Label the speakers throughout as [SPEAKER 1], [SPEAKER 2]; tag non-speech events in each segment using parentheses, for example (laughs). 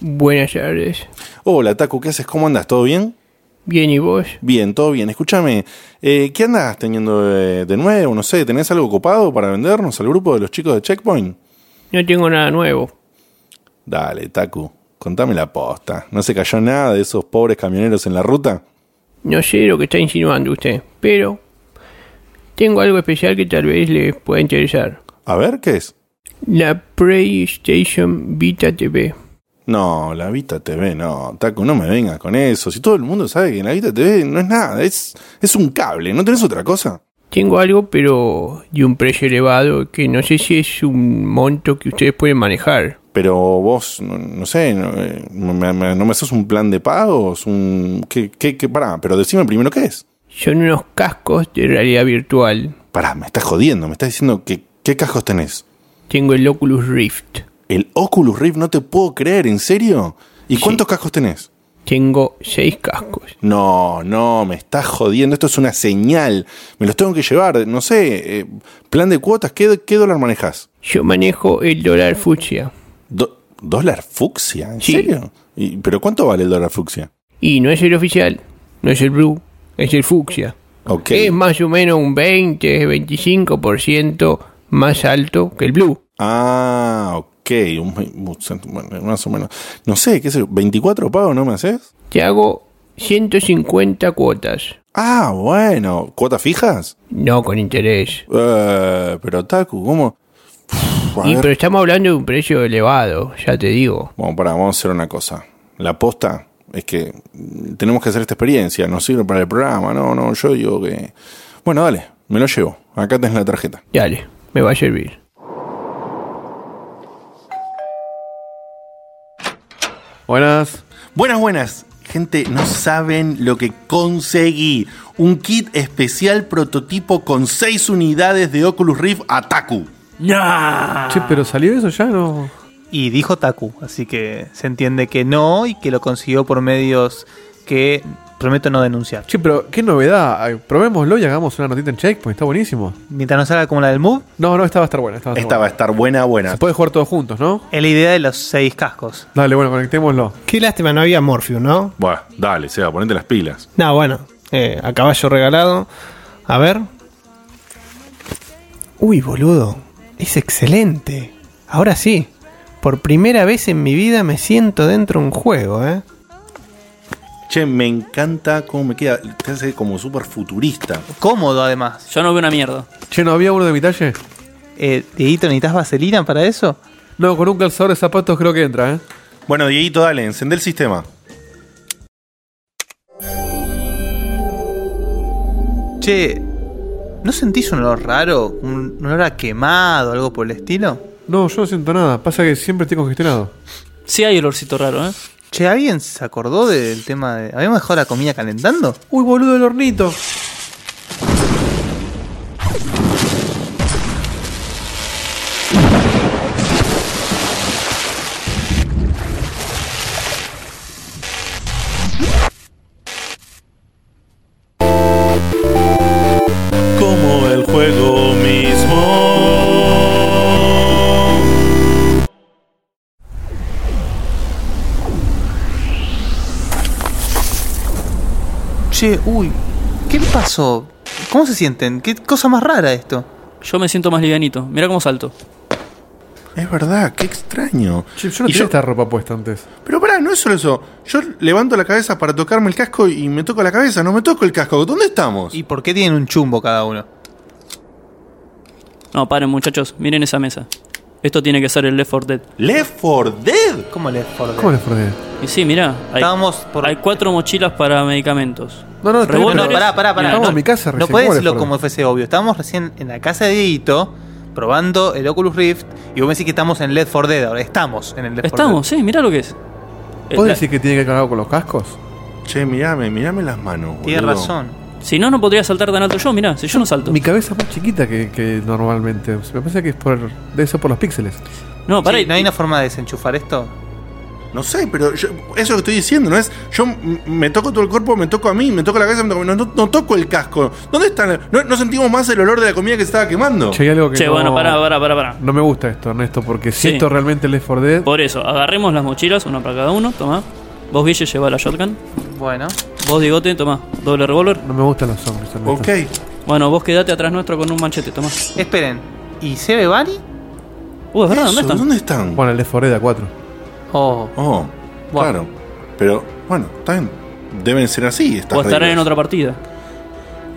[SPEAKER 1] Buenas tardes.
[SPEAKER 2] Hola, Taku, ¿qué haces? ¿Cómo andas? ¿Todo bien?
[SPEAKER 1] Bien, ¿y vos?
[SPEAKER 2] Bien, todo bien. Escúchame, eh, ¿qué andas teniendo de, de nuevo? No sé, ¿tenés algo copado para vendernos al grupo de los chicos de Checkpoint?
[SPEAKER 1] No tengo nada nuevo.
[SPEAKER 2] Dale, Taku, contame la posta. ¿No se cayó nada de esos pobres camioneros en la ruta?
[SPEAKER 1] No sé lo que está insinuando usted, pero tengo algo especial que tal vez les pueda interesar.
[SPEAKER 2] A ver, ¿qué es?
[SPEAKER 1] La PlayStation Vita TV.
[SPEAKER 2] No, la Vita TV, no, Taku, no me vengas con eso. Si todo el mundo sabe que la Vita TV no es nada, es, es un cable, ¿no tenés otra cosa?
[SPEAKER 1] Tengo algo, pero de un precio elevado, que no sé si es un monto que ustedes pueden manejar.
[SPEAKER 2] Pero vos, no, no sé, no, eh, me- me- ¿no me haces un plan de pagos? Un, ¿qué, qué, qué? Pará, pero decime primero qué es.
[SPEAKER 1] Son unos cascos de realidad virtual.
[SPEAKER 2] Pará, me estás jodiendo, me estás diciendo que qué cascos tenés.
[SPEAKER 1] Tengo el Oculus Rift.
[SPEAKER 2] El Oculus Rift, no te puedo creer, ¿en serio? ¿Y cuántos cascos tenés?
[SPEAKER 1] Tengo seis cascos.
[SPEAKER 2] No, no, me estás jodiendo, esto es una señal. Me los tengo que llevar, no sé, eh, plan de cuotas, ¿qué, qué dólar manejas?
[SPEAKER 1] Yo manejo el dólar fucsia.
[SPEAKER 2] ¿Dólar fucsia? ¿En
[SPEAKER 1] Sí.
[SPEAKER 2] serio? ¿Y- ¿Pero cuánto vale el dólar fucsia?
[SPEAKER 1] Y no es el oficial, no es el blue, es el fucsia.
[SPEAKER 2] Ok.
[SPEAKER 1] Es más o menos un 20-25% más alto que el blue.
[SPEAKER 2] Ah, ok. un ve- un cent- bueno, Más o menos. No sé, ¿qué sé yo? ¿24 pagos no me haces?
[SPEAKER 1] Te hago 150 cuotas.
[SPEAKER 2] Ah, bueno. ¿Cuotas fijas?
[SPEAKER 1] No con interés.
[SPEAKER 2] Eh, pero Taku, ¿cómo? Uf, a
[SPEAKER 1] Y
[SPEAKER 2] ver.
[SPEAKER 1] pero estamos hablando de un precio elevado, ya te digo.
[SPEAKER 2] Bueno, pará, vamos a hacer una cosa. La posta es que mm, tenemos que hacer esta experiencia. No sirve para el programa. No, no, yo digo que... Bueno, dale, me lo llevo. Acá tenés la tarjeta.
[SPEAKER 1] Dale, me va a servir.
[SPEAKER 3] Buenas.
[SPEAKER 2] Buenas, buenas. Gente, no saben lo que conseguí. Un kit especial prototipo con 6 unidades de Oculus Rift Ataku.
[SPEAKER 3] Che, pero salió eso ya, no.
[SPEAKER 4] Y dijo Taku, así que se entiende que no y que lo consiguió por medios que prometo no denunciar.
[SPEAKER 3] Che, pero qué novedad. Ay, Probémoslo y hagamos una notita en checkpoint, está buenísimo.
[SPEAKER 4] Mientras no salga como la del Move,
[SPEAKER 3] No, no, esta va a estar buena. Esta va a estar
[SPEAKER 2] Esta va a estar buena,
[SPEAKER 3] buena.
[SPEAKER 2] buena.
[SPEAKER 3] Se puede jugar todos juntos, ¿no?
[SPEAKER 4] es la idea de los seis cascos.
[SPEAKER 3] Dale, bueno, conectémoslo.
[SPEAKER 5] Qué lástima, no había Morpheus, ¿no?
[SPEAKER 2] Buah, dale, Seba, ponete las pilas.
[SPEAKER 5] No, bueno, eh, a caballo regalado. A ver. Uy, boludo, es excelente. Ahora sí, por primera vez en mi vida me siento dentro de un juego, ¿eh?
[SPEAKER 2] Che, me encanta cómo me queda. Te hace como súper futurista.
[SPEAKER 4] Cómodo además.
[SPEAKER 6] Yo no veo una mierda.
[SPEAKER 3] Che, ¿no había uno de mi talle?
[SPEAKER 4] Eh, Dieguito, ¿necesitas vaselina para eso?
[SPEAKER 3] No, con un calzador de zapatos creo que entra, ¿eh?
[SPEAKER 2] Bueno, Dieguito, dale, encendé el sistema.
[SPEAKER 4] Che, ¿no sentís un olor raro? ¿Un, un olor a quemado, algo por el estilo?
[SPEAKER 3] No, yo no siento nada. Pasa que siempre estoy congestionado.
[SPEAKER 6] Sí hay olorcito raro, ¿eh?
[SPEAKER 4] Che, ¿alguien se acordó del tema de... ¿Habíamos dejado la comida calentando?
[SPEAKER 3] Uy, boludo, el hornito.
[SPEAKER 2] Como el juego mismo.
[SPEAKER 4] Che, uy, ¿qué pasó? ¿Cómo se sienten? ¿Qué cosa más rara esto?
[SPEAKER 6] Yo me siento más livianito. Mira cómo salto.
[SPEAKER 2] Es verdad, qué extraño.
[SPEAKER 3] Che, yo no
[SPEAKER 2] Y
[SPEAKER 3] tenía esta ropa puesta antes.
[SPEAKER 2] Pero pará, no es solo eso. Yo levanto la cabeza para tocarme el casco y me toco la cabeza, no me toco el casco. ¿Dónde estamos?
[SPEAKER 4] ¿Y por qué tienen un chumbo cada uno?
[SPEAKER 6] No, paren, muchachos. Miren esa mesa. Esto tiene que ser el Left 4 Dead.
[SPEAKER 2] Left 4 Dead.
[SPEAKER 4] ¿Cómo les fordé?
[SPEAKER 3] ¿Cómo le fordé?
[SPEAKER 6] Y sí, mirá. Hay,
[SPEAKER 4] Estábamos por...
[SPEAKER 6] hay cuatro mochilas para medicamentos.
[SPEAKER 3] No, no, está bien,
[SPEAKER 4] No,
[SPEAKER 6] Revólveres.
[SPEAKER 4] no, pará, pará, pará.
[SPEAKER 3] Estamos
[SPEAKER 4] no,
[SPEAKER 3] en mi casa
[SPEAKER 4] No
[SPEAKER 3] recién,
[SPEAKER 4] puedes
[SPEAKER 3] ¿cómo le
[SPEAKER 4] decirlo
[SPEAKER 3] fordé?
[SPEAKER 4] como fuese obvio. Estábamos recién en la casa de Dieguito probando el Oculus Rift y vos me decís que estamos en Left 4 Dead ahora. Estamos en el Left 4 Dead.
[SPEAKER 6] Estamos, sí, mirá lo que es. Eh,
[SPEAKER 3] ¿Puedes
[SPEAKER 6] la-
[SPEAKER 3] decir que tiene que ver con algo con los cascos?
[SPEAKER 2] Che, mirame, mirame las manos.
[SPEAKER 4] Tienes
[SPEAKER 2] boludo.
[SPEAKER 4] razón.
[SPEAKER 6] Si no, no podría saltar tan alto yo, mirá. Si yo no salto.
[SPEAKER 3] Mi cabeza es más chiquita que, que normalmente. Me parece que es por, debe ser por los píxeles.
[SPEAKER 6] No, pará.
[SPEAKER 4] Sí,
[SPEAKER 6] y-
[SPEAKER 4] ¿No hay una forma de desenchufar esto?
[SPEAKER 2] No sé, pero yo- eso que estoy diciendo, ¿no es? Yo m- me toco todo el cuerpo, me toco a mí, me toco la cabeza, me toco- no, no- no toco el casco. ¿Dónde están? No, no sentimos más el olor de la comida que se estaba quemando.
[SPEAKER 3] Che, hay algo que
[SPEAKER 6] Che,
[SPEAKER 3] no,
[SPEAKER 6] bueno, pará, pará, pará, pará.
[SPEAKER 3] no me gusta esto, Ernesto, porque
[SPEAKER 6] Sí.
[SPEAKER 3] siento realmente el Left 4 Dead.
[SPEAKER 6] Por eso, agarremos las mochilas, una para cada uno, toma. Vos, Guille, lleva la shotgun.
[SPEAKER 4] Bueno.
[SPEAKER 6] Vos, Digote, toma. Doble revólver.
[SPEAKER 3] No me gustan los zombies, Ernesto.
[SPEAKER 2] Ok.
[SPEAKER 6] Bueno, vos quedate atrás nuestro con un manchete, toma.
[SPEAKER 4] Esperen. ¿Y se ve Bari?
[SPEAKER 6] Uh, es verdad,
[SPEAKER 2] Eso,
[SPEAKER 6] ¿dónde están?
[SPEAKER 2] ¿Dónde están?
[SPEAKER 3] Bueno, el Left 4 Dead a 4.
[SPEAKER 4] Oh.
[SPEAKER 2] Oh,
[SPEAKER 4] Bueno.
[SPEAKER 2] claro. Pero, bueno, también deben ser así. Estas
[SPEAKER 6] O estarán en
[SPEAKER 2] reglas.
[SPEAKER 6] otra partida.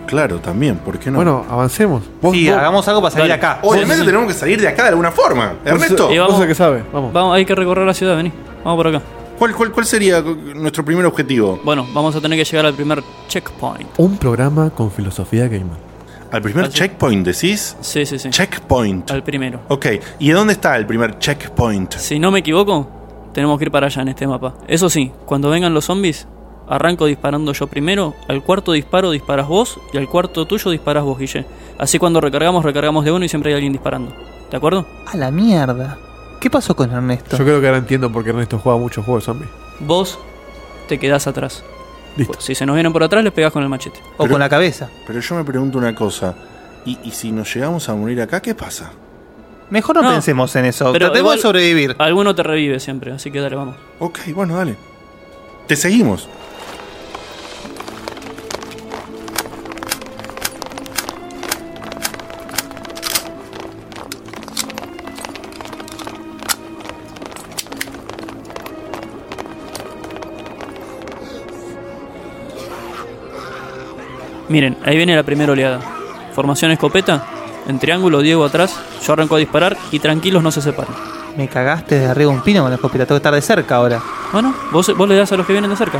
[SPEAKER 2] Claro, también, ¿por qué no?
[SPEAKER 3] Bueno, avancemos. Vos,
[SPEAKER 4] Sí,
[SPEAKER 3] vos-
[SPEAKER 4] hagamos algo para salir
[SPEAKER 6] Dale.
[SPEAKER 4] acá.
[SPEAKER 2] obviamente
[SPEAKER 6] sí, sí.
[SPEAKER 2] tenemos que salir de acá de alguna forma.
[SPEAKER 3] vos-
[SPEAKER 2] Ernesto,
[SPEAKER 6] Eh,
[SPEAKER 3] Vos
[SPEAKER 6] vamos.
[SPEAKER 3] sos el que sabe, vamos.
[SPEAKER 6] Vamos, hay que recorrer la ciudad, vení. Vamos por acá.
[SPEAKER 2] ¿cuál, cuál, cuál sería nuestro primer objetivo?
[SPEAKER 6] Bueno, vamos a tener que llegar al primer checkpoint.
[SPEAKER 3] Un programa con filosofía gamer.
[SPEAKER 2] ¿Al primer checkpoint decís?
[SPEAKER 6] Sí, sí, sí.
[SPEAKER 2] Checkpoint.
[SPEAKER 6] Al primero.
[SPEAKER 2] Ok, ¿y dónde está el primer checkpoint?
[SPEAKER 6] Si no me equivoco, tenemos que ir para allá en este mapa. Eso sí, cuando vengan los zombies, arranco disparando yo primero, al cuarto disparo disparas vos y al cuarto tuyo disparas vos, Guille. Así cuando recargamos, recargamos de uno y siempre hay alguien disparando. ¿De acuerdo?
[SPEAKER 4] A la mierda. ¿Qué pasó con Ernesto?
[SPEAKER 3] Yo creo que ahora entiendo por qué Ernesto juega muchos juegos de zombies.
[SPEAKER 6] Vos te quedás atrás.
[SPEAKER 3] Listo.
[SPEAKER 6] Si se nos vienen por atrás, les pegás con el machete.
[SPEAKER 4] O con la cabeza.
[SPEAKER 2] Pero yo me pregunto una cosa. ¿Y, y si nos llegamos a morir acá, qué pasa?
[SPEAKER 4] Mejor no,
[SPEAKER 6] No.
[SPEAKER 4] pensemos en eso.
[SPEAKER 6] Pero
[SPEAKER 4] Tratemos
[SPEAKER 6] igual-
[SPEAKER 4] de sobrevivir.
[SPEAKER 6] Alguno te revive siempre, así que dale, vamos.
[SPEAKER 2] Ok, bueno, dale. Te seguimos.
[SPEAKER 6] Miren, ahí viene la primera oleada. Formación escopeta, en triángulo, Diego atrás, yo arranco a disparar y tranquilos no se separan.
[SPEAKER 4] Me cagaste de arriba de un pino con la escopeta. Tengo que estar de cerca ahora.
[SPEAKER 6] Bueno, vos, vos le das a los que vienen de cerca.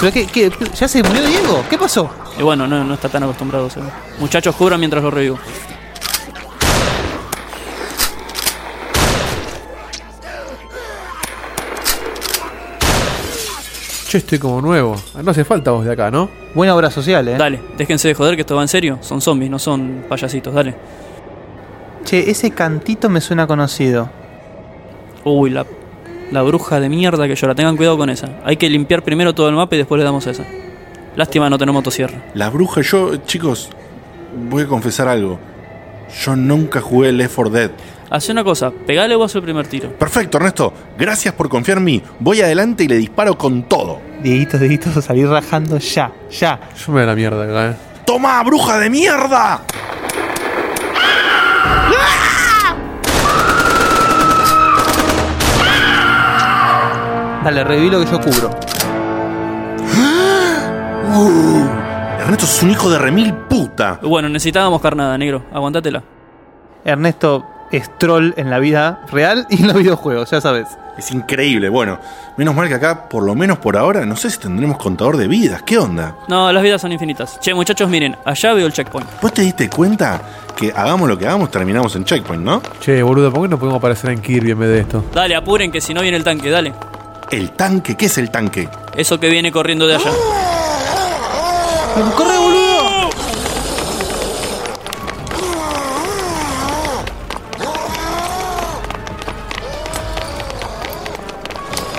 [SPEAKER 4] ¿Pero qué, qué? ¿Ya se murió Diego? ¿Qué pasó?
[SPEAKER 6] Y bueno, no, no está tan acostumbrado. se ve. Muchachos, cubran mientras lo revivo.
[SPEAKER 3] Yo estoy como nuevo. Ah, No hace falta vos de acá, ¿no?
[SPEAKER 4] Buena obra social, eh.
[SPEAKER 6] Dale, déjense de joder que esto va en serio. Son zombies, no son payasitos, dale.
[SPEAKER 4] Che, ese cantito me suena conocido.
[SPEAKER 6] Uy, la, la bruja de mierda que llora. Tengan cuidado con esa. Hay que limpiar primero todo el mapa y después le damos a esa. Lástima no tener motosierra.
[SPEAKER 2] La bruja, yo, chicos, voy a confesar algo. Yo nunca jugué Left 4 Dead.
[SPEAKER 6] Hace una cosa, pegale vos el primer tiro.
[SPEAKER 2] Perfecto, Ernesto. Gracias por confiar en mí. Voy adelante y le disparo con todo.
[SPEAKER 4] Dieguito, Dieguito, salir rajando ya, ya.
[SPEAKER 3] Yo me da la mierda acá, eh.
[SPEAKER 2] ¡Toma, bruja de mierda!
[SPEAKER 4] Dale, reviví lo que yo cubro.
[SPEAKER 2] Uh, Ernesto es un hijo de remil puta.
[SPEAKER 6] Bueno, necesitábamos carnada, negro. Aguantatela.
[SPEAKER 4] Ernesto es troll en la vida real (laughs) y en los videojuegos, ya sabes.
[SPEAKER 2] Es increíble. Bueno, menos mal que acá, por lo menos por ahora, no sé si tendremos contador de vidas. ¿Qué onda?
[SPEAKER 6] No, las vidas son infinitas. Che, muchachos, miren, allá veo el checkpoint.
[SPEAKER 2] ¿Vos te diste cuenta que hagamos lo que hagamos, terminamos en checkpoint, no?
[SPEAKER 3] Che, boludo, ¿por qué no podemos aparecer en Kirby en vez de esto?
[SPEAKER 6] Dale, apuren que si no viene el tanque, dale.
[SPEAKER 2] El tanque, ¿qué es el tanque?
[SPEAKER 6] Eso que viene corriendo de allá.
[SPEAKER 4] ¡Corre, boludo!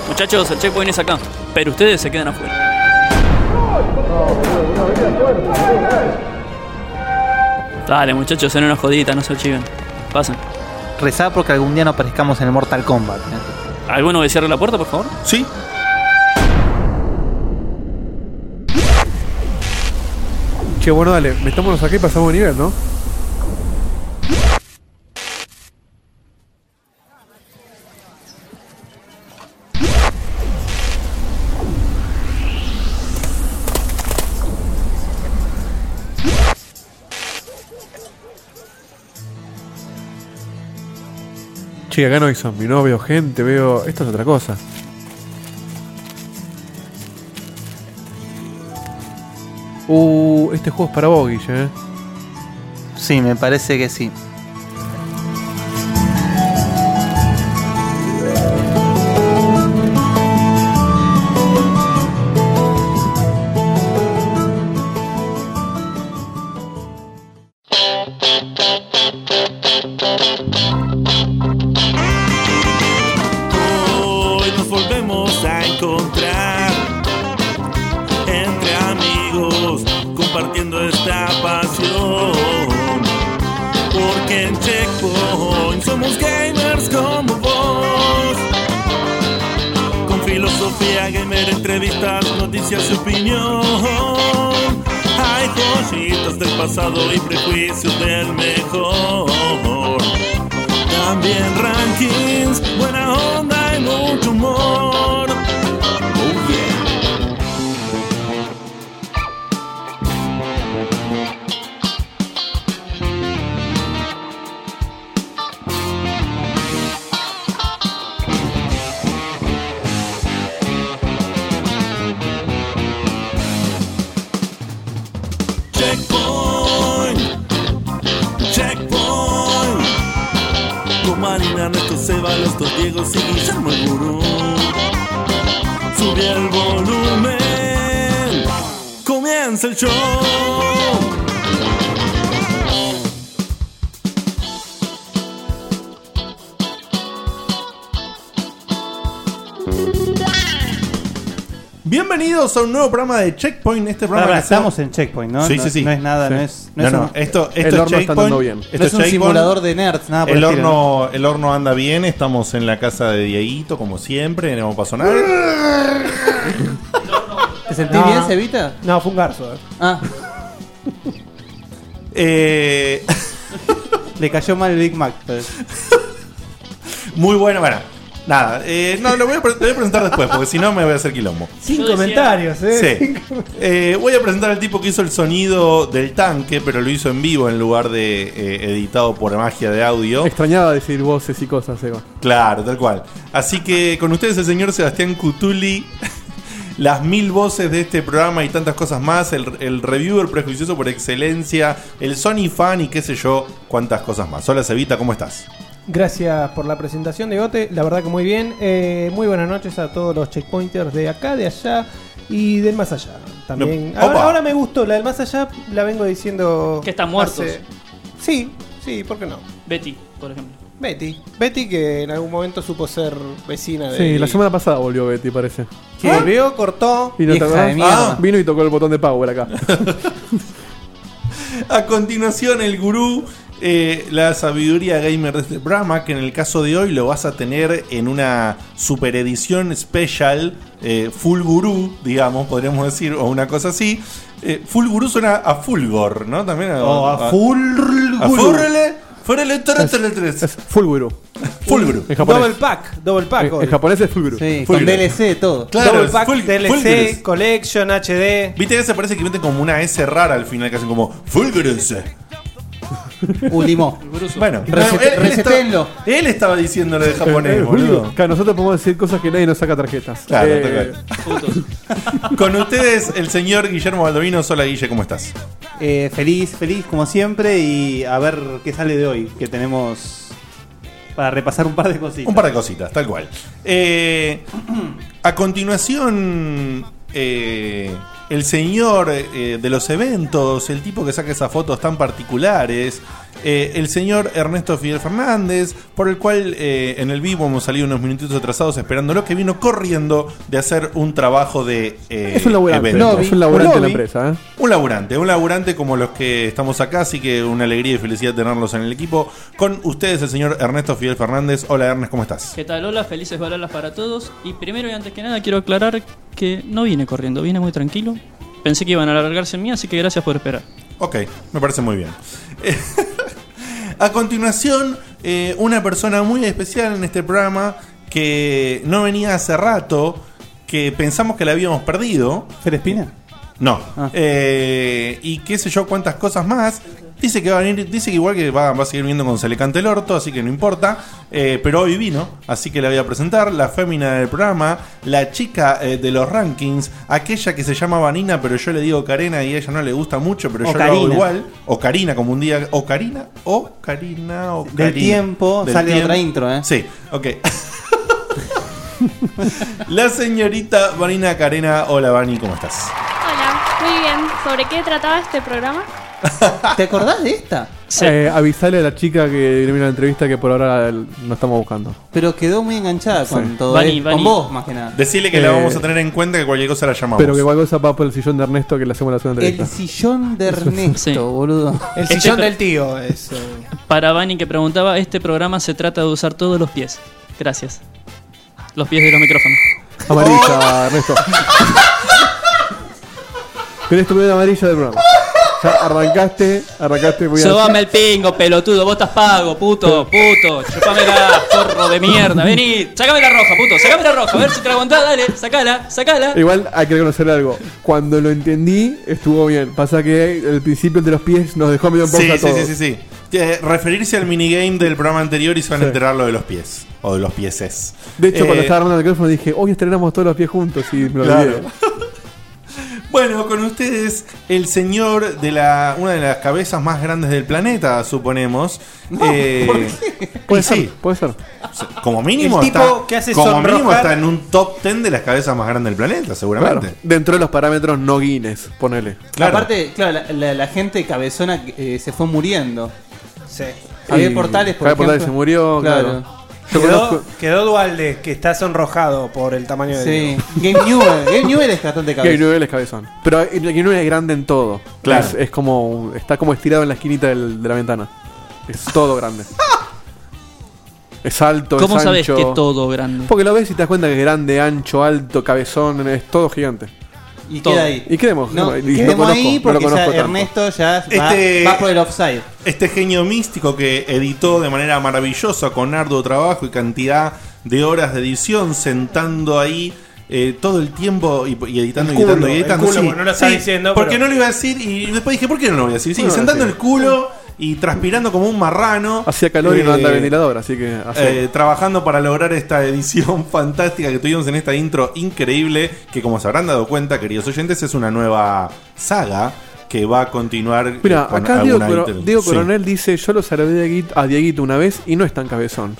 [SPEAKER 6] Muchachos, el checkpoint es acá. Pero ustedes se quedan afuera. Dale, muchachos, son una jodita, no se archiven. Pasen.
[SPEAKER 4] Rezá porque algún día no aparezcamos en el Mortal Kombat. eh.
[SPEAKER 6] ¿Alguno que cierre la puerta, por favor?
[SPEAKER 2] ¿Sí?
[SPEAKER 3] Che, bueno, dale, metámonos acá y pasamos de nivel, ¿no? Che, acá no hay zombies, no veo gente, veo. Esto es otra cosa. Uh, este juego es para vos, Guille, eh.
[SPEAKER 4] Sí, me parece que sí.
[SPEAKER 7] Sofía Gamer, entrevistas, noticias y opinión. Hay joyitas del pasado y prejuicios del mejor. También rankings, buena onda y mucho humor. Oh yeah. Checkpoint. Checkpoint. Con Marina, Ernesto, Seba, los dos Diego y Guillermo el gurú. Sube el volumen. Comienza el show.
[SPEAKER 2] Bienvenidos a un nuevo programa de Checkpoint. Este
[SPEAKER 4] Ahora,
[SPEAKER 2] programa que hacemos-
[SPEAKER 4] estamos en checkpoint, ¿no?
[SPEAKER 2] Sí,
[SPEAKER 4] No-
[SPEAKER 2] sí, sí.
[SPEAKER 4] No es nada,
[SPEAKER 2] Sí.
[SPEAKER 4] no es. No, es un-
[SPEAKER 2] Esto, esto es
[SPEAKER 3] el horno está
[SPEAKER 2] Checkpoint,
[SPEAKER 3] andando bien.
[SPEAKER 2] esto
[SPEAKER 4] no es un
[SPEAKER 2] Checkpoint.
[SPEAKER 4] simulador de nerds, nada por
[SPEAKER 2] El
[SPEAKER 4] el estilo, ¿no?
[SPEAKER 2] horno, el horno anda bien, estamos en la casa de Dieguito, como siempre, no pasó nada.
[SPEAKER 4] (laughs) ¿Te sentís
[SPEAKER 8] No.
[SPEAKER 4] bien, Cevita?
[SPEAKER 8] No, fue un garzo. eh.
[SPEAKER 4] Ah,
[SPEAKER 2] (laughs) Eh,
[SPEAKER 4] (laughs) le cayó mal el Big Mac. pues.
[SPEAKER 2] (laughs) muy bueno, bueno. Nada, eh, no, lo voy a, pre- lo voy a presentar después, porque si no me voy a hacer quilombo.
[SPEAKER 8] Sin
[SPEAKER 6] decía-
[SPEAKER 8] comentarios, ¿eh?
[SPEAKER 2] Sí. Eh, voy a presentar al tipo que hizo el sonido del tanque, pero lo hizo en vivo en lugar de eh, editado por magia de audio.
[SPEAKER 3] Extrañaba decir voces y cosas, Eva.
[SPEAKER 2] Claro, tal cual. Así que con ustedes el señor Sebastián Cutuli, (laughs) las mil voces de este programa y tantas cosas más, el, el reviewer prejuicioso por excelencia, el Sony fan y qué sé yo, cuántas cosas más. Hola Cevita, ¿cómo estás?
[SPEAKER 8] Gracias por la presentación de Gote, la verdad que muy bien. Eh, muy buenas noches a todos los checkpointers de acá, de allá y del más allá. También.
[SPEAKER 2] No, opa.
[SPEAKER 8] Ahora, ahora me gustó, la del más allá la vengo diciendo.
[SPEAKER 6] Que están muertos.
[SPEAKER 8] Sí, sí, ¿por qué no?
[SPEAKER 6] Betty, por ejemplo.
[SPEAKER 8] Betty. Betty que en algún momento supo ser vecina de.
[SPEAKER 3] Sí, la semana pasada volvió Betty, parece. ¿Ah?
[SPEAKER 8] que volvió, cortó.
[SPEAKER 3] Y no te
[SPEAKER 4] Vieja de
[SPEAKER 3] acordás?
[SPEAKER 4] mierda.
[SPEAKER 3] Ah, vino y tocó el botón de
[SPEAKER 2] (laughs)
[SPEAKER 3] power acá.
[SPEAKER 2] A continuación, el gurú, eh, la sabiduría gamer de este programa, que en el caso de hoy lo vas a tener en una super edición special, eh, full gurú, digamos, podríamos decir, o una cosa así. Eh, full gurú suena a Fulgor, ¿no? También a,
[SPEAKER 4] O a full.
[SPEAKER 2] a Furrele, Furrele, tres, tres,
[SPEAKER 3] Es
[SPEAKER 2] tres.
[SPEAKER 3] Fulguru.
[SPEAKER 2] Full gurú.
[SPEAKER 8] Double
[SPEAKER 3] En japonés.
[SPEAKER 8] pack, double pack.
[SPEAKER 3] En,
[SPEAKER 8] hoy.
[SPEAKER 3] en japonés es Fulguru.
[SPEAKER 4] Sí,
[SPEAKER 2] Full
[SPEAKER 3] (laughs)
[SPEAKER 4] con DLC, todo.
[SPEAKER 2] Claro,
[SPEAKER 8] double pack,
[SPEAKER 2] full- full
[SPEAKER 8] DLC,
[SPEAKER 2] gurús.
[SPEAKER 8] Collection, HD.
[SPEAKER 2] Viste que se parece que meten como una S rara al final, que hacen como Fulgurus.
[SPEAKER 4] Ultimó.
[SPEAKER 2] Bueno, él-
[SPEAKER 4] Recet-
[SPEAKER 2] él, estaba-
[SPEAKER 4] resetenlo.
[SPEAKER 2] él estaba diciéndolo de
[SPEAKER 3] Eh,
[SPEAKER 2] (laughs) japonés, boludo.
[SPEAKER 3] Claro, nosotros podemos decir cosas que nadie nos saca tarjetas.
[SPEAKER 2] Claro,
[SPEAKER 3] Eh,
[SPEAKER 2] tal cual. (laughs) Con ustedes el señor Guillermo Baldovino. Hola Guille, ¿cómo estás?
[SPEAKER 4] Eh, feliz, feliz como siempre y a ver qué sale de hoy, que tenemos para repasar un par de cositas.
[SPEAKER 2] Un par de cositas, tal cual. Eh, (clears throat) a continuación, eh, el señor eh, de los eventos, el tipo que saca esas fotos tan particulares, eh, el señor Ernesto Fidel Fernández, por el cual eh, en el vivo hemos salido unos minutitos atrasados esperándolo, que vino corriendo de hacer un trabajo de eh,
[SPEAKER 3] Es un laburante.
[SPEAKER 2] evento.
[SPEAKER 3] es un laburante de la
[SPEAKER 2] Lobby.
[SPEAKER 3] empresa, ¿eh?
[SPEAKER 2] Un laburante, un laburante como los que estamos acá, así que una alegría y felicidad tenerlos en el equipo. Con ustedes el señor Ernesto Fidel Fernández. Hola Ernest, ¿cómo estás?
[SPEAKER 6] ¿Qué tal? Hola, felices balalas para todos. Y primero y antes que nada quiero aclarar que no vine corriendo, vine muy tranquilo. Pensé que iban a alargarse en mí, así que gracias por esperar.
[SPEAKER 2] Ok, me parece muy bien. Eh, A continuación, eh, una persona muy especial en este programa que no venía hace rato, que pensamos que la habíamos perdido.
[SPEAKER 4] ¿Fer Espina?
[SPEAKER 2] No.
[SPEAKER 4] Ah.
[SPEAKER 2] Eh, y qué sé yo cuántas cosas más. Dice que va a venir, dice que igual que va, va a seguir viendo con Se le cante el orto, así que no importa. Eh, pero hoy vino, así que la voy a presentar. La fémina del programa, la chica eh, de los rankings, aquella que se llama Vanina, pero yo le digo Karena y a ella no le gusta mucho, pero yo lo hago
[SPEAKER 4] Ocarina.
[SPEAKER 2] igual. O Karina, como un día. O Karina, o Karina, o
[SPEAKER 4] Del tiempo, sale otra intro, ¿eh?
[SPEAKER 2] Sí, ok. (laughs) la señorita Vanina Karena, hola Vani, ¿cómo estás?
[SPEAKER 9] Hola, muy bien. ¿Sobre qué trataba este programa?
[SPEAKER 4] (laughs) ¿Te acordás de esta?
[SPEAKER 3] Eh, avisale a la chica que viene a la entrevista que por ahora el- no estamos buscando.
[SPEAKER 4] Pero quedó muy enganchada con todo
[SPEAKER 6] Vani,
[SPEAKER 4] esto,
[SPEAKER 6] Vani.
[SPEAKER 4] Con vos, más que nada.
[SPEAKER 2] Decirle que la
[SPEAKER 3] Eh,
[SPEAKER 2] vamos a tener en cuenta que cualquier cosa la llamamos.
[SPEAKER 3] Pero que cualquier cosa va por el sillón de Ernesto que le hacemos la segunda
[SPEAKER 4] El
[SPEAKER 3] entrevista. (laughs)
[SPEAKER 4] sillón de Ernesto,
[SPEAKER 6] Sí.
[SPEAKER 4] boludo.
[SPEAKER 8] El
[SPEAKER 6] Este
[SPEAKER 8] sillón
[SPEAKER 6] pro-
[SPEAKER 8] del tío es. eh,
[SPEAKER 6] Para Vani que preguntaba, este programa se trata de usar todos los pies. Gracias. Los pies de los micrófonos.
[SPEAKER 4] (laughs) Oh.
[SPEAKER 3] Amarilla, Ernesto. Tenés tu primera amarilla del programa. Ya arrancaste, arrancaste muy
[SPEAKER 6] Sobame el pingo, pelotudo, vos estás pago, puto, puto, chupame la forro de mierda, vení, sacame la roja, puto, sacame la roja, a ver si te la aguantás, dale, sacala, sacala.
[SPEAKER 3] Igual hay que reconocer algo. Cuando lo entendí, estuvo bien. Pasa que el principio el de los pies nos dejó medio en pausa
[SPEAKER 2] Sí,
[SPEAKER 3] a
[SPEAKER 2] sí,
[SPEAKER 3] todos.
[SPEAKER 2] sí, sí, sí. Eh, referirse al minigame del programa anterior y se van a
[SPEAKER 3] Sí.
[SPEAKER 2] enterar lo de los pies. O de los pieses.
[SPEAKER 3] De hecho,
[SPEAKER 2] Eh,
[SPEAKER 3] cuando estaba armando el micrófono dije, hoy estrenamos todos los pies juntos y me lo
[SPEAKER 2] Claro.
[SPEAKER 3] olvidé.
[SPEAKER 2] Bueno, con ustedes el señor de la una de las cabezas más grandes del planeta, suponemos. Eh,
[SPEAKER 3] Puede ser, puede ser.
[SPEAKER 2] Como mínimo,
[SPEAKER 3] El tipo
[SPEAKER 2] está,
[SPEAKER 3] que hace
[SPEAKER 2] como
[SPEAKER 3] sonrojar-
[SPEAKER 2] mínimo está en un top 10 de las cabezas más grandes del planeta, seguramente.
[SPEAKER 3] Claro. Dentro de los parámetros no Guinness, ponele.
[SPEAKER 4] Aparte, claro, la, la- la gente cabezona eh, se fue muriendo. Sí. Javier Portales, por
[SPEAKER 3] Javier
[SPEAKER 4] ejemplo.
[SPEAKER 3] Portales se murió, claro. Yo
[SPEAKER 1] Quedó,
[SPEAKER 3] conozco-
[SPEAKER 1] quedó Dualde, que está sonrojado por el tamaño de
[SPEAKER 4] Sí.
[SPEAKER 1] Diego. (laughs)
[SPEAKER 4] Game Newell. Game Newell es bastante
[SPEAKER 3] Gary
[SPEAKER 4] cabezón.
[SPEAKER 3] Newell es cabezón. Pero eh, Gary Newell es grande en todo.
[SPEAKER 4] Claro.
[SPEAKER 3] Es, es como. un- Está como estirado en la esquinita del- de la ventana. Es todo
[SPEAKER 4] (laughs)
[SPEAKER 3] grande. Es alto,
[SPEAKER 6] ¿Cómo
[SPEAKER 3] es
[SPEAKER 6] sabes
[SPEAKER 3] ancho.
[SPEAKER 6] que es todo grande?
[SPEAKER 3] Porque lo ves y te das cuenta que es grande, ancho, alto, cabezón, es todo gigante.
[SPEAKER 4] Y
[SPEAKER 3] Todo.
[SPEAKER 4] queda ahí.
[SPEAKER 3] Y quedemos.
[SPEAKER 4] No,
[SPEAKER 3] no, y
[SPEAKER 4] y
[SPEAKER 3] lo
[SPEAKER 4] quedemos
[SPEAKER 3] conozco,
[SPEAKER 4] ahí
[SPEAKER 3] no lo
[SPEAKER 4] porque
[SPEAKER 3] conozco
[SPEAKER 4] ya
[SPEAKER 3] tanto.
[SPEAKER 4] Ernesto ya va,
[SPEAKER 2] Este-
[SPEAKER 4] va por el offside.
[SPEAKER 2] Este genio místico que editó de manera maravillosa, con arduo trabajo y cantidad de horas de edición, sentando ahí eh, todo el tiempo y, y editando,
[SPEAKER 1] El
[SPEAKER 2] y editando,
[SPEAKER 1] culo,
[SPEAKER 2] y editando.
[SPEAKER 1] el culo, porque no lo está diciendo,
[SPEAKER 2] Porque
[SPEAKER 1] pero-
[SPEAKER 2] no lo iba a decir y después dije, ¿por qué no lo voy a decir? Sí,
[SPEAKER 3] No lo
[SPEAKER 2] sentando
[SPEAKER 3] voy a
[SPEAKER 2] el culo y transpirando como un marrano.
[SPEAKER 3] Hacía calor y no
[SPEAKER 2] Eh,
[SPEAKER 3] anda ventilador, así que. así.
[SPEAKER 2] eh, trabajando para lograr esta edición (laughs) fantástica que tuvimos en esta intro increíble, que como se habrán dado cuenta, queridos oyentes, es una nueva saga que va a continuar. eh,
[SPEAKER 3] Mira,
[SPEAKER 2] con
[SPEAKER 3] acá Diego,
[SPEAKER 2] alguna
[SPEAKER 3] Coro-
[SPEAKER 2] inter-
[SPEAKER 3] Diego
[SPEAKER 2] Sí.
[SPEAKER 3] Coronel dice: Yo lo saludé a Dieguito- a Dieguito una vez y no es tan cabezón.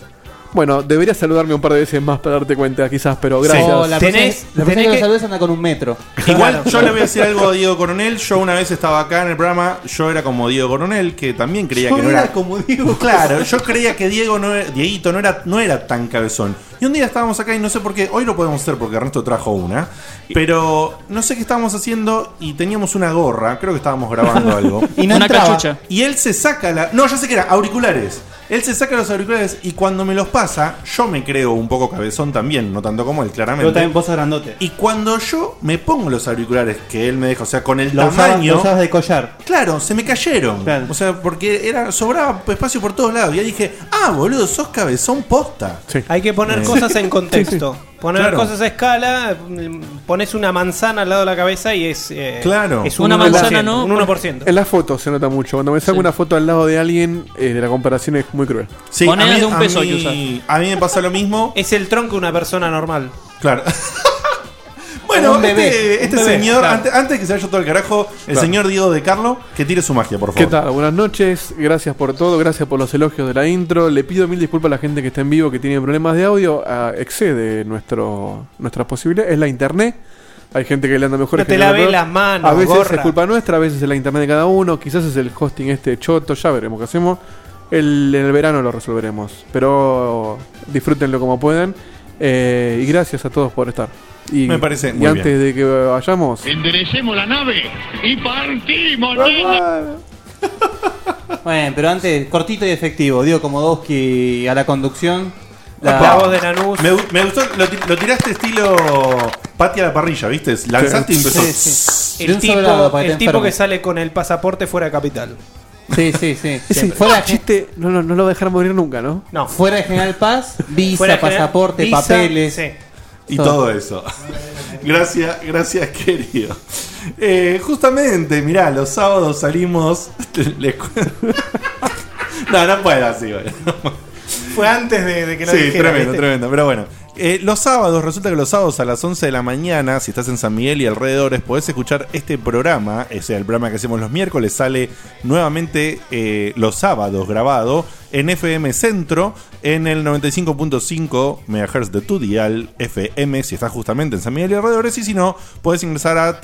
[SPEAKER 3] Bueno, deberías saludarme un par de veces más para darte cuenta, quizás, pero gracias.
[SPEAKER 4] O Oh, la tenés, la persona que lo saludes anda con un metro.
[SPEAKER 2] (laughs)
[SPEAKER 3] (laughs)
[SPEAKER 2] Igual yo le voy a decir algo a Diego Coronel. Yo una vez estaba acá en el programa, yo era como Diego Coronel, que también creía
[SPEAKER 4] Yo
[SPEAKER 2] que no
[SPEAKER 4] era
[SPEAKER 2] era.
[SPEAKER 4] como
[SPEAKER 2] (laughs)
[SPEAKER 4] Diego.
[SPEAKER 2] Claro,
[SPEAKER 1] (laughs)
[SPEAKER 2] yo creía que Diego no era, Dieguito no era, no era tan cabezón. Y un día estábamos acá y no sé por qué, hoy lo podemos hacer porque Ernesto trajo una, pero no sé qué estábamos haciendo y teníamos una gorra, creo que estábamos
[SPEAKER 4] (laughs)
[SPEAKER 2] grabando algo.
[SPEAKER 4] Y no Una entraba. cachucha.
[SPEAKER 2] Y él se saca la... No, ya sé que era, auriculares. Él se saca los auriculares y cuando me los pasa, yo me creo un poco cabezón también, no tanto como él, claramente.
[SPEAKER 4] Pero también vos sos grandote.
[SPEAKER 2] Y cuando yo me pongo los auriculares que él me deja, o sea, con el
[SPEAKER 4] Lo usabas-
[SPEAKER 2] tamaño.
[SPEAKER 4] lo usabas de collar.
[SPEAKER 2] Claro, se me cayeron. O sea, porque era sobraba espacio por todos lados. Y ahí dije, ah, boludo, sos cabezón posta.
[SPEAKER 1] Hay que poner
[SPEAKER 2] Eh.
[SPEAKER 1] cosas en contexto. Poner
[SPEAKER 2] Claro.
[SPEAKER 1] cosas a escala, mm, pones una manzana al lado de la cabeza y es. eh, Es un 1%, Un 1%.
[SPEAKER 3] En las fotos se nota mucho. Cuando me saco una foto al lado de alguien, eh, la comparación es muy cruel.
[SPEAKER 2] Sí, a mí- a mí- A mí me pasa lo mismo.
[SPEAKER 1] Es el tronco de una persona normal.
[SPEAKER 2] Claro. Bueno,
[SPEAKER 1] Un bebé,
[SPEAKER 2] este,
[SPEAKER 1] un
[SPEAKER 2] este
[SPEAKER 1] bebé,
[SPEAKER 2] señor,
[SPEAKER 1] claro.
[SPEAKER 2] ante- antes, que se vaya todo el carajo, el
[SPEAKER 3] Claro.
[SPEAKER 2] señor Diego de Carlo, que tire su magia, por favor.
[SPEAKER 3] ¿Qué tal? Buenas noches, gracias por todo, gracias por los elogios de la intro. Le pido mil disculpas a la gente que está en vivo, que tiene problemas de audio, ah, excede nuestro, nuestras posibilidades. Es la internet, hay gente que le anda mejor.
[SPEAKER 1] No
[SPEAKER 3] hay
[SPEAKER 1] te
[SPEAKER 3] gente que
[SPEAKER 1] laves
[SPEAKER 3] peor.
[SPEAKER 1] las manos,
[SPEAKER 3] A veces
[SPEAKER 1] gorra.
[SPEAKER 3] es culpa nuestra, a veces es la internet de cada uno, quizás es el hosting este choto, ya veremos qué hacemos. El, el verano lo resolveremos, pero disfrútenlo como puedan. eh, y gracias a todos por estar. Y,
[SPEAKER 2] Me parece
[SPEAKER 3] y
[SPEAKER 2] muy
[SPEAKER 3] antes
[SPEAKER 2] bien.
[SPEAKER 3] de que vayamos,
[SPEAKER 10] Enderecemos la nave y partimos.
[SPEAKER 4] (laughs) Bueno, pero antes, cortito y efectivo. Digo, como Doski a la conducción.
[SPEAKER 2] Apa. Me, gu- me gustó, lo, ti- lo tiraste estilo Pati a la parrilla, ¿viste? Lanzaste y empezó.
[SPEAKER 1] Sí, sí. El, tipo, el tipo que sale con el pasaporte fuera de capital.
[SPEAKER 4] Sí, sí, sí.
[SPEAKER 3] ese
[SPEAKER 4] Fuera de-
[SPEAKER 3] chiste no, no, no lo va a dejar morir nunca, ¿no?
[SPEAKER 1] No.
[SPEAKER 4] Fuera de General Paz, visa,
[SPEAKER 1] Fuera de General-
[SPEAKER 4] pasaporte,
[SPEAKER 1] visa,
[SPEAKER 4] papeles.
[SPEAKER 1] sí.
[SPEAKER 2] Y todo eso. gracias, gracias, querido. Eh, justamente, mirá, los sábados salimos. (laughs) les cu- no, no puedo así, boludo.
[SPEAKER 1] Fue antes Eh, de, de que lo
[SPEAKER 2] Sí,
[SPEAKER 1] dijera,
[SPEAKER 2] tremendo,
[SPEAKER 1] ¿viste?
[SPEAKER 2] tremendo. Pero bueno, Eh, los sábados, resulta que los sábados a las 11 de la mañana, si estás en San Miguel y alrededores, podés escuchar este programa, o sea, el programa que hacemos los miércoles, sale nuevamente eh, los sábados grabado en FM Centro, en el 95.5 MHz de tu dial FM, si estás justamente en San Miguel y alrededores, y si no, podés ingresar a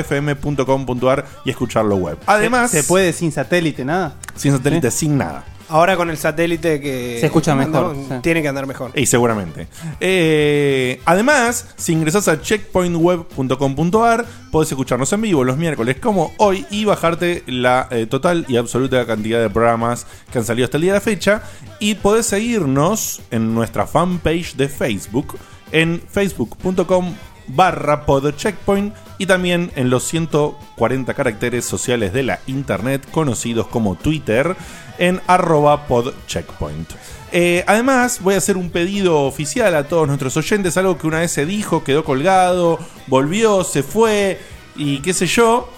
[SPEAKER 2] www.centrofm.com.ar y escucharlo web. Además,
[SPEAKER 4] ¿Se, se puede sin ¿Eh? satélite, nada?
[SPEAKER 2] sin satélite, sin nada.
[SPEAKER 1] Ahora con el satélite que.
[SPEAKER 4] Se escucha
[SPEAKER 1] anda-
[SPEAKER 4] mejor, sí.
[SPEAKER 1] Tiene que andar mejor.
[SPEAKER 2] Y seguramente. Eh, además, si ingresas a checkpointweb.com.ar, podés escucharnos en vivo los miércoles como hoy y bajarte la eh, total y absoluta cantidad de programas que han salido hasta el día de la fecha. Y podés seguirnos en nuestra fanpage de Facebook en facebook.com barra podcheckpoint y también en los 140 caracteres sociales de la internet conocidos como Twitter en arroba podcheckpoint. Eh, además, voy a hacer un pedido oficial a todos nuestros oyentes, algo que una vez se dijo, quedó colgado, volvió, se fue y qué sé yo.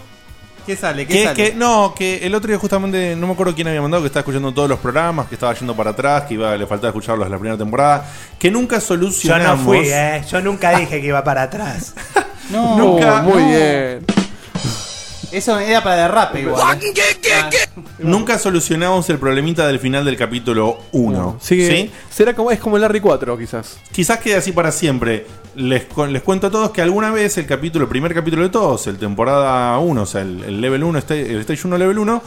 [SPEAKER 4] ¿Qué sale? ¿Qué
[SPEAKER 2] Que,
[SPEAKER 4] sale?
[SPEAKER 2] que- no, que el otro día justamente, no me acuerdo quién había mandado, que estaba escuchando todos los programas, que estaba yendo para atrás, que iba, le faltaba escucharlos la primera temporada, que nunca
[SPEAKER 1] Yo no
[SPEAKER 2] solucionamos.
[SPEAKER 1] fui, eh. Yo nunca dije que iba para (laughs) atrás.
[SPEAKER 4] No,
[SPEAKER 2] Nunca- muy no.
[SPEAKER 4] bien. Eso era para derrape igual. ¿eh?
[SPEAKER 1] Ah,
[SPEAKER 2] Nunca solucionamos el problemita del final del capítulo 1.
[SPEAKER 3] Sigue- Será como, es como el Harry 4, quizás.
[SPEAKER 2] Quizás quede así para siempre. Les, cu- les cuento a todos que alguna vez el capítulo, el primer capítulo de todos, el temporada 1, o sea, el, el level 1, este- el stage 1 level 1,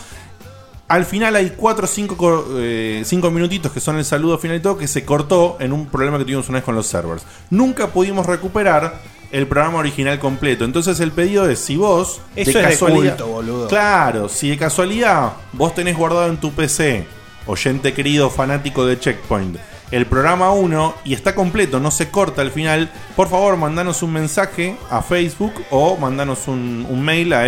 [SPEAKER 2] al final hay 4 o 5 eh, minutitos que son el saludo final y todo, que se cortó en un problema que tuvimos una vez con los servers. Nunca pudimos recuperar el programa original completo. Entonces el pedido es, si vos...
[SPEAKER 4] Eso es de culto, boludo.
[SPEAKER 2] Claro, si de casualidad vos tenés guardado en tu PC, oyente querido fanático de Checkpoint, el programa 1 y está completo, no se corta al final, por favor mandanos un mensaje a Facebook o mandanos un, un mail a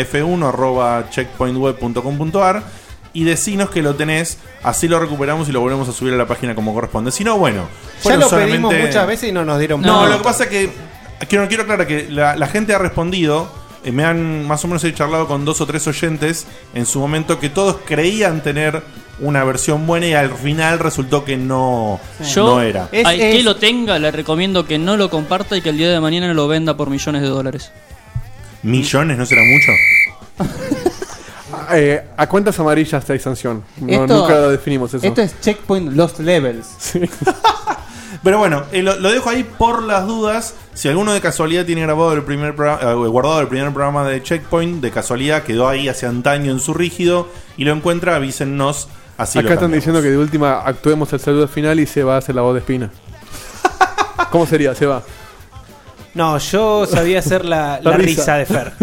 [SPEAKER 2] f1.checkpointweb.com.ar y decinos que lo tenés, así lo recuperamos y lo volvemos a subir a la página como corresponde. Si no, bueno.
[SPEAKER 8] Ya
[SPEAKER 2] fueron
[SPEAKER 8] lo pedimos
[SPEAKER 2] solamente-
[SPEAKER 8] muchas veces y no nos dieron
[SPEAKER 2] no,
[SPEAKER 8] bola.
[SPEAKER 2] lo que pasa es que quiero, quiero aclarar que la, la gente ha respondido. eh, me han más o menos he charlado con dos o tres oyentes en su momento que todos creían tener una versión buena y al final resultó que no,
[SPEAKER 6] Yo,
[SPEAKER 2] no era.
[SPEAKER 6] al que lo tenga, le recomiendo que no lo comparta y que el día de mañana lo venda por millones de dólares.
[SPEAKER 2] Millones, ¿no será mucho?
[SPEAKER 3] Eh, ¿A cuántas amarillas hay sanción? No,
[SPEAKER 4] Esto-
[SPEAKER 3] nunca lo definimos eso.
[SPEAKER 4] Esto es Checkpoint Lost Levels.
[SPEAKER 2] Pero bueno, eh, lo, lo dejo ahí por las dudas. Si alguno de casualidad tiene grabado el primer programa- eh, guardado el primer programa de Checkpoint, de casualidad quedó ahí hace antaño en su rígido y lo encuentra, avísennos. Así lo
[SPEAKER 3] Acá están
[SPEAKER 2] cambiamos.
[SPEAKER 3] diciendo que de última actuemos el saludo final y se va a hacer la voz de espina. ¿Cómo sería? Se va.
[SPEAKER 1] No, yo sabía hacer la,
[SPEAKER 3] La
[SPEAKER 1] la risa.
[SPEAKER 3] risa.
[SPEAKER 1] de Fer.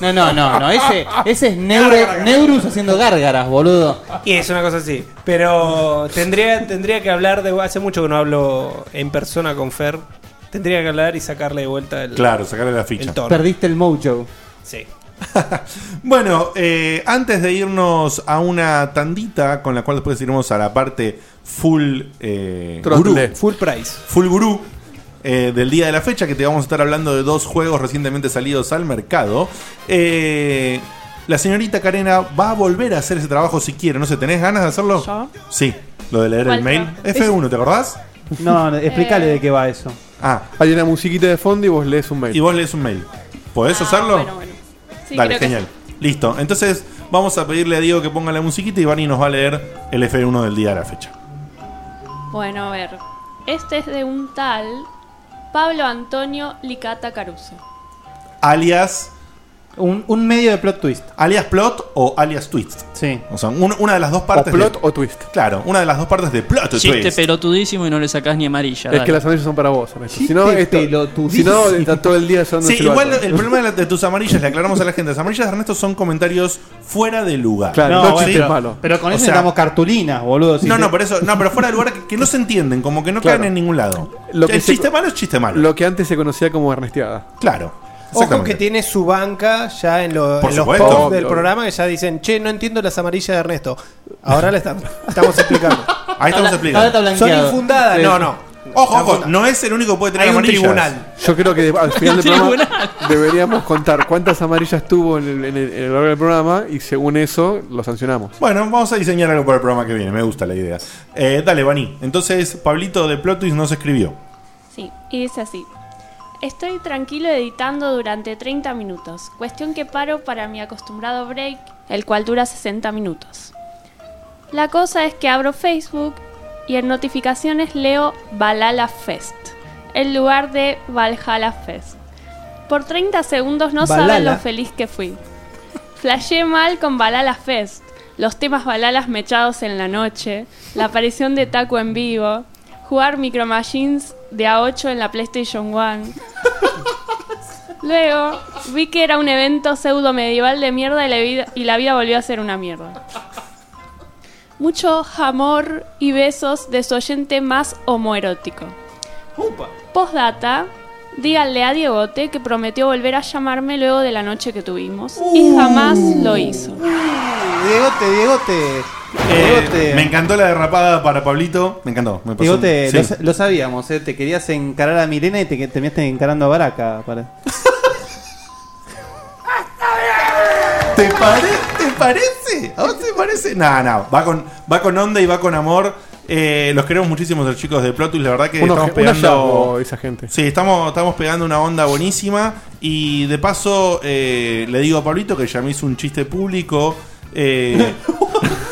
[SPEAKER 4] No, no, no, no. Ese, ese es Neuro- Neurus haciendo gárgaras, boludo.
[SPEAKER 1] Y es una cosa así. Pero tendría, tendría que hablar de. Hace mucho que no hablo en persona con Fer. Tendría que hablar y sacarle de vuelta el.
[SPEAKER 2] Claro, sacarle la ficha.
[SPEAKER 1] el tono.
[SPEAKER 4] Perdiste el mojo.
[SPEAKER 1] Sí.
[SPEAKER 2] Bueno, eh, antes de irnos a una tandita con la cual después iremos a la parte full eh, gurú,
[SPEAKER 3] Trottle.
[SPEAKER 1] full price,
[SPEAKER 2] full gurú eh, del día de la fecha, que te vamos a estar hablando de dos juegos recientemente salidos al mercado. eh, la señorita Karena va a volver a hacer ese trabajo si quiere, no sé, ¿tenés ganas de hacerlo? Sí, lo de leer el
[SPEAKER 4] ¿Cuál
[SPEAKER 2] mail.
[SPEAKER 4] trabajo?
[SPEAKER 2] F1, ¿te acordás?
[SPEAKER 4] No, no, explícale
[SPEAKER 9] Eh,
[SPEAKER 4] de qué va eso.
[SPEAKER 2] Ah.
[SPEAKER 3] Hay una musiquita de fondo y vos lees un mail.
[SPEAKER 2] Y vos lees un mail. ¿Podés
[SPEAKER 4] Ah,
[SPEAKER 2] hacerlo?
[SPEAKER 9] Sí,
[SPEAKER 2] Dale,
[SPEAKER 9] creo que
[SPEAKER 2] genial. Listo. Entonces vamos a pedirle a Diego que ponga la musiquita y Vani nos va a leer el F1 del día de la fecha.
[SPEAKER 9] Bueno, a ver. Este es de un tal Pablo Antonio Licata Caruso.
[SPEAKER 2] Alias.
[SPEAKER 4] Un, un medio de plot twist.
[SPEAKER 2] Alias plot o alias twist.
[SPEAKER 4] Sí.
[SPEAKER 2] O sea, un- una de las dos partes.
[SPEAKER 3] O plot
[SPEAKER 2] o twist. Claro, una de las dos partes de plot o
[SPEAKER 6] Chiste
[SPEAKER 2] twist.
[SPEAKER 6] pelotudísimo y no le sacás ni amarilla.
[SPEAKER 3] Es que
[SPEAKER 6] dale.
[SPEAKER 3] las amarillas son para vos, Ernesto. Si no, esto- si no, está todo el día sonando
[SPEAKER 2] Sí,
[SPEAKER 3] el silbato.
[SPEAKER 2] igual el problema de, la- de tus amarillas, le aclaramos a la gente, las amarillas de Ernesto son comentarios fuera de lugar.
[SPEAKER 4] Claro, No, no bueno, chistes
[SPEAKER 2] pero,
[SPEAKER 4] pero- malos. pero con eso
[SPEAKER 2] estamos
[SPEAKER 4] necesitamos cartulinas, boludo. si
[SPEAKER 2] No,
[SPEAKER 4] te-
[SPEAKER 2] no, por eso, no, pero fuera de lugar que, que no se entienden, como que no
[SPEAKER 3] Claro.
[SPEAKER 2] caen en ningún lado.
[SPEAKER 3] Lo que
[SPEAKER 2] el
[SPEAKER 3] se-
[SPEAKER 2] chiste malo es chiste malo.
[SPEAKER 3] Lo que antes se conocía como Ernestiada.
[SPEAKER 2] Claro.
[SPEAKER 8] Ojo que tiene su banca ya en, lo-
[SPEAKER 3] Por
[SPEAKER 8] en los
[SPEAKER 3] supuesto.
[SPEAKER 8] posts del
[SPEAKER 3] Obvio.
[SPEAKER 8] programa que ya dicen, che, no entiendo las amarillas de Ernesto. Ahora le estamos, (laughs) estamos explicando.
[SPEAKER 2] Ahí estamos explicando.
[SPEAKER 8] Son infundadas. No, no.
[SPEAKER 2] Ojo, ojo, no es el único que puede tener
[SPEAKER 8] Hay un
[SPEAKER 2] amarillas.
[SPEAKER 8] tribunal.
[SPEAKER 3] Yo creo que al
[SPEAKER 4] (laughs)
[SPEAKER 3] final del programa deberíamos contar cuántas amarillas tuvo en el, en el- en el largo del programa y según eso lo sancionamos.
[SPEAKER 2] Bueno, vamos a diseñar algo para el programa que viene. Me gusta la idea. Eh, dale, Bani. Entonces, Pablito de Plot Twist nos escribió.
[SPEAKER 9] Sí, y dice así. Estoy tranquilo editando durante 30 minutos, cuestión que paro para mi acostumbrado break, el cual dura 60 minutos. La cosa es que abro Facebook y en notificaciones leo Valhalla Fest, en lugar de Valhalla Fest. Por 30 segundos no saben
[SPEAKER 11] Valhalla.
[SPEAKER 9] lo feliz que fui. Flashé mal con Valhalla Fest, los temas Valhalas mechados en la noche, la aparición de Taco en vivo, jugar Micro Machines de A8 en la PlayStation 1. Luego vi que era un evento pseudo medieval de mierda y la vida, y la vida volvió a ser una mierda. Mucho amor y besos de su oyente más homoerótico. Postdata, díganle a Diegote que prometió volver a llamarme luego de la noche que tuvimos
[SPEAKER 2] Uh.
[SPEAKER 9] y jamás lo hizo.
[SPEAKER 4] Diegote, Diegote.
[SPEAKER 2] Eh, me encantó la derrapada para Pablito. Me encantó. Me pasó.
[SPEAKER 4] Diegote,
[SPEAKER 2] Sí.
[SPEAKER 4] lo, sa- lo sabíamos, ¿eh? Te querías encarar a Milena y te que- terminaste encarando a Baraca. para-
[SPEAKER 2] ¿Te, pare- te parece? ¿A vos te parece? No, no. Va con, va con onda y va con amor. Eh, los queremos muchísimo los chicos de Plotus. La verdad que
[SPEAKER 3] Uno-
[SPEAKER 2] estamos
[SPEAKER 3] un hallazgo,
[SPEAKER 2] pegando.
[SPEAKER 3] esa gente.
[SPEAKER 2] Sí, estamos, estamos pegando una onda buenísima. Y de paso, eh, le digo a Pablito que ya me hizo un chiste público. Eh,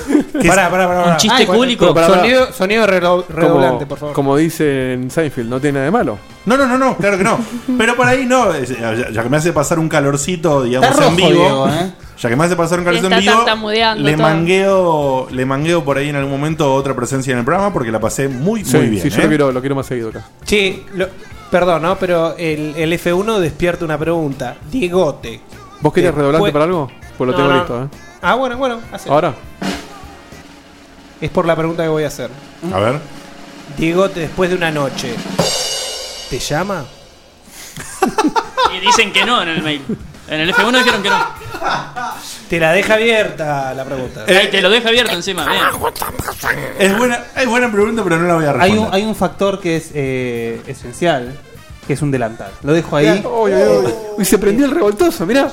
[SPEAKER 2] que es-
[SPEAKER 8] Ay, bueno, pero pará, pará. Sonido, sonido relo- redoblante,
[SPEAKER 3] Ah, como,
[SPEAKER 8] por favor.
[SPEAKER 3] Como dice en Seinfeld, no tiene nada de malo.
[SPEAKER 2] No, no, no, no, claro que no. Pero por ahí no, es- ya, ya que me hace pasar un calorcito, digamos,
[SPEAKER 9] Está
[SPEAKER 2] en
[SPEAKER 9] rojo,
[SPEAKER 2] vivo.
[SPEAKER 9] Diego, ¿eh?
[SPEAKER 2] Ya que me hace pasar un calorcito
[SPEAKER 9] Está
[SPEAKER 2] en vivo.
[SPEAKER 9] tartamudeando
[SPEAKER 2] Le
[SPEAKER 9] todo.
[SPEAKER 2] mangueo, le mangueo por ahí en algún momento otra presencia en el programa porque la pasé muy,
[SPEAKER 3] Sí,
[SPEAKER 2] muy bien. ¿eh?
[SPEAKER 3] sí, yo lo quiero-
[SPEAKER 2] más seguido acá.
[SPEAKER 1] Che, lo- perdón, ¿no? Pero el, el F1 despierta una pregunta. Diegote.
[SPEAKER 3] ¿Vos
[SPEAKER 8] Eh,
[SPEAKER 3] querés
[SPEAKER 1] Después-
[SPEAKER 3] redoblante para algo? Pues lo
[SPEAKER 1] No,
[SPEAKER 3] tengo
[SPEAKER 1] no.
[SPEAKER 3] listo, ¿eh?
[SPEAKER 1] Ah, bueno, bueno. hacelo.
[SPEAKER 3] Ahora.
[SPEAKER 1] Es por la pregunta que voy a hacer.
[SPEAKER 2] A ver.
[SPEAKER 1] Diegote, después de una noche, ¿te llama?
[SPEAKER 6] Y dicen que no en el mail. En el F1 dijeron que no.
[SPEAKER 1] Te la deja abierta la pregunta.
[SPEAKER 6] Ahí te lo deja abierto encima. bien.
[SPEAKER 2] Eh, Es buena, es buena pregunta, pero no la voy a
[SPEAKER 4] Hay
[SPEAKER 2] responder.
[SPEAKER 4] un, hay un factor que es eh, esencial, que es un delantal. Lo dejo ahí.
[SPEAKER 3] Uy, uy, uy. Uy, se prendió el revoltoso, mirá.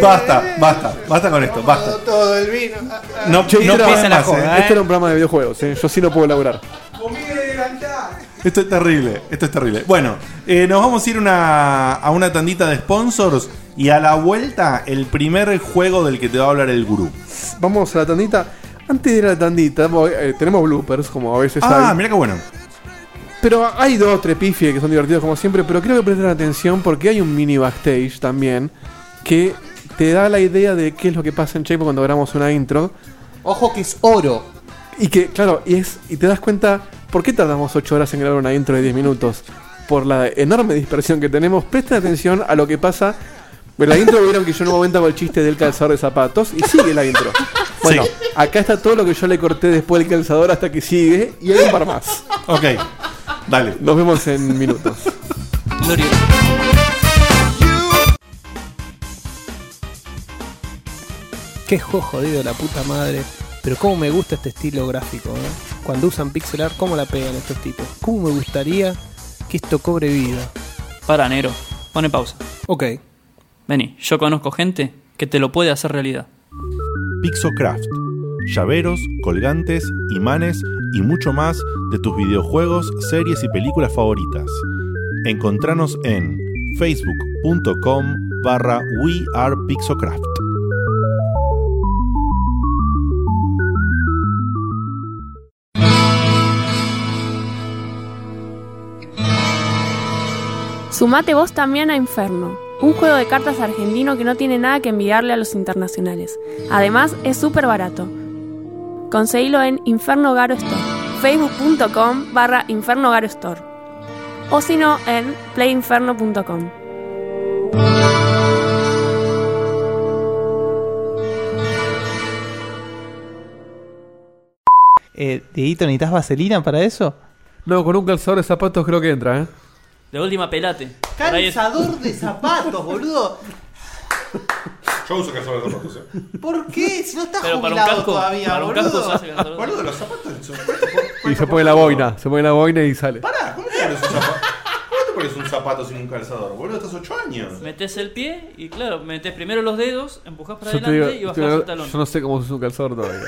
[SPEAKER 2] Basta, basta, basta con esto, basta.
[SPEAKER 1] Todo el vino.
[SPEAKER 2] No,
[SPEAKER 3] Che,
[SPEAKER 2] no
[SPEAKER 3] esto,
[SPEAKER 2] pueden
[SPEAKER 3] era,
[SPEAKER 2] más, ¿eh?
[SPEAKER 3] esto era un programa de videojuegos, ¿eh? yo sí no puedo laburar.
[SPEAKER 2] Esto es terrible, esto es terrible. Bueno, eh, nos vamos a ir una- a una tandita de sponsors y a la vuelta el primer juego del que te va a hablar el gurú.
[SPEAKER 3] Vamos a la tandita. Antes de ir a la tandita, vamos, eh, tenemos bloopers, como a veces
[SPEAKER 2] Ah,
[SPEAKER 3] hay.
[SPEAKER 2] mira qué bueno.
[SPEAKER 3] Pero hay dos o tres pifies que son divertidos como siempre, pero creo que presten atención porque hay un mini backstage también que te da la idea de qué es lo que pasa en Checkpoint cuando grabamos una intro.
[SPEAKER 4] Ojo que es oro.
[SPEAKER 3] Y que, claro, y, es, y te das cuenta por qué tardamos 8 horas en grabar una intro de 10 minutos. Por la enorme dispersión que tenemos, presten atención a lo que pasa. En la intro vieron que yo no momento hago el chiste del calzador de zapatos y sigue la intro. Bueno, acá está todo lo que yo le corté después del calzador hasta que sigue y hay un par más.
[SPEAKER 2] (laughs) Ok, dale.
[SPEAKER 3] Nos vemos en minutos.
[SPEAKER 5] Qué juego jodido la puta madre. Pero cómo me gusta este estilo gráfico, ¿eh? Cuando usan pixel art, cómo la pegan estos tipos. Cómo me gustaría que esto cobre vida.
[SPEAKER 6] Para, Nero. Pone pausa.
[SPEAKER 5] Ok.
[SPEAKER 6] Vení, yo conozco gente que te lo puede hacer realidad.
[SPEAKER 2] Pixocraft. Llaveros, colgantes, imanes y mucho más de tus videojuegos, series y películas favoritas. Encontranos en facebook.com barra we are Pixocraft.
[SPEAKER 9] Sumate vos también a Inferno, un juego de cartas argentino que no tiene nada que envidiarle a los internacionales. Además, es súper barato. Conseguilo en Inferno Garo Store, facebook.com barra Inferno Garo Store, o si no, en playinferno.com.
[SPEAKER 4] Eh, Dieguito, ¿necesitas vaselina para eso?
[SPEAKER 3] No, con un calzador de zapatos creo que entra, ¿eh?
[SPEAKER 6] De última pelate. Por ahí es-
[SPEAKER 4] Calzador de zapatos, boludo.
[SPEAKER 2] Yo uso calzador de zapatos.
[SPEAKER 4] ¿Por qué? Si no estás
[SPEAKER 6] Pero para un
[SPEAKER 4] jubilado
[SPEAKER 6] casco,
[SPEAKER 4] todavía,
[SPEAKER 6] para un
[SPEAKER 4] boludo.
[SPEAKER 6] casco
[SPEAKER 4] (laughs)
[SPEAKER 6] se hace calzador.
[SPEAKER 2] Boludo, los zapatos son...
[SPEAKER 3] Y se pone la boina, se pone la boina y sale.
[SPEAKER 2] Pará, ¿cómo te pones un zapato? ¿Cómo te pones un zapato sin un calzador? Boludo, estás 8 años.
[SPEAKER 6] Metes el pie y claro, metes primero los dedos, empujas para
[SPEAKER 3] Yo, te
[SPEAKER 6] adelante
[SPEAKER 3] digo,
[SPEAKER 6] y
[SPEAKER 3] yo, te
[SPEAKER 6] bajas
[SPEAKER 3] digo,
[SPEAKER 6] el talón.
[SPEAKER 3] yo no sé cómo se usa un calzador todavía.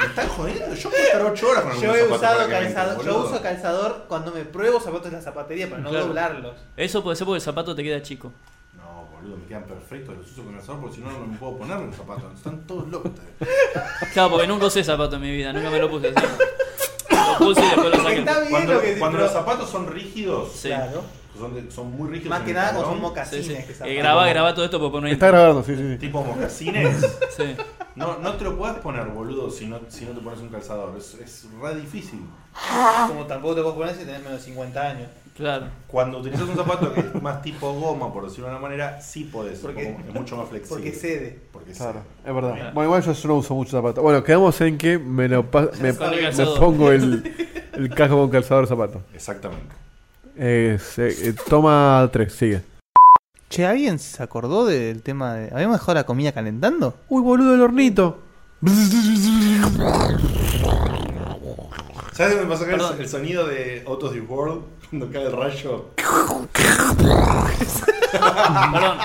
[SPEAKER 2] Me están jodiendo. Yo puedo estar 8 horas con algunos
[SPEAKER 4] Yo he
[SPEAKER 2] zapatos para
[SPEAKER 4] usado
[SPEAKER 2] que me entren,
[SPEAKER 4] calzador, yo
[SPEAKER 2] boludo.
[SPEAKER 4] uso calzador cuando me pruebo zapatos en la zapatería para no
[SPEAKER 6] Claro.
[SPEAKER 4] doblarlos.
[SPEAKER 6] Eso puede ser porque el zapato te queda chico.
[SPEAKER 2] No, boludo, me quedan perfectos. Los uso con calzador porque si no, no me puedo poner los zapatos. Están todos locos.
[SPEAKER 6] Claro, porque nunca usé zapato en mi vida, nunca me lo puse así. Lo puse y después lo saqué.
[SPEAKER 2] cuando, cuando los zapatos son rígidos,
[SPEAKER 6] Sí.
[SPEAKER 4] Claro.
[SPEAKER 2] son, de- son muy rígidos.
[SPEAKER 4] Más
[SPEAKER 2] en
[SPEAKER 4] que
[SPEAKER 2] el
[SPEAKER 4] nada
[SPEAKER 2] talón.
[SPEAKER 4] cuando son mocasines.
[SPEAKER 6] Sí, sí.
[SPEAKER 4] que
[SPEAKER 6] Eh,
[SPEAKER 4] zapatos.
[SPEAKER 6] grabá, grabá todo esto porque poner.
[SPEAKER 3] Está grabando, sí, sí. sí.
[SPEAKER 2] Tipo mocasines.
[SPEAKER 6] Sí.
[SPEAKER 2] No, no te lo puedes poner, boludo, si no, si no te pones un calzador. Es, es re difícil.
[SPEAKER 4] Como tampoco te puedo poner si tenés menos de 50 años.
[SPEAKER 6] Claro.
[SPEAKER 2] Cuando utilizas un zapato que es más tipo goma, por decirlo de una manera, sí podés. como es mucho más flexible.
[SPEAKER 4] porque cede.
[SPEAKER 2] Porque
[SPEAKER 3] (laughs) Claro,
[SPEAKER 2] cede.
[SPEAKER 3] es verdad.
[SPEAKER 2] Bien.
[SPEAKER 3] Bueno, igual yo, yo no uso mucho zapatos. Bueno, quedamos en que me, lo pa- me,
[SPEAKER 2] Con el
[SPEAKER 3] me
[SPEAKER 2] calzador.
[SPEAKER 3] pongo el, el casco con calzador de zapato.
[SPEAKER 2] Exactamente.
[SPEAKER 3] Eh, se- eh, toma 3, sigue.
[SPEAKER 12] Che, ¿alguien se acordó del tema de. ¿Habíamos dejado la comida calentando?
[SPEAKER 3] Uy, boludo, el hornito.
[SPEAKER 2] ¿Sabes dónde me a sacar el, el sonido de Out of the World cuando cae el rayo?
[SPEAKER 6] Perdón,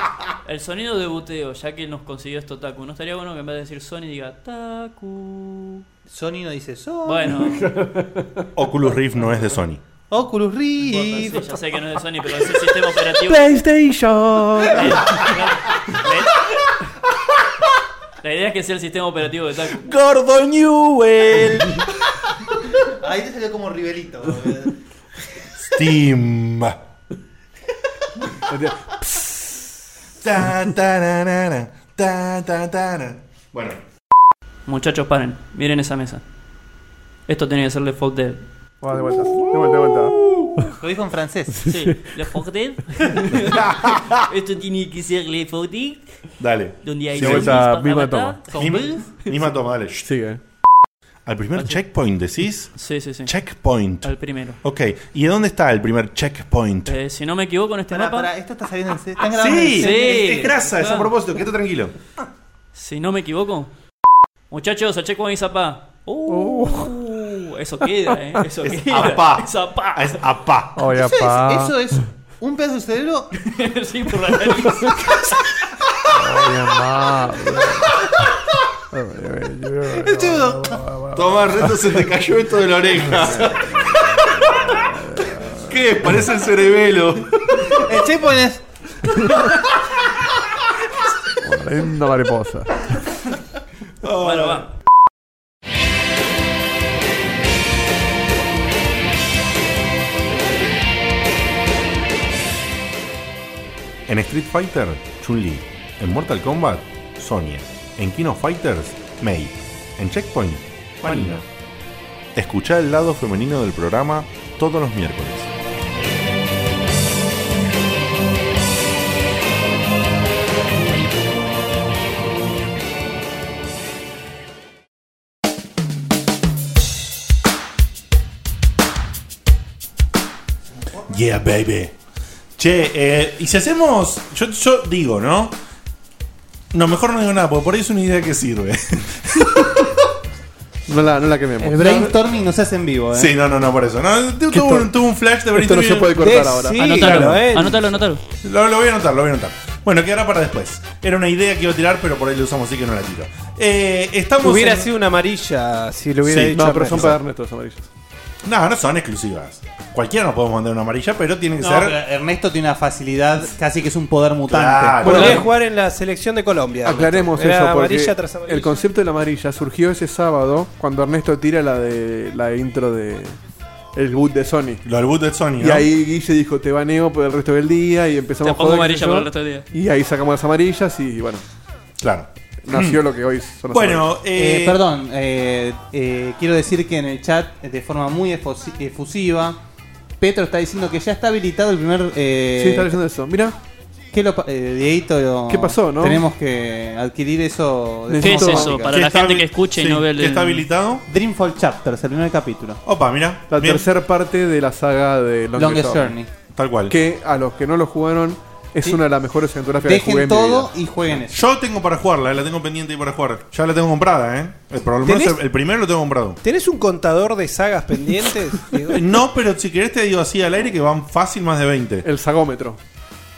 [SPEAKER 6] el sonido de buteo, ya que nos consiguió esto Taku, ¿no estaría bueno que en vez de decir Sony diga Taku?
[SPEAKER 12] Sony no dice Sony. (laughs)
[SPEAKER 6] Bueno,
[SPEAKER 2] Oculus Rift no es de Sony.
[SPEAKER 12] Oculus
[SPEAKER 6] sí,
[SPEAKER 12] Rift.
[SPEAKER 6] ya sé que no es de Sony, pero es el sistema operativo.
[SPEAKER 3] PlayStation.
[SPEAKER 6] La idea es que sea el sistema operativo de Taku.
[SPEAKER 3] Gordon Newell.
[SPEAKER 12] Ahí te salió como
[SPEAKER 6] (laughs)
[SPEAKER 12] Rivelito.
[SPEAKER 2] Steam. Ta, ta, na, na, na, ta, ta, ta, na. Bueno,
[SPEAKER 6] Muchachos, paren, miren esa mesa. Esto tenía que ser Le Fog Dead.
[SPEAKER 3] Ah, de vuelta, de vuelta, de vuelta.
[SPEAKER 12] Lo dijo en francés.
[SPEAKER 6] Sí, Le
[SPEAKER 2] (laughs)
[SPEAKER 6] Fog Dead. Esto tiene que ser Le Fog Dead.
[SPEAKER 2] dale.
[SPEAKER 6] Donde hay
[SPEAKER 2] Sí, de
[SPEAKER 6] zombies
[SPEAKER 2] vuelta,
[SPEAKER 6] para matar,
[SPEAKER 2] Misma,
[SPEAKER 6] zombies.
[SPEAKER 2] misma toma, dale. Sigue. Al primer checkpoint decís.
[SPEAKER 6] eh. Sí, sí, sí.
[SPEAKER 2] Checkpoint.
[SPEAKER 6] Al primero.
[SPEAKER 2] Ok, ¿y dónde está el primer checkpoint?
[SPEAKER 6] Eh, si no me equivoco en este mapa. Ah.
[SPEAKER 12] esto está saliendo en serio.
[SPEAKER 2] Ah, Sí, es, es grasa, es a propósito, quédate tranquilo.
[SPEAKER 6] Si no me equivoco. Muchachos, a checkpoint es apá. Uh, Eso queda, eh. Eso
[SPEAKER 2] Es
[SPEAKER 6] queda.
[SPEAKER 2] apá.
[SPEAKER 6] Es apá.
[SPEAKER 2] Ah, Es apá.
[SPEAKER 3] Oye,
[SPEAKER 12] Eso es,
[SPEAKER 3] Oh, pa.
[SPEAKER 12] eso es un pedazo de cerebro.
[SPEAKER 6] (laughs) sí, por la nariz.
[SPEAKER 3] Oye,
[SPEAKER 6] (laughs)
[SPEAKER 3] ma.
[SPEAKER 12] (laughs) El chido.
[SPEAKER 2] Toma, Reto, se te cayó esto de la (laughs) oreja. ¿Qué? Parece el cerebelo.
[SPEAKER 12] El checkpoint es.
[SPEAKER 3] Linda mariposa.
[SPEAKER 6] Bueno, va.
[SPEAKER 2] En Street Fighter, Chun-Li. En Mortal Kombat, Sonya. En King of Fighters, Mei. En Checkpoint, Panina. Escucha el lado femenino del programa todos los miércoles. Yeah, baby. Che, eh, y si hacemos. Yo, yo digo, ¿no? No, mejor no digo nada, porque por ahí es una idea que sirve.
[SPEAKER 3] No la, no la quememos.
[SPEAKER 12] (laughs)
[SPEAKER 4] El brainstorming no se hace en vivo, ¿eh?
[SPEAKER 2] Sí, no, no, no, por eso. No, tu- tuvo, un, tuvo un flash de
[SPEAKER 4] Esto no se puede cortar Decí- ahora.
[SPEAKER 6] Anótalo, eh. Anótalo, anótalo.
[SPEAKER 2] Lo, lo voy a anotar, lo voy a anotar. Bueno, quedará para después. Era una idea que iba a tirar, pero por ahí lo usamos, así que no la tiro. Eh, estamos
[SPEAKER 1] Hubiera
[SPEAKER 2] en-
[SPEAKER 1] sido una amarilla si lo hubiera
[SPEAKER 2] Sí.
[SPEAKER 1] dicho.
[SPEAKER 2] No, pero son
[SPEAKER 1] Ernesto.
[SPEAKER 2] para
[SPEAKER 3] Ernesto, los amarillos.
[SPEAKER 2] No, no son exclusivas. Cualquiera nos podemos mandar una amarilla, pero tiene que
[SPEAKER 4] No,
[SPEAKER 2] ser.
[SPEAKER 4] pero Ernesto tiene una facilidad, casi que es un poder mutante.
[SPEAKER 2] Claro.
[SPEAKER 1] Podría jugar en la selección de Colombia. Ernesto.
[SPEAKER 3] Aclaremos
[SPEAKER 1] Era
[SPEAKER 3] eso,
[SPEAKER 1] amarilla
[SPEAKER 3] porque
[SPEAKER 1] tras amarilla.
[SPEAKER 3] el concepto de la amarilla surgió ese sábado cuando Ernesto tira la de la intro de el boot de Sony.
[SPEAKER 2] Lo del boot de Sony,
[SPEAKER 3] Y
[SPEAKER 2] ¿no?
[SPEAKER 3] ahí Guille dijo, te baneo por el resto del día y empezamos
[SPEAKER 6] Te pongo
[SPEAKER 3] joder, qué
[SPEAKER 6] amarilla
[SPEAKER 3] sé yo.
[SPEAKER 6] por el resto del
[SPEAKER 3] Y ahí sacamos las amarillas y bueno.
[SPEAKER 2] Claro.
[SPEAKER 3] Nació
[SPEAKER 4] Mm.
[SPEAKER 3] lo que hoy son las amarillas.
[SPEAKER 4] Eh, perdón, eh, eh, quiero decir que en el chat, eh, de forma muy efusi- efusiva, Petro está diciendo que ya está habilitado el primer. eh,
[SPEAKER 3] Sí, está leyendo eso. Mira.
[SPEAKER 4] ¿Qué, lo, pa- eh, Dieguito, lo-
[SPEAKER 3] ¿Qué pasó, no?
[SPEAKER 4] Tenemos que adquirir eso. de
[SPEAKER 6] ¿Qué es
[SPEAKER 4] forma
[SPEAKER 6] eso?
[SPEAKER 4] mágica.
[SPEAKER 6] Para la gente que escuche y no ve el.
[SPEAKER 4] Dreamfall Chapters, el primer capítulo.
[SPEAKER 2] Opa, mira.
[SPEAKER 3] La tercera parte de la saga de Longest,
[SPEAKER 4] Longest Journey.
[SPEAKER 2] Tal cual.
[SPEAKER 3] Que a los que no lo jugaron es
[SPEAKER 4] Sí.
[SPEAKER 3] una de las mejores aventuras que
[SPEAKER 4] Dejen
[SPEAKER 3] jugué en mi
[SPEAKER 4] todo
[SPEAKER 3] vida.
[SPEAKER 4] y jueguen eso.
[SPEAKER 2] Yo tengo para jugarla, eh, la tengo pendiente y para jugar. Ya la tengo comprada, ¿eh? El, por lo menos
[SPEAKER 1] ¿Tenés-
[SPEAKER 2] el- el primero lo tengo comprado.
[SPEAKER 1] ¿Tenés un contador de sagas
[SPEAKER 3] (laughs)
[SPEAKER 1] pendientes? Diego?
[SPEAKER 2] (laughs) No, pero si querés te digo así al aire que van fácil más de 20.
[SPEAKER 3] El sagómetro.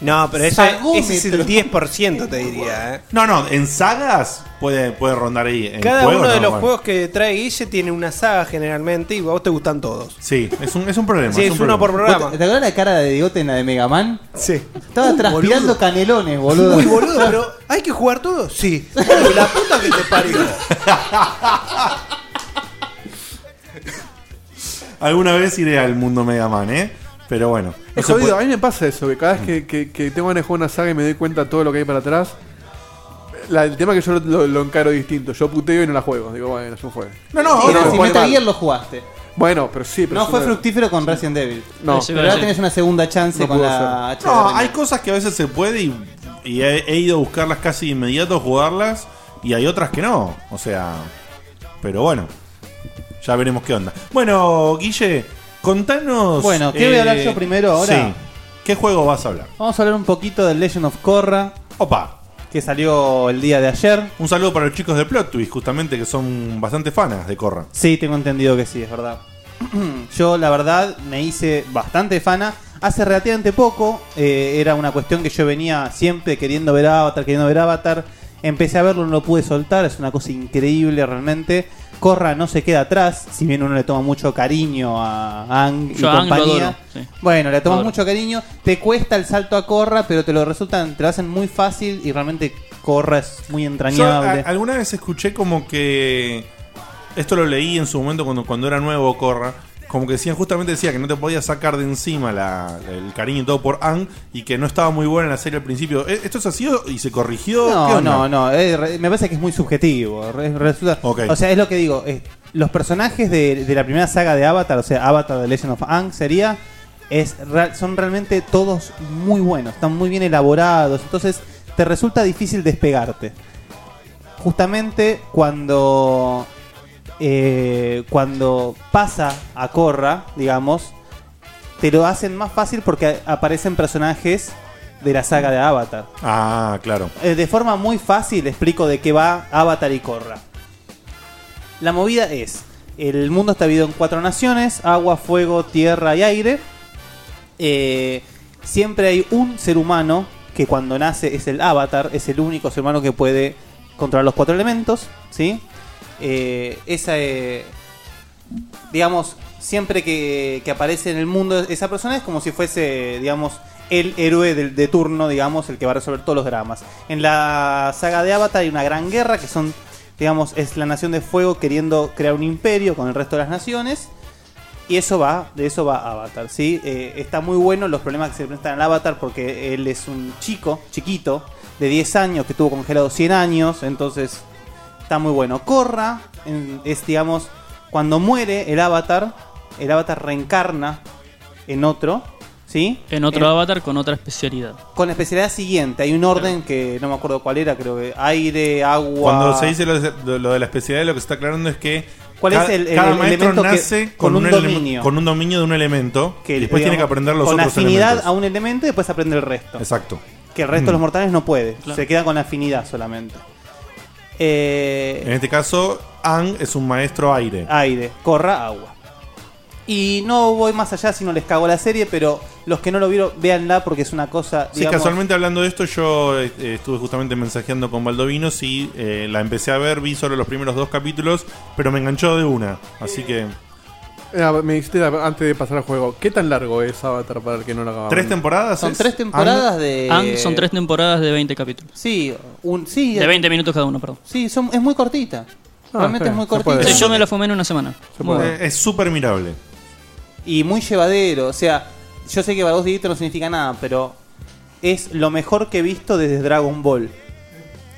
[SPEAKER 1] no, pero ese,
[SPEAKER 4] Sagómetro.
[SPEAKER 1] ese es el 10%, te diría. ¿eh?
[SPEAKER 2] No, no, en sagas puede, puede rondar ahí. En
[SPEAKER 1] Cada
[SPEAKER 2] juegos
[SPEAKER 1] uno de
[SPEAKER 2] no,
[SPEAKER 1] los
[SPEAKER 2] bueno.
[SPEAKER 1] juegos que trae Guille tiene una saga generalmente y a vos te gustan todos.
[SPEAKER 2] Sí, es un, es un problema.
[SPEAKER 1] Sí, es uno por programa.
[SPEAKER 4] ¿Te acuerdas la cara de Diegote en la de Mega Man?
[SPEAKER 1] Sí.
[SPEAKER 4] Estaba
[SPEAKER 1] Uh,
[SPEAKER 4] transpirando
[SPEAKER 1] boludo.
[SPEAKER 4] canelones, boludo.
[SPEAKER 1] Uy, boludo, pero ¿hay que jugar todos? Sí. la puta que te parió.
[SPEAKER 2] Alguna vez iré al mundo Mega Man, ¿eh? Pero bueno. no
[SPEAKER 3] Es
[SPEAKER 2] se
[SPEAKER 3] jodido,
[SPEAKER 2] puede-
[SPEAKER 3] a mí me pasa eso, que cada vez que, que, que tengo manejado una saga y me doy cuenta de todo lo que hay para atrás, la- el tema es que yo lo, lo encaro distinto, yo puteo y no la juego, digo, bueno, yo fue.
[SPEAKER 4] No,
[SPEAKER 3] Pero
[SPEAKER 4] no, ahora si
[SPEAKER 3] después
[SPEAKER 4] Metal
[SPEAKER 3] mal.
[SPEAKER 4] Gear lo jugaste.
[SPEAKER 3] Bueno, pero sí, pero
[SPEAKER 4] No
[SPEAKER 3] sí
[SPEAKER 4] fue
[SPEAKER 3] me-
[SPEAKER 4] fructífero con Resident Evil.
[SPEAKER 3] No.
[SPEAKER 4] pero ahora tenés una segunda chance
[SPEAKER 3] No
[SPEAKER 4] con
[SPEAKER 3] pudo
[SPEAKER 4] la
[SPEAKER 3] ser.
[SPEAKER 4] HD
[SPEAKER 2] No,
[SPEAKER 4] remake.
[SPEAKER 2] hay cosas que a veces se puede y, y he, he ido a buscarlas casi de inmediato, jugarlas, y hay otras que no. O sea, pero bueno, ya veremos qué onda. Bueno, Guille, contanos.
[SPEAKER 4] Bueno, ¿qué voy a hablar yo primero ahora?
[SPEAKER 2] eh, ¿Qué juego vas a hablar?
[SPEAKER 4] Vamos a hablar un poquito del (clears throat) Legend of Korra.
[SPEAKER 2] Opa.
[SPEAKER 4] Que salió el día de ayer.
[SPEAKER 2] Un saludo para los chicos de Plot Twist, justamente, que son bastante fanas de Corra.
[SPEAKER 4] Sí, tengo entendido que sí, es verdad. Yo, la verdad, me hice bastante fana. Hace relativamente poco, eh, era una cuestión que yo venía siempre queriendo ver Avatar, queriendo ver Avatar. Empecé a verlo, no lo pude soltar, es una cosa increíble realmente. Corra no se queda atrás, si bien uno le toma mucho cariño a Ang y
[SPEAKER 6] Yo a Aang lo
[SPEAKER 4] compañía.
[SPEAKER 6] adoro, sí.
[SPEAKER 4] Bueno, le tomas
[SPEAKER 6] Adoro.
[SPEAKER 4] mucho cariño, te cuesta el salto a Corra, pero te lo resultan, te lo hacen muy fácil y realmente Corra es muy entrañable.
[SPEAKER 2] Yo, a- alguna vez escuché como que. Esto lo leí en su momento cuando, cuando era nuevo Corra. Como que decían, justamente decía que no te podías sacar de encima la- el cariño y todo por Ang y que no estaba muy buena en la serie al principio. ¿E- ¿Esto es así o- y se corrigió? ¿Qué
[SPEAKER 4] No,
[SPEAKER 2] onda?
[SPEAKER 4] no, no. eh, re- me parece que es muy subjetivo. re- resulta- O sea, es lo que digo. eh, los personajes de, de la primera saga de Avatar, o sea, Avatar The Legend of Aang, sería. Es, real- son realmente todos muy buenos, están muy bien elaborados. Entonces, te resulta difícil despegarte. Justamente cuando. eh, cuando pasa a Korra, digamos, te lo hacen más fácil porque a- aparecen personajes de la saga de Avatar.
[SPEAKER 2] Ah, claro.
[SPEAKER 4] Eh, de forma muy fácil explico de qué va Avatar y Korra. La movida es, el mundo está dividido en cuatro naciones, agua, fuego, tierra y aire. Eh, siempre hay un ser humano que cuando nace es el avatar, es el único ser humano que puede controlar los cuatro elementos, ¿sí? Eh, esa, eh, digamos, siempre que, que aparece en el mundo esa persona es como si fuese, digamos, el héroe del- de, turno, digamos, el que va a resolver todos los dramas. En la saga de Avatar hay una gran guerra que son, digamos, es la nación de fuego queriendo crear un imperio con el resto de las naciones. Y eso va, de eso va Avatar, ¿sí? Eh, está muy bueno los problemas que se presentan al Avatar porque él es un chico, chiquito, de 10 años, que tuvo congelado 100 años, entonces está muy bueno. Corra en- es, digamos, cuando muere el Avatar, el Avatar reencarna en otro, ¿sí?
[SPEAKER 6] En otro avatar con otra especialidad.
[SPEAKER 4] Con la especialidad siguiente, hay un orden que no me acuerdo cuál era, creo que aire, agua...
[SPEAKER 2] Cuando se dice lo de, lo de la especialidad, lo que se está aclarando es que.
[SPEAKER 4] ¿Cuál
[SPEAKER 2] ca-
[SPEAKER 4] es el- el
[SPEAKER 2] cada maestro
[SPEAKER 4] elemento que-
[SPEAKER 2] nace
[SPEAKER 4] con un
[SPEAKER 2] eleme-
[SPEAKER 4] dominio?
[SPEAKER 2] con un dominio de un elemento. y después tiene que
[SPEAKER 4] digamos,
[SPEAKER 2] aprender los
[SPEAKER 4] Con
[SPEAKER 2] otros
[SPEAKER 4] afinidad
[SPEAKER 2] elementos.
[SPEAKER 4] a un elemento y después aprende el resto.
[SPEAKER 2] Exacto.
[SPEAKER 4] Que el resto de
[SPEAKER 2] Mm.
[SPEAKER 4] los mortales no puede,
[SPEAKER 2] Claro.
[SPEAKER 4] se queda con la afinidad solamente. Eh,
[SPEAKER 2] En este caso, Ang es un maestro aire.
[SPEAKER 4] Aire, corra agua. Y no voy más allá si no les cago la serie, pero los que no lo vieron, véanla porque es una cosa.
[SPEAKER 2] Sí,
[SPEAKER 4] digamos,
[SPEAKER 2] casualmente hablando de esto, yo eh, estuve justamente mensajeando con Baldovinos y eh, la empecé a ver, vi solo los primeros dos capítulos, pero me enganchó de una. Así que
[SPEAKER 3] Ah, me dijiste antes de pasar al juego, ¿qué tan largo es Avatar para el que no lo acabamos?
[SPEAKER 2] ¿Tres temporadas
[SPEAKER 4] Ah,
[SPEAKER 2] Ah,
[SPEAKER 4] Son es? tres temporadas de-
[SPEAKER 6] Aang Ah, son tres temporadas de 20 capítulos.
[SPEAKER 4] Sí, un, sí.
[SPEAKER 6] De 20 minutos cada uno, perdón.
[SPEAKER 4] Sí, son- es muy cortita.
[SPEAKER 6] Ah,
[SPEAKER 4] Realmente
[SPEAKER 6] está
[SPEAKER 4] es muy
[SPEAKER 6] bien, se puede.
[SPEAKER 4] cortita.
[SPEAKER 6] Sí, yo me la fumé en una semana. Se Muy puede.
[SPEAKER 2] es súper mirable.
[SPEAKER 4] Y muy llevadero. O sea, yo sé que para vos Dieguito no significa nada, pero es lo mejor que he visto desde Dragon Ball.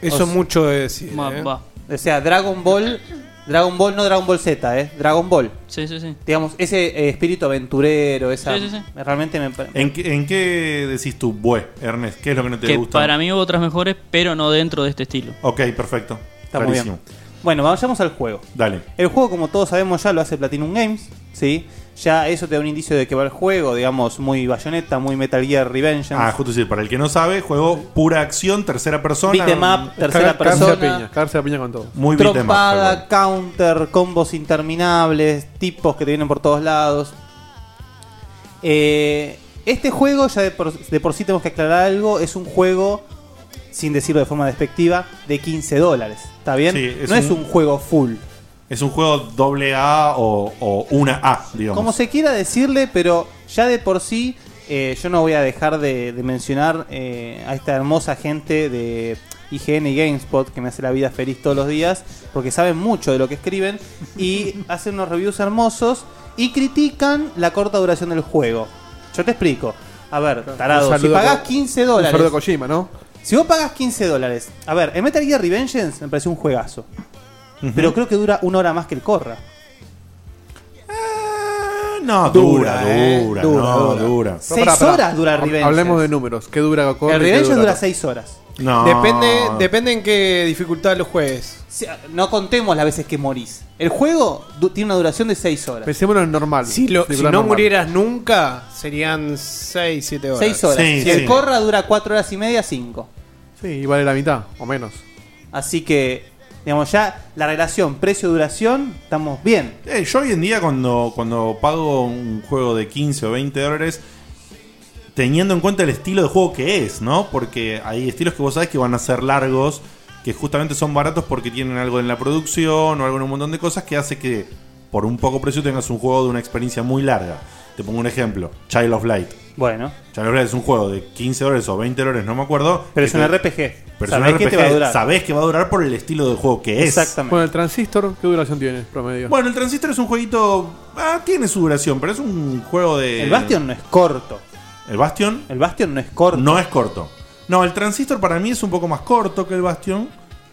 [SPEAKER 1] Eso
[SPEAKER 4] es
[SPEAKER 1] mucho es decir. ¿eh?
[SPEAKER 4] O sea, Dragon Ball. Dragon Ball, no Dragon Ball Z, ¿eh? Dragon Ball.
[SPEAKER 6] Sí, sí, sí.
[SPEAKER 4] Digamos, ese eh, espíritu aventurero, esa.
[SPEAKER 6] Sí, sí, sí.
[SPEAKER 4] Realmente me.
[SPEAKER 2] ¿En, qué- en qué decís tú, Bue, Ernest? ¿Qué es lo que no te
[SPEAKER 6] que
[SPEAKER 2] gusta?
[SPEAKER 6] para mí hubo otras mejores, pero no dentro de este estilo.
[SPEAKER 2] Ok, perfecto.
[SPEAKER 4] Está muy bien. Bueno, vayamos al juego.
[SPEAKER 2] Dale.
[SPEAKER 4] El juego, como todos sabemos, ya lo hace Platinum Games, ¿sí? Ya eso te da un indicio de que va el juego, digamos, muy Bayonetta, muy Metal Gear Revengeance.
[SPEAKER 2] Ah, justo decir, para el que no sabe, juego pura acción, tercera persona.
[SPEAKER 4] Beat 'em up, tercera
[SPEAKER 2] Ca-
[SPEAKER 4] persona.
[SPEAKER 2] cagarse a piña.
[SPEAKER 3] Cagarse a piña con todo.
[SPEAKER 2] Muy beat 'em up,
[SPEAKER 4] Trompada, counter, combos interminables, tipos que te vienen por todos lados. Eh, este juego, ya de por, de por sí tenemos que aclarar algo, es un juego, sin decirlo de forma despectiva, de 15 dólares. ¿Está bien?
[SPEAKER 2] Sí,
[SPEAKER 4] no es un juego full.
[SPEAKER 2] Es un juego doble A o, o una A, digamos.
[SPEAKER 4] Como se quiera decirle, pero ya de por sí, eh, yo no voy a dejar de, de mencionar eh, a esta hermosa gente de IGN y GameSpot que me hace la vida feliz todos los días, porque saben mucho de lo que escriben y hacen unos reviews hermosos y critican la corta duración del juego. Yo te explico. A ver, tarado, si pagás 15 dólares.
[SPEAKER 3] Un saludo a Kojima, ¿no?
[SPEAKER 4] Si vos pagas 15 dólares, a ver, el Metal Gear Revengeance me pareció un juegazo. Pero creo que dura una hora más que el Corra.
[SPEAKER 2] Eh, No, dura, né? dura, no, (laughs) dura.
[SPEAKER 4] Seis horas dura
[SPEAKER 3] Ha-
[SPEAKER 4] Revengers.
[SPEAKER 3] Hablemos de números. ¿Qué dura Goku?
[SPEAKER 4] El Revenge dura 6 horas.
[SPEAKER 2] No.
[SPEAKER 4] Depende,
[SPEAKER 1] depende en qué dificultad los juegues.
[SPEAKER 4] No contemos las veces que morís. El juego du- tiene una duración de 6 horas.
[SPEAKER 3] Pensémoslo en normal.
[SPEAKER 4] Si,
[SPEAKER 1] Lo- si no murieras nunca, serían 6, 7 horas.
[SPEAKER 4] 6 horas. si el Corra dura 4 horas y media, 5.
[SPEAKER 3] Sí, y vale la mitad, o menos.
[SPEAKER 4] Así que, digamos, ya la relación precio-duración, estamos bien.
[SPEAKER 2] Eh, yo hoy en día cuando, cuando pago un juego de 15 o 20 dólares, teniendo en cuenta el estilo de juego que es, ¿no? Porque hay estilos que vos sabés que van a ser largos, que justamente son baratos porque tienen algo en la producción o algo en un montón de cosas que hace que por un poco precio tengas un juego de una experiencia muy larga. Te pongo un ejemplo, Child of Light.
[SPEAKER 4] Bueno.
[SPEAKER 2] Child of Light es un juego de 15 dólares o 20 dólares, no me acuerdo.
[SPEAKER 4] Pero
[SPEAKER 2] que
[SPEAKER 4] es un
[SPEAKER 2] te-
[SPEAKER 4] RPG.
[SPEAKER 2] Pero es
[SPEAKER 4] Sabés
[SPEAKER 2] un
[SPEAKER 4] que
[SPEAKER 2] RPG.
[SPEAKER 4] te va a durar.
[SPEAKER 2] Sabés que va a durar por el estilo de juego que es.
[SPEAKER 3] Con el transistor, ¿qué duración tiene promedio?
[SPEAKER 2] Bueno, el Transistor es un jueguito. Ah, tiene su duración, pero es un juego de.
[SPEAKER 3] El Bastion
[SPEAKER 4] no es corto.
[SPEAKER 2] ¿El Bastion?
[SPEAKER 4] El Bastion no es corto.
[SPEAKER 2] No es corto. No, el Transistor para mí es un poco más corto que el Bastion.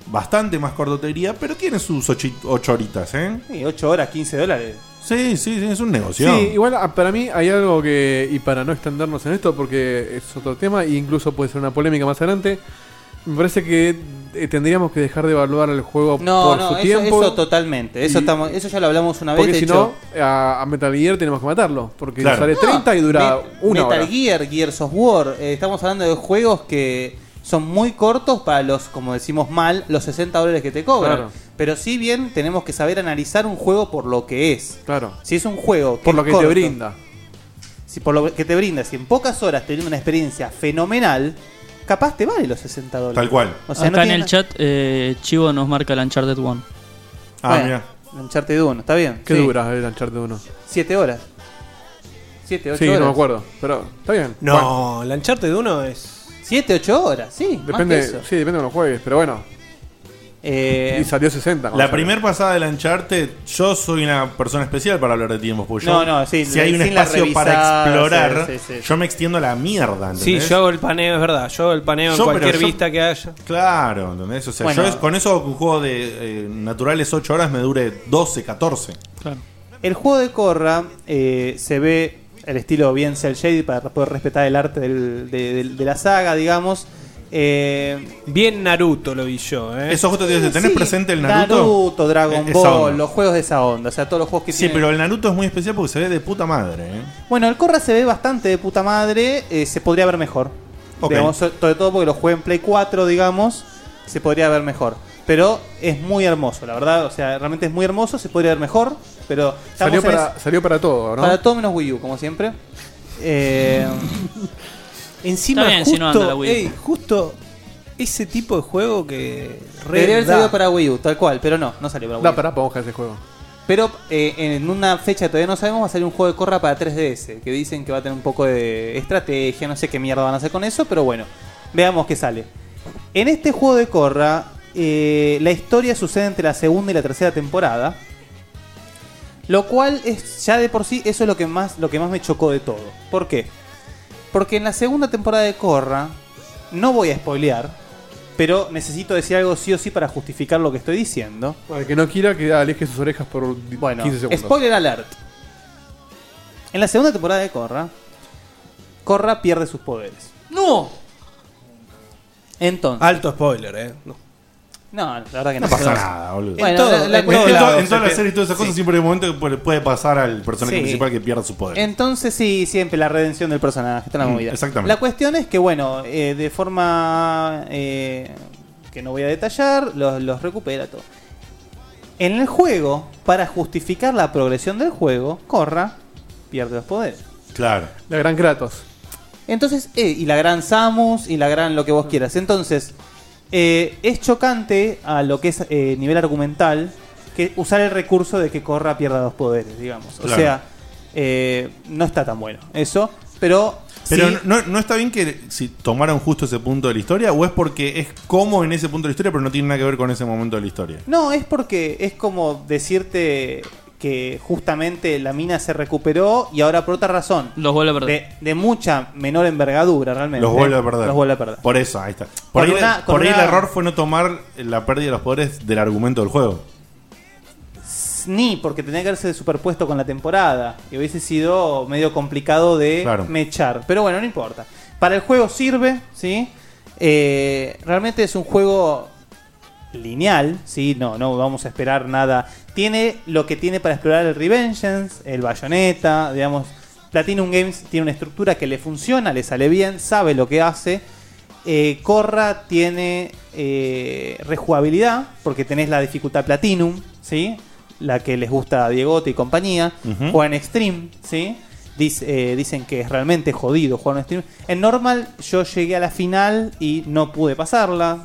[SPEAKER 2] Bastante más corto te diría, pero tiene sus 8 horitas, ¿eh?
[SPEAKER 4] Sí, 8 horas, 15 dólares.
[SPEAKER 2] Sí, sí, sí, es un negocio.
[SPEAKER 3] Sí, igual ah, para mí hay algo que, y para no extendernos en esto, porque es otro tema, e incluso puede ser una polémica más adelante, me parece que eh, tendríamos que dejar de evaluar el juego
[SPEAKER 4] No,
[SPEAKER 3] por
[SPEAKER 4] no,
[SPEAKER 3] su
[SPEAKER 4] eso-
[SPEAKER 3] tiempo.
[SPEAKER 4] eso totalmente, eso estamos- eso ya lo hablamos una vez,
[SPEAKER 3] Porque
[SPEAKER 4] de
[SPEAKER 3] si
[SPEAKER 4] hecho.
[SPEAKER 3] no, a, a Metal Gear tenemos que matarlo, porque
[SPEAKER 4] Claro.
[SPEAKER 3] sale
[SPEAKER 4] No,
[SPEAKER 3] 30 y dura
[SPEAKER 4] Met-
[SPEAKER 3] una
[SPEAKER 4] Metal
[SPEAKER 3] hora.
[SPEAKER 4] Gear, Gears of War, eh, estamos hablando de juegos que son muy cortos para los, como decimos mal, los 60 dólares que te cobran.
[SPEAKER 3] Claro.
[SPEAKER 4] Pero si bien tenemos que saber analizar un juego por lo que es.
[SPEAKER 3] Claro.
[SPEAKER 4] Si es un juego que
[SPEAKER 3] Por lo
[SPEAKER 4] es
[SPEAKER 3] que te
[SPEAKER 4] corto,
[SPEAKER 3] brinda.
[SPEAKER 4] Si por lo que te brinda, si en pocas horas teniendo una experiencia fenomenal, capaz te vale los 60 dólares. O sea,
[SPEAKER 6] Acá
[SPEAKER 4] no
[SPEAKER 6] en
[SPEAKER 4] tiene
[SPEAKER 6] el
[SPEAKER 4] na-
[SPEAKER 6] chat, eh, Chivo nos marca el Uncharted 1. Ah,
[SPEAKER 2] Ah,
[SPEAKER 4] Bueno, el Uncharted 1, está bien.
[SPEAKER 3] ¿Qué
[SPEAKER 4] sí.
[SPEAKER 3] dura el Uncharted 1?
[SPEAKER 4] 7 horas. 7, 8
[SPEAKER 3] Sí,
[SPEAKER 4] horas.
[SPEAKER 3] no me acuerdo, pero está bien.
[SPEAKER 1] No, el Uncharted 1 es.
[SPEAKER 4] 7, 8 horas, sí.
[SPEAKER 3] Depende,
[SPEAKER 4] Más que eso.
[SPEAKER 3] sí, depende de los juegues, pero bueno.
[SPEAKER 4] Eh,
[SPEAKER 3] y salió 60. cuando
[SPEAKER 2] La
[SPEAKER 3] salió.
[SPEAKER 2] primera pasada del Uncharted, yo soy una persona especial para hablar de tiempos, porque
[SPEAKER 1] No,
[SPEAKER 2] yo-
[SPEAKER 1] no, sí,
[SPEAKER 2] si hay un
[SPEAKER 1] sin la
[SPEAKER 2] espacio para
[SPEAKER 1] revisada,
[SPEAKER 2] explorar,
[SPEAKER 1] sí, sí, sí.
[SPEAKER 2] yo me extiendo a la mierda, ¿entendés?
[SPEAKER 1] Sí, yo hago el paneo, es verdad. Yo hago el paneo
[SPEAKER 2] Yo,
[SPEAKER 1] en
[SPEAKER 2] pero
[SPEAKER 1] cualquier
[SPEAKER 2] yo-
[SPEAKER 1] vista que haya.
[SPEAKER 2] Claro, ¿entendés? O sea,
[SPEAKER 1] Bueno.
[SPEAKER 2] yo es- con eso un juego de eh, naturales 8 horas me dure 12, 14.
[SPEAKER 4] El juego de Corra eh, se ve el estilo bien cel shaded para poder respetar el arte del- de, de- de la saga, digamos. Eh,
[SPEAKER 1] bien Naruto lo vi yo, ¿eh?
[SPEAKER 2] Eso justo te digo, ¿tenés presente el Naruto?
[SPEAKER 4] Naruto, Dragon
[SPEAKER 2] Eh, esa
[SPEAKER 4] Ball,
[SPEAKER 2] onda.
[SPEAKER 4] los juegos de esa onda, o sea, todos los juegos que
[SPEAKER 2] Sí,
[SPEAKER 4] tienen-
[SPEAKER 2] pero el Naruto es muy especial porque se ve de puta madre, ¿eh?
[SPEAKER 4] Bueno, el Corra se ve bastante de puta madre, eh, se podría ver mejor.
[SPEAKER 2] Ok.
[SPEAKER 4] Digamos, so- sobre todo porque lo jugué en Play 4, digamos, se podría ver mejor. Pero es muy hermoso, la verdad, o sea, realmente es muy hermoso, se podría ver mejor, pero...
[SPEAKER 3] Salió
[SPEAKER 4] estamos en
[SPEAKER 3] para,
[SPEAKER 4] es-
[SPEAKER 3] salió para todo, ¿no?
[SPEAKER 4] Para todo menos Wii U, como siempre. (laughs) Eh,
[SPEAKER 1] Encima,
[SPEAKER 4] Está bien, si
[SPEAKER 1] justo,
[SPEAKER 4] no anda la Wii U.
[SPEAKER 1] ey, justo ese tipo de juego que. re
[SPEAKER 4] Debería haber
[SPEAKER 1] da.
[SPEAKER 4] salido para Wii U, tal cual, pero no, no salió para Wii U.
[SPEAKER 3] Da para ponga ese juego.
[SPEAKER 4] Pero eh, en una fecha todavía no sabemos, va a salir un juego de corra para 3DS, que dicen que va a tener un poco de estrategia, no sé qué mierda van a hacer con eso, pero bueno, veamos qué sale. En este juego de corra, eh, la historia sucede entre la segunda y la tercera temporada, lo cual es ya de por sí eso es lo que más, lo que más me chocó de todo. ¿Por qué? Porque en la segunda temporada de corra, no voy a spoilear, pero necesito decir algo sí o sí para justificar lo que estoy diciendo.
[SPEAKER 3] Para el que no quiera que aleje sus orejas por di- 15 segundos.
[SPEAKER 4] Spoiler alert. En la segunda temporada de Corra, Corra pierde sus poderes.
[SPEAKER 1] ¡No!
[SPEAKER 4] Entonces.
[SPEAKER 1] Alto spoiler, ¿eh? No.
[SPEAKER 4] No, la verdad que no.
[SPEAKER 2] No pasa
[SPEAKER 4] Pero-
[SPEAKER 2] nada, boludo.
[SPEAKER 4] Bueno,
[SPEAKER 1] todo-
[SPEAKER 4] la- la
[SPEAKER 2] en,
[SPEAKER 4] cuestión-
[SPEAKER 2] en to- en
[SPEAKER 4] se
[SPEAKER 2] todas las
[SPEAKER 4] pierde.
[SPEAKER 2] series y todas esas cosas
[SPEAKER 4] Sí.
[SPEAKER 2] siempre hay un momento que puede, puede pasar al personaje
[SPEAKER 4] Sí.
[SPEAKER 2] principal que pierda su poder.
[SPEAKER 4] Entonces sí, siempre la redención del personaje, está la
[SPEAKER 2] Mm,
[SPEAKER 4] movida.
[SPEAKER 2] exactamente.
[SPEAKER 4] La cuestión es que, bueno, eh, de forma eh, que no voy a detallar, los, los recupera todo. En el juego, para justificar la progresión del juego, Corra pierde los poderes.
[SPEAKER 2] Claro.
[SPEAKER 3] La gran Kratos.
[SPEAKER 4] Entonces, eh, y la gran Samus, y la gran lo que vos quieras. Entonces, eh, es chocante a lo que es eh, nivel argumental que usar el recurso de que Corra pierda dos poderes, digamos. O
[SPEAKER 2] Claro.
[SPEAKER 4] sea, eh, no está tan bueno eso, pero...
[SPEAKER 2] Pero
[SPEAKER 4] sí-
[SPEAKER 2] no, no está bien que si tomaron justo ese punto de la historia, o es porque es como en ese punto de la historia, pero no tiene nada que ver con ese momento de la historia.
[SPEAKER 4] No, es porque es como decirte que justamente la mina se recuperó y ahora por otra razón.
[SPEAKER 6] Los vuelve a perder.
[SPEAKER 4] De, de mucha menor envergadura realmente.
[SPEAKER 2] Los vuelve a perder.
[SPEAKER 4] Los vuelve a perder.
[SPEAKER 2] Por eso, ahí está.
[SPEAKER 4] Con
[SPEAKER 2] Por, ahí,
[SPEAKER 4] una-
[SPEAKER 2] por
[SPEAKER 4] con
[SPEAKER 2] ahí
[SPEAKER 4] una-
[SPEAKER 2] el error fue no tomar la pérdida de los poderes del argumento del juego.
[SPEAKER 4] ni, porque tenía que haberse superpuesto con la temporada. Y hubiese sido medio complicado de
[SPEAKER 2] Claro.
[SPEAKER 4] mechar. Pero bueno, no importa. Para el juego sirve, ¿sí? Eh, realmente es un juego lineal, ¿sí? No, no vamos a esperar nada. Tiene lo que tiene para explorar el Revengeance, el Bayonetta, digamos. Platinum Games tiene una estructura que le funciona, le sale bien, sabe lo que hace. Eh, Corra tiene eh, rejugabilidad, porque tenés la dificultad Platinum, ¿sí? La que les gusta a Diegote y compañía.
[SPEAKER 11] Ujú.
[SPEAKER 4] Juega en Extreme, ¿sí? Dice- eh, dicen que es realmente jodido jugar en Extreme. En Normal yo llegué a la final y no pude pasarla.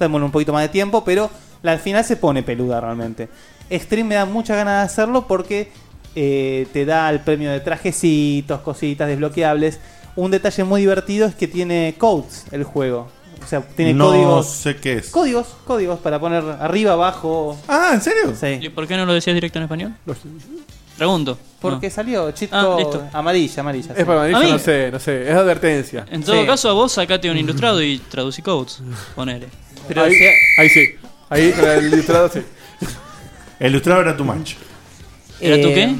[SPEAKER 4] Démosle un poquito más de tiempo, pero la al final se pone peluda realmente. Extreme me da muchas ganas de hacerlo porque eh, te da el premio de trajecitos, cositas desbloqueables. Un detalle muy divertido es que tiene codes el juego. O sea, tiene
[SPEAKER 2] no
[SPEAKER 4] códigos.
[SPEAKER 2] sé qué es.
[SPEAKER 4] Códigos, códigos para poner arriba, abajo.
[SPEAKER 2] Ah, ¿en serio?
[SPEAKER 4] Sí.
[SPEAKER 6] ¿Y por qué no lo decías directo en español? Pregunto.
[SPEAKER 4] Porque salió cheat
[SPEAKER 6] Ah,
[SPEAKER 4] code
[SPEAKER 6] listo.
[SPEAKER 4] amarilla, amarilla.
[SPEAKER 3] Es para
[SPEAKER 6] ¿A
[SPEAKER 3] amarillo,
[SPEAKER 6] mí?
[SPEAKER 3] no sé, no sé. Es advertencia.
[SPEAKER 6] En todo
[SPEAKER 4] Sí.
[SPEAKER 6] caso, a vos sacate un ilustrado y traducí
[SPEAKER 3] (laughs)
[SPEAKER 6] codes. Ponele.
[SPEAKER 3] Pero ahí, ahí sí. Ahí con el ilustrado sí.
[SPEAKER 2] El ilustrado era tu mancha.
[SPEAKER 6] ¿Era tú qué?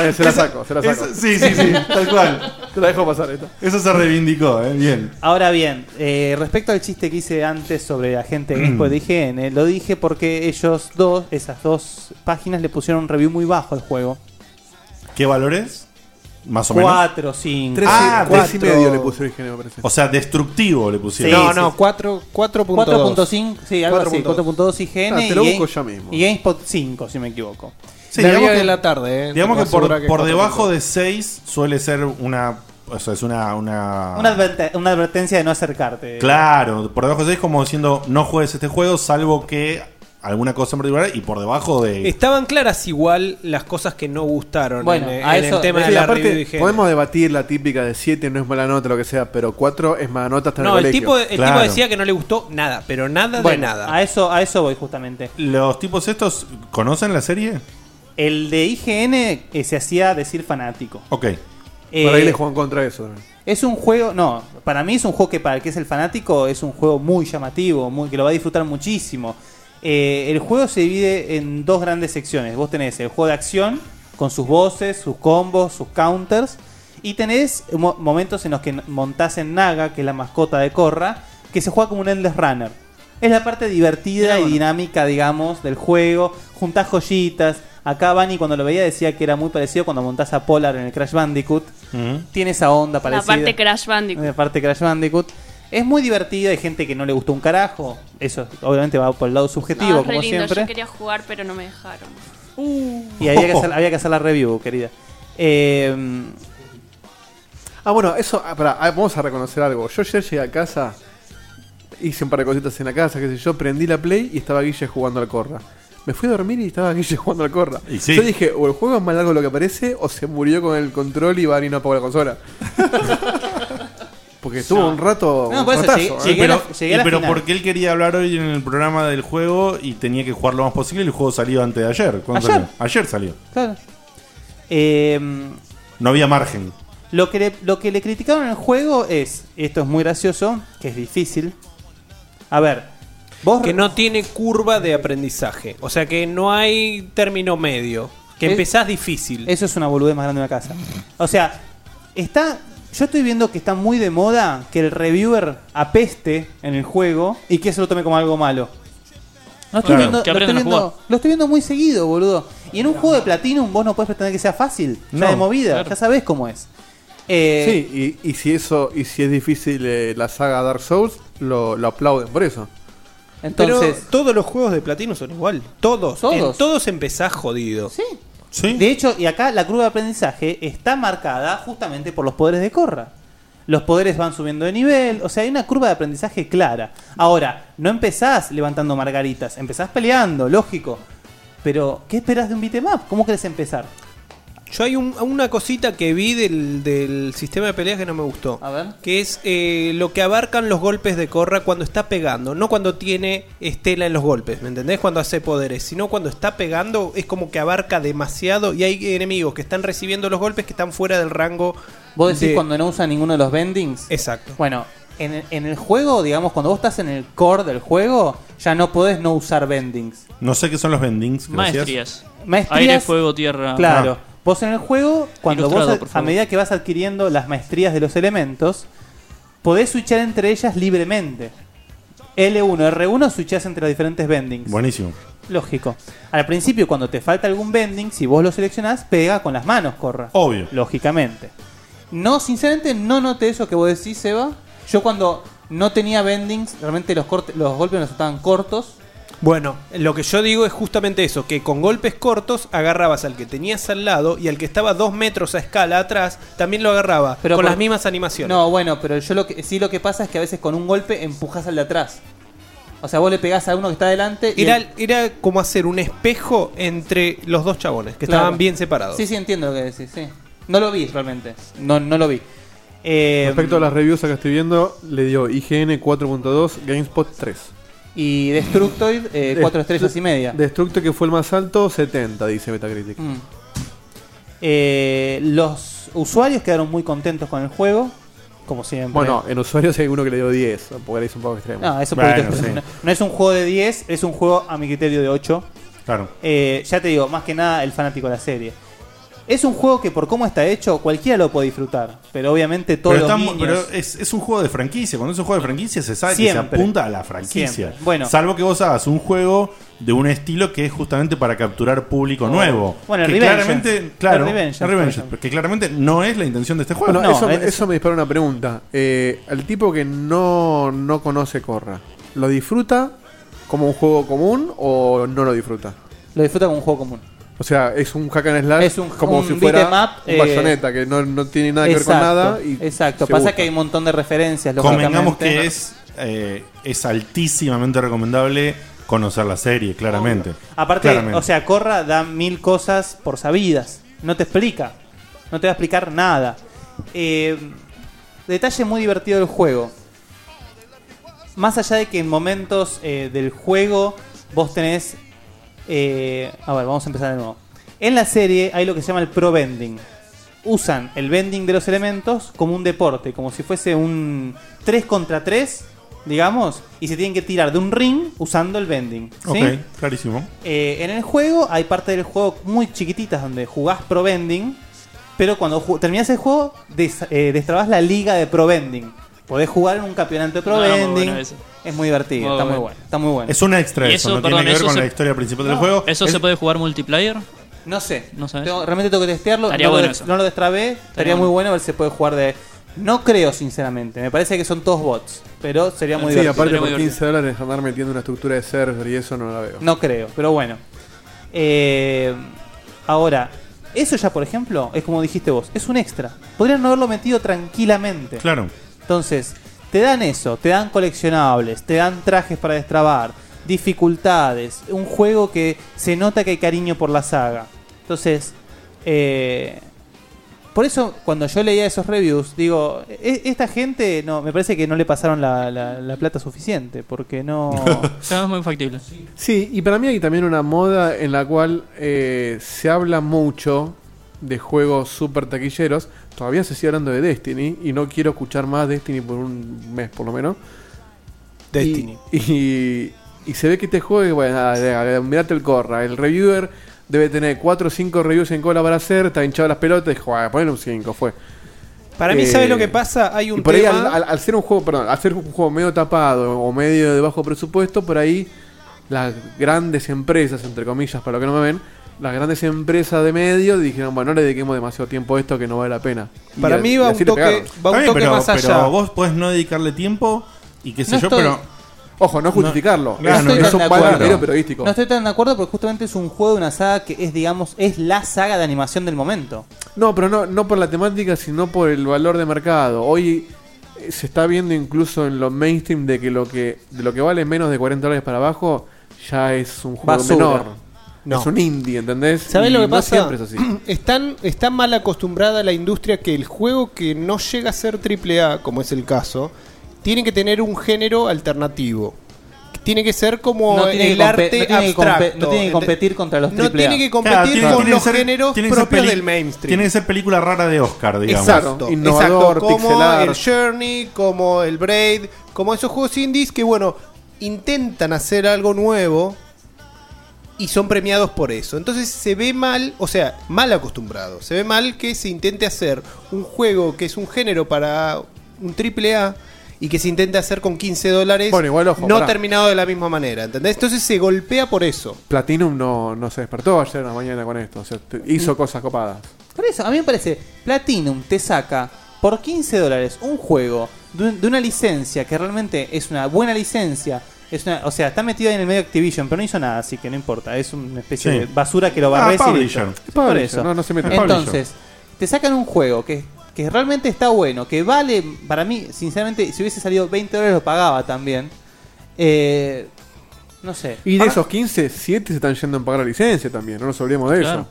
[SPEAKER 3] Eh, se la saco, se la saco.
[SPEAKER 2] Eso- sí, sí,
[SPEAKER 3] (laughs)
[SPEAKER 4] (laughs)
[SPEAKER 2] sí, tal cual.
[SPEAKER 3] Te la dejo pasar esta.
[SPEAKER 2] Eso se reivindicó, ¿eh? Bien.
[SPEAKER 4] Ahora bien, eh, respecto al chiste que hice antes sobre la gente Expo de IGN, lo dije porque ellos dos, esas dos páginas le pusieron un review muy bajo al juego.
[SPEAKER 2] ¿Qué valores? Más o menos.
[SPEAKER 4] Cuatro, cinco.
[SPEAKER 2] Tres y- Ah,
[SPEAKER 4] cuatro.
[SPEAKER 2] tres y medio le
[SPEAKER 3] puso IGN, me parece.
[SPEAKER 2] O sea, destructivo le pusieron.
[SPEAKER 4] Sí, No, sí, no, sí.
[SPEAKER 8] Cuatro- 4.2.
[SPEAKER 4] 4.5, sí, algo así, 4.2 IGN.
[SPEAKER 8] Ah, te lo
[SPEAKER 4] y
[SPEAKER 8] busco
[SPEAKER 4] Game-
[SPEAKER 8] ya mismo.
[SPEAKER 4] Y GameSpot 5, si me equivoco.
[SPEAKER 8] Sí, De digamos arriba que- de la tarde, eh,
[SPEAKER 2] Digamos
[SPEAKER 8] te
[SPEAKER 2] que
[SPEAKER 8] puedo
[SPEAKER 2] por,
[SPEAKER 8] asegurar que
[SPEAKER 2] por
[SPEAKER 8] cuatro
[SPEAKER 2] debajo
[SPEAKER 8] puntos.
[SPEAKER 2] de 6 suele ser una. O sea, es una. una,
[SPEAKER 4] Una, adverte- una advertencia de no acercarte.
[SPEAKER 2] Claro, por debajo de 6 como diciendo no juegues este juego salvo que alguna cosa en particular y por debajo de.
[SPEAKER 1] Estaban claras igual las cosas que no gustaron
[SPEAKER 4] Bueno,
[SPEAKER 1] en,
[SPEAKER 4] a
[SPEAKER 1] en
[SPEAKER 4] eso-
[SPEAKER 1] el tema
[SPEAKER 4] es
[SPEAKER 1] de
[SPEAKER 4] que
[SPEAKER 1] la
[SPEAKER 4] aparte,
[SPEAKER 1] review de higiene.
[SPEAKER 3] Podemos debatir la típica de 7 no es mala nota, lo que sea, pero 4 es mala nota hasta
[SPEAKER 1] No,
[SPEAKER 3] en
[SPEAKER 1] el
[SPEAKER 3] el
[SPEAKER 1] tipo,
[SPEAKER 3] colegio.
[SPEAKER 1] el tipo decía que no le gustó nada, pero nada de
[SPEAKER 4] Bueno,
[SPEAKER 1] nada.
[SPEAKER 4] A eso, a eso voy justamente.
[SPEAKER 2] ¿Los tipos estos conocen la serie?
[SPEAKER 4] El de IGN eh, se hacía decir fanático.
[SPEAKER 2] Ok.
[SPEAKER 4] Eh,
[SPEAKER 3] Por ahí le juegan contra eso.
[SPEAKER 4] Es un juego, no, para mí es un juego que para el que es el fanático es un juego muy llamativo, muy, que lo va a disfrutar muchísimo. Eh, el juego se divide en dos grandes secciones. Vos tenés el juego de acción con sus voces, sus combos, sus counters. Y tenés mo- momentos en los que montás en Naga, que es la mascota de Korra, que se juega como un Endless Runner. Es la parte divertida y dinámica, digamos, del juego. Juntás joyitas. Acá Bani cuando lo veía decía que era muy parecido cuando montás a Polar en el Crash Bandicoot.
[SPEAKER 1] Mm.
[SPEAKER 4] Tiene esa onda
[SPEAKER 9] La
[SPEAKER 4] parecida.
[SPEAKER 9] parte Crash Bandicoot.
[SPEAKER 4] La parte Crash Bandicoot. Es muy divertida, hay gente que no le gustó un carajo. Eso obviamente va por el lado subjetivo,
[SPEAKER 9] No, es re
[SPEAKER 4] como
[SPEAKER 9] lindo,
[SPEAKER 4] siempre.
[SPEAKER 9] Yo quería jugar, pero no me dejaron.
[SPEAKER 4] Y había que, hacer, había que hacer la review, querida. Eh,
[SPEAKER 3] Ah, bueno, eso, ah, pará, ah, vamos a reconocer algo. Yo ayer llegué a casa, hice un par de cositas en la casa, qué sé yo, prendí la play y estaba Guille jugando al corra. Me fui a dormir y estaba Guille (laughs) jugando al corra.
[SPEAKER 2] Y sí.
[SPEAKER 3] Yo dije, o el juego es más largo de lo que parece, o se murió con el control y Bani no apagó
[SPEAKER 1] (laughs)
[SPEAKER 3] la consola. Porque estuvo un rato.
[SPEAKER 4] No,
[SPEAKER 3] un
[SPEAKER 4] por eso
[SPEAKER 3] ratazo,
[SPEAKER 4] llegué-
[SPEAKER 3] ¿eh?
[SPEAKER 4] llegué a la- llegué a la
[SPEAKER 2] pero
[SPEAKER 4] final.
[SPEAKER 2] porque él quería hablar hoy en el programa del juego y tenía que jugar lo más posible y el juego salió antes de ayer. ¿Cuándo
[SPEAKER 4] Ayer.
[SPEAKER 2] salió? Ayer salió.
[SPEAKER 4] claro. Eh,
[SPEAKER 2] No había margen.
[SPEAKER 4] Lo que, le, lo que le criticaron al juego es, esto es muy gracioso, que es difícil. A ver, vos...
[SPEAKER 1] Que no tiene curva de aprendizaje. O sea que no hay término medio. Que
[SPEAKER 4] Es-
[SPEAKER 1] empezás difícil.
[SPEAKER 4] Eso es una boludez más grande de la casa. O sea, está... Yo estoy viendo que está muy de moda que el reviewer apeste en el juego y que se lo tome como algo malo. No estoy
[SPEAKER 1] Claro.
[SPEAKER 4] viendo,
[SPEAKER 1] Que
[SPEAKER 4] lo, estoy
[SPEAKER 1] aprendan a
[SPEAKER 4] viendo, lo estoy viendo muy seguido, boludo. Y en un juego de Platinum vos no puedes pretender que sea fácil. Ya
[SPEAKER 3] No,
[SPEAKER 4] de movida,
[SPEAKER 3] claro.
[SPEAKER 4] ya sabés cómo es. Eh,
[SPEAKER 3] sí, y, y si eso, y si es difícil eh, la saga Dark Souls, lo, lo aplauden por eso.
[SPEAKER 1] Pero todos los juegos de platino son igual. Todos.
[SPEAKER 4] Todos.
[SPEAKER 1] En todos empezás jodido.
[SPEAKER 4] Sí. De hecho, y acá la curva de aprendizaje está marcada justamente por los poderes de Corra. Los poderes van subiendo de nivel, o sea, hay una curva de aprendizaje clara. Ahora, no empezás levantando margaritas, empezás peleando, lógico. Pero, ¿qué esperás de un beatmap? ¿Cómo querés empezar?
[SPEAKER 1] Yo hay un- una cosita que vi del, del sistema de peleas que no me gustó. Que es eh, lo que abarcan los golpes de Corra cuando está pegando. No cuando tiene estela en los golpes, ¿me entendés? Cuando hace poderes. Sino cuando está pegando es como que abarca demasiado y hay enemigos que están recibiendo los golpes que están fuera del rango.
[SPEAKER 4] Vos decís
[SPEAKER 1] de-
[SPEAKER 4] cuando no usa ninguno de los bendings.
[SPEAKER 1] Exacto.
[SPEAKER 4] Bueno, en, en el juego, digamos, cuando vos estás en el core del juego, ya no podés no usar bendings.
[SPEAKER 2] No sé qué son los bendings. gracias.
[SPEAKER 6] Maestrías.
[SPEAKER 4] Maestrías.
[SPEAKER 6] Aire, fuego, tierra. Ah.
[SPEAKER 4] Claro. Vos en el juego, cuando vos
[SPEAKER 6] Ilustrado,
[SPEAKER 4] a-
[SPEAKER 6] por
[SPEAKER 4] a
[SPEAKER 6] favor.
[SPEAKER 4] medida que vas adquiriendo las maestrías de los elementos, podés switchar entre ellas libremente. L1, R1 switchás entre las diferentes bendings.
[SPEAKER 2] Buenísimo.
[SPEAKER 4] Lógico. Al principio, cuando te falta algún bending, si vos lo seleccionás, pega con las manos, corra.
[SPEAKER 2] Obvio.
[SPEAKER 4] Lógicamente. No, sinceramente, no noté eso que vos decís, Seba. Yo cuando no tenía bendings, realmente los, corte- los golpes me resultaban cortos.
[SPEAKER 1] Bueno, lo que yo digo es justamente eso, que con golpes cortos agarrabas al que tenías al lado y al que estaba dos metros a escala atrás, también lo agarraba,
[SPEAKER 4] Pero
[SPEAKER 1] con
[SPEAKER 4] por-
[SPEAKER 1] las mismas animaciones.
[SPEAKER 4] No, bueno, pero yo lo que, sí lo que pasa es que a veces con un golpe empujás al de atrás. O sea, vos le pegás a uno que está adelante y
[SPEAKER 1] Era,
[SPEAKER 4] el-
[SPEAKER 1] era como hacer un espejo entre los dos chabones, que
[SPEAKER 4] Claro.
[SPEAKER 1] estaban bien separados.
[SPEAKER 4] Sí, sí, entiendo lo que decís, sí. No lo vi realmente. No, no lo vi. Eh,
[SPEAKER 3] Respecto a las reviews acá estoy viendo, le dio IGN 4.2, GameSpot 3.
[SPEAKER 4] Y Destructoid, eh, cuatro estrellas y media.
[SPEAKER 3] Destructoid que fue el más alto, 70, dice Metacritic.
[SPEAKER 4] Mm. Eh, los usuarios quedaron muy contentos con el juego, como siempre.
[SPEAKER 3] Bueno, en usuarios hay uno que le dio 10, porque le hizo un poco extremo.
[SPEAKER 4] No, eso
[SPEAKER 3] Bueno,
[SPEAKER 4] poquito extremo. no, no es un juego de 10, es un juego a mi criterio de 8.
[SPEAKER 2] Claro.
[SPEAKER 4] ya te digo, más que nada el fanático de la serie. Es un juego que por cómo está hecho, cualquiera lo puede disfrutar. Pero obviamente todos
[SPEAKER 2] Pero,
[SPEAKER 4] los
[SPEAKER 2] estamos-
[SPEAKER 4] niños...
[SPEAKER 2] pero es, es un juego de franquicia. Cuando es un juego de franquicia se sabe que se
[SPEAKER 4] Siempre.
[SPEAKER 2] apunta a la franquicia.
[SPEAKER 4] Siempre. Bueno.
[SPEAKER 2] Salvo que vos hagas un juego de un estilo que es justamente para capturar público nuevo.
[SPEAKER 4] Oh. Bueno, el
[SPEAKER 2] que
[SPEAKER 4] Revengeance.
[SPEAKER 2] claramente, claro,
[SPEAKER 4] El Revengeance,
[SPEAKER 2] el Revengeance, que claramente no es la intención de este juego.
[SPEAKER 3] Bueno, eso, eso me dispara una pregunta. Eh, al tipo que no, no conoce Corra, ¿lo disfruta como un juego común o no lo disfruta?
[SPEAKER 4] Lo disfruta como un juego común.
[SPEAKER 3] O sea, es un hack and slash
[SPEAKER 4] Es un-
[SPEAKER 3] como
[SPEAKER 4] un
[SPEAKER 3] si
[SPEAKER 4] beat 'em
[SPEAKER 3] fuera
[SPEAKER 4] up,
[SPEAKER 3] un
[SPEAKER 4] eh,
[SPEAKER 3] bayoneta, que no, no tiene nada que ver con nada. Y
[SPEAKER 4] exacto.
[SPEAKER 3] se
[SPEAKER 4] Pasa
[SPEAKER 3] gusta.
[SPEAKER 4] que hay un montón de referencias.
[SPEAKER 2] Convengamos
[SPEAKER 4] lógicamente.
[SPEAKER 2] que es, eh, es altísimamente recomendable conocer la serie, claramente.
[SPEAKER 4] Aparte,
[SPEAKER 2] Claramente.
[SPEAKER 4] o sea, Corra da mil cosas por sabidas. No te explica. No te va a explicar nada. Eh, detalle muy divertido del juego. Más allá de que en momentos eh, del juego vos tenés... eh, a ver, vamos a empezar de nuevo. En la serie hay lo que se llama el pro bending. Usan el bending de los elementos como un deporte, como si fuese un 3 contra 3, digamos, y se tienen que tirar de un ring usando el bending. ¿sí?
[SPEAKER 2] Ok, clarísimo.
[SPEAKER 4] Eh, en el juego hay partes del juego muy chiquititas donde jugás Pro Bending, pero cuando ju- terminás el juego des- eh, destrabas la liga de Pro Bending. Podés jugar en un campeonato de Pro
[SPEAKER 6] No, muy
[SPEAKER 4] Bending.
[SPEAKER 6] bueno eso.
[SPEAKER 4] es muy divertido,
[SPEAKER 6] Muy
[SPEAKER 4] está
[SPEAKER 6] bueno.
[SPEAKER 4] muy bueno. Está muy bueno.
[SPEAKER 2] Es una extra
[SPEAKER 6] Y
[SPEAKER 2] eso, no tiene que ver
[SPEAKER 6] eso
[SPEAKER 2] con la historia principal del
[SPEAKER 6] No.
[SPEAKER 2] juego.
[SPEAKER 6] ¿Eso
[SPEAKER 2] Es-
[SPEAKER 6] se puede jugar multiplayer?
[SPEAKER 4] No sé.
[SPEAKER 6] No sabes.
[SPEAKER 4] Tengo- realmente tengo que testearlo.
[SPEAKER 6] Estaría
[SPEAKER 4] no,
[SPEAKER 6] bueno
[SPEAKER 4] lo, des-
[SPEAKER 6] eso.
[SPEAKER 4] no lo destrabé. Estaría, muy
[SPEAKER 6] bueno.
[SPEAKER 4] bueno a ver si se puede jugar de. No creo, sinceramente. Me parece que son todos bots, pero
[SPEAKER 6] Ah,
[SPEAKER 4] sería muy
[SPEAKER 3] sí,
[SPEAKER 4] divertido.
[SPEAKER 3] aparte por 15 dólares andar metiendo una estructura de server y eso no la veo.
[SPEAKER 4] No creo, pero bueno. Eh, ahora, eso ya, por ejemplo, es como dijiste vos, es un extra. Podrían no haberlo metido tranquilamente.
[SPEAKER 2] Claro.
[SPEAKER 4] Entonces, te dan eso, te dan coleccionables, te dan trajes para destrabar, dificultades, un juego que se nota que hay cariño por la saga. Entonces, eh, por eso cuando yo leía esos reviews, digo, "E- esta gente no, me parece que no le pasaron la, la- la plata suficiente, porque no...
[SPEAKER 6] es muy factible.
[SPEAKER 3] Sí, y para mí hay también una moda en la cual eh, se habla mucho de juegos super taquilleros. Todavía se sigue hablando de Destiny y no quiero escuchar más Destiny por un mes por lo menos.
[SPEAKER 1] Destiny.
[SPEAKER 3] Y, y- y se ve que este juego, y bueno, nada, nada, mirate el corra. El reviewer debe tener 4 o 5 reviews en cola para hacer, está hinchado las pelotas y dijo, "Ah, ponle un 5, fue.
[SPEAKER 1] Para mí,
[SPEAKER 3] Eh,
[SPEAKER 1] ¿sabes lo que pasa? Hay
[SPEAKER 3] y
[SPEAKER 1] un
[SPEAKER 3] por ahí, al,
[SPEAKER 1] tema...
[SPEAKER 3] al- al ser un juego, perdón, al ser un juego medio tapado o medio de bajo presupuesto, por ahí las grandes empresas, entre comillas, para lo que no me ven, las grandes empresas de medio dijeron, bueno, no le dediquemos demasiado tiempo a esto que no vale la pena. Y
[SPEAKER 1] Para
[SPEAKER 3] a-
[SPEAKER 1] mí
[SPEAKER 3] y
[SPEAKER 1] va
[SPEAKER 3] así
[SPEAKER 1] un
[SPEAKER 3] le
[SPEAKER 1] toque-
[SPEAKER 3] pegaron.
[SPEAKER 1] va un
[SPEAKER 2] Está bien,
[SPEAKER 1] toque
[SPEAKER 2] pero,
[SPEAKER 1] más
[SPEAKER 2] pero
[SPEAKER 1] allá.
[SPEAKER 2] vos podés no dedicarle tiempo y qué sé
[SPEAKER 4] No
[SPEAKER 2] yo,
[SPEAKER 4] estoy-
[SPEAKER 2] pero.
[SPEAKER 3] Ojo, no es justificarlo.
[SPEAKER 2] Claro,
[SPEAKER 3] es,
[SPEAKER 2] no,
[SPEAKER 3] es
[SPEAKER 2] no,
[SPEAKER 3] un
[SPEAKER 2] no,
[SPEAKER 3] mal
[SPEAKER 2] claro.
[SPEAKER 3] criterio periodístico.
[SPEAKER 4] No estoy tan de acuerdo porque justamente es un juego de una saga que es, digamos, es la saga de animación del momento.
[SPEAKER 3] No, pero no, no por la temática, sino por el valor de mercado. Hoy eh, se está viendo incluso en los mainstream de que lo que, de lo que vale menos de 40 dólares para abajo ya es un juego
[SPEAKER 8] Basura.
[SPEAKER 3] menor.
[SPEAKER 8] No.
[SPEAKER 3] Es un indie, ¿entendés?
[SPEAKER 8] ¿Sabes
[SPEAKER 3] Y
[SPEAKER 8] lo que
[SPEAKER 3] no
[SPEAKER 8] pasa?
[SPEAKER 3] siempre es así.
[SPEAKER 8] (clears throat) Están, está mal acostumbrada la industria que el juego que no llega a ser AAA, como es el caso, tiene que tener un género alternativo.
[SPEAKER 1] Tiene que ser como
[SPEAKER 4] No tiene que
[SPEAKER 1] el
[SPEAKER 4] compe-
[SPEAKER 1] arte
[SPEAKER 4] no tiene que compe-
[SPEAKER 1] abstracto.
[SPEAKER 4] no tiene que competir contra los
[SPEAKER 1] No
[SPEAKER 4] AAA.
[SPEAKER 1] tiene que competir
[SPEAKER 4] Claro, tiene-
[SPEAKER 1] con
[SPEAKER 4] tiene que
[SPEAKER 1] los
[SPEAKER 4] ser-
[SPEAKER 1] géneros
[SPEAKER 4] tiene que ser
[SPEAKER 1] propios
[SPEAKER 4] peli-
[SPEAKER 1] del mainstream.
[SPEAKER 2] Tiene que ser película rara de Oscar, digamos.
[SPEAKER 1] Exacto,
[SPEAKER 2] Innovador,
[SPEAKER 1] exacto, como
[SPEAKER 2] pixel art.
[SPEAKER 1] el Journey, como el Braid, como esos juegos indies que bueno, intentan hacer algo nuevo y son premiados por eso. Entonces se ve mal, o sea, mal acostumbrado, se ve mal que se intente hacer un juego que es un género para un triple A y que se intente hacer con 15 dólares
[SPEAKER 3] Bueno, igual, ojo,
[SPEAKER 1] no
[SPEAKER 3] pará.
[SPEAKER 1] terminado de la misma manera, ¿entendés? Entonces se golpea por eso.
[SPEAKER 3] Platinum no, no se despertó ayer en la mañana con esto. O sea, te- hizo cosas copadas.
[SPEAKER 4] Por eso, a mí me parece, Platinum te saca por 15 dólares un juego de, un- de una licencia que realmente es una buena licencia. Es una, o sea, está metido ahí en el medio Activision, pero no hizo nada, así que no importa. Es una especie
[SPEAKER 3] Sí.
[SPEAKER 4] de basura que lo
[SPEAKER 3] Ah,
[SPEAKER 4] barres y
[SPEAKER 3] publisher.
[SPEAKER 4] listo.
[SPEAKER 3] Es publisher,
[SPEAKER 4] Por eso.
[SPEAKER 3] no, no se mete. Es publisher.
[SPEAKER 4] Entonces, te sacan un juego que, que realmente está bueno, que vale, para mí, sinceramente, si hubiese salido 20 dólares lo pagaba también. Eh, no sé.
[SPEAKER 3] Y de esos 15, 7 se están yendo en pagar la licencia también. No nos olvidemos de eso.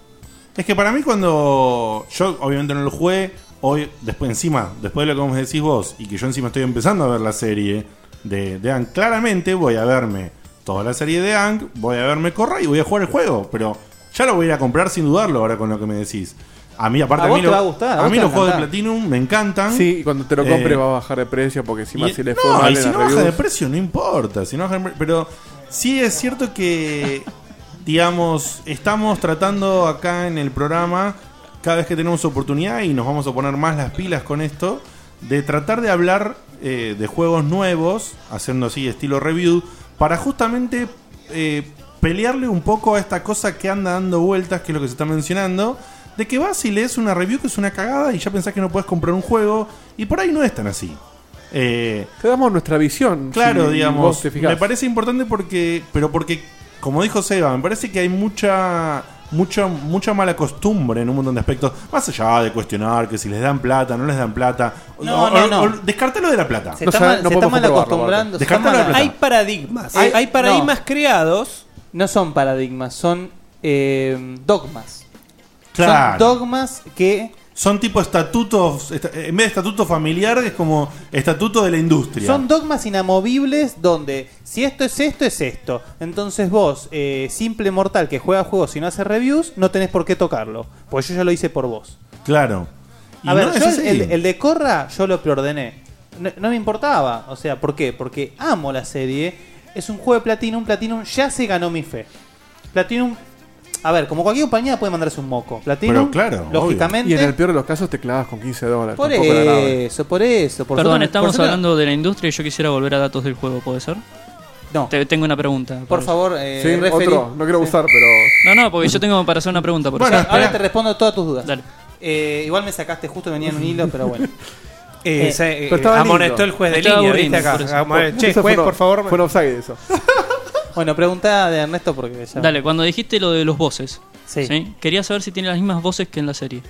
[SPEAKER 2] Es que para mí cuando yo obviamente no lo jugué, hoy después encima, después de lo que vos me decís vos y que yo encima estoy empezando a ver la serie de, de Ang, claramente voy a verme toda la serie de Ang, voy a verme Corra y voy a jugar el juego, pero ya lo voy a ir a comprar sin dudarlo ahora con lo que me decís. A mí aparte
[SPEAKER 3] A vos
[SPEAKER 2] mí
[SPEAKER 3] te va a gustar, a
[SPEAKER 2] a
[SPEAKER 3] vos
[SPEAKER 2] mí
[SPEAKER 3] te va
[SPEAKER 2] los
[SPEAKER 3] a
[SPEAKER 2] juegos de
[SPEAKER 3] encantar.
[SPEAKER 2] Platinum me encantan.
[SPEAKER 3] Sí, y cuando te lo compre
[SPEAKER 2] Eh,
[SPEAKER 3] va a bajar de precio porque encima
[SPEAKER 2] y-
[SPEAKER 3] si le fue
[SPEAKER 2] no,
[SPEAKER 3] mal
[SPEAKER 2] y
[SPEAKER 3] en
[SPEAKER 2] si
[SPEAKER 3] las
[SPEAKER 2] no baja de
[SPEAKER 3] reviews.
[SPEAKER 2] precio no importa, si no baja de pre- pero sí es cierto que digamos, estamos tratando acá en el programa cada vez que tenemos oportunidad y nos vamos a poner más las pilas con esto de tratar de hablar eh, de juegos nuevos, haciendo así estilo review, para justamente eh, pelearle un poco a esta cosa que anda dando vueltas, que es lo que se está mencionando, de que vas y lees una review que es una cagada y ya pensás que no puedes comprar un juego, y por ahí no es tan así.
[SPEAKER 3] te damos nuestra visión.
[SPEAKER 2] Claro,
[SPEAKER 3] si vos
[SPEAKER 2] digamos.
[SPEAKER 3] te fijás.
[SPEAKER 2] Me parece importante porque. Pero porque, como dijo Seba, me parece que hay mucha. Mucha, mucha mala costumbre en un montón de aspectos. Más allá de cuestionar que si les dan plata, no les dan plata. O-
[SPEAKER 4] No,
[SPEAKER 2] o-
[SPEAKER 4] no,
[SPEAKER 2] o-
[SPEAKER 4] no.
[SPEAKER 2] o- descartalo de la plata.
[SPEAKER 4] Se está mal- se está mal acostumbrando. se está
[SPEAKER 2] Descartalo de la
[SPEAKER 4] mal-
[SPEAKER 2] plata.
[SPEAKER 4] hay paradigmas.
[SPEAKER 1] Eh,
[SPEAKER 4] hay,
[SPEAKER 1] hay
[SPEAKER 4] paradigmas
[SPEAKER 1] paradigmas creados.
[SPEAKER 4] No son paradigmas, son eh, dogmas.
[SPEAKER 2] Claro.
[SPEAKER 4] Son dogmas que
[SPEAKER 2] Son tipo estatutos. esta- en vez de estatuto familiar, es como estatuto de la industria.
[SPEAKER 4] son dogmas inamovibles donde si esto es esto, es esto. Entonces vos, eh, simple mortal que juega juegos y no hace reviews, no tenés por qué tocarlo. Porque yo ya lo hice por vos.
[SPEAKER 2] Claro. Y
[SPEAKER 4] A ver,
[SPEAKER 2] no es
[SPEAKER 4] yo
[SPEAKER 2] así.
[SPEAKER 4] el, el de Corra yo lo preordené. No, no me importaba. O sea, ¿por qué? Porque amo la serie. Es un juego de Platinum. Platinum ya se ganó mi fe. Platinum. A ver, como cualquier compañía puede mandarse un moco.
[SPEAKER 3] Pero
[SPEAKER 4] Platinum,
[SPEAKER 3] claro,
[SPEAKER 4] lógicamente.
[SPEAKER 3] Y en el peor de los casos te clavas con 15 dólares.
[SPEAKER 4] Por
[SPEAKER 3] tampoco era grave.
[SPEAKER 4] eso, por eso. Por
[SPEAKER 6] Perdón,
[SPEAKER 4] suerte-
[SPEAKER 6] estamos
[SPEAKER 4] por suerte-
[SPEAKER 6] hablando de la industria y yo quisiera volver a datos del juego, ¿puede ser?
[SPEAKER 4] No.
[SPEAKER 6] Te, tengo una pregunta.
[SPEAKER 4] Por
[SPEAKER 6] eso.
[SPEAKER 4] favor, eh,
[SPEAKER 3] Sí,
[SPEAKER 4] referi-
[SPEAKER 3] otro. No quiero abusar, pero.
[SPEAKER 6] No, no, porque yo tengo para hacer una pregunta. Por
[SPEAKER 4] Bueno,
[SPEAKER 6] eso.
[SPEAKER 4] ahora te respondo todas tus dudas.
[SPEAKER 6] Dale.
[SPEAKER 4] Eh, igual me sacaste justo, venía en un hilo, pero bueno.
[SPEAKER 1] (laughs) Eh,
[SPEAKER 4] Eh,
[SPEAKER 1] se-
[SPEAKER 4] pero
[SPEAKER 1] eh,
[SPEAKER 4] estaba lindo.
[SPEAKER 1] amonestó el juez de
[SPEAKER 4] Estaba
[SPEAKER 1] línea,
[SPEAKER 4] aburrido,
[SPEAKER 1] ¿viste acá?
[SPEAKER 4] por eso.
[SPEAKER 1] Amone- Che,
[SPEAKER 4] Eso
[SPEAKER 1] juez,
[SPEAKER 4] fueron-
[SPEAKER 1] por favor.
[SPEAKER 3] Fue un offside eso.
[SPEAKER 4] (laughs) Bueno, pregunta de Ernesto porque ya.
[SPEAKER 6] Dale, cuando dijiste lo de los voces,
[SPEAKER 4] Sí.
[SPEAKER 6] ¿sí? quería saber si tiene las mismas voces que en la serie.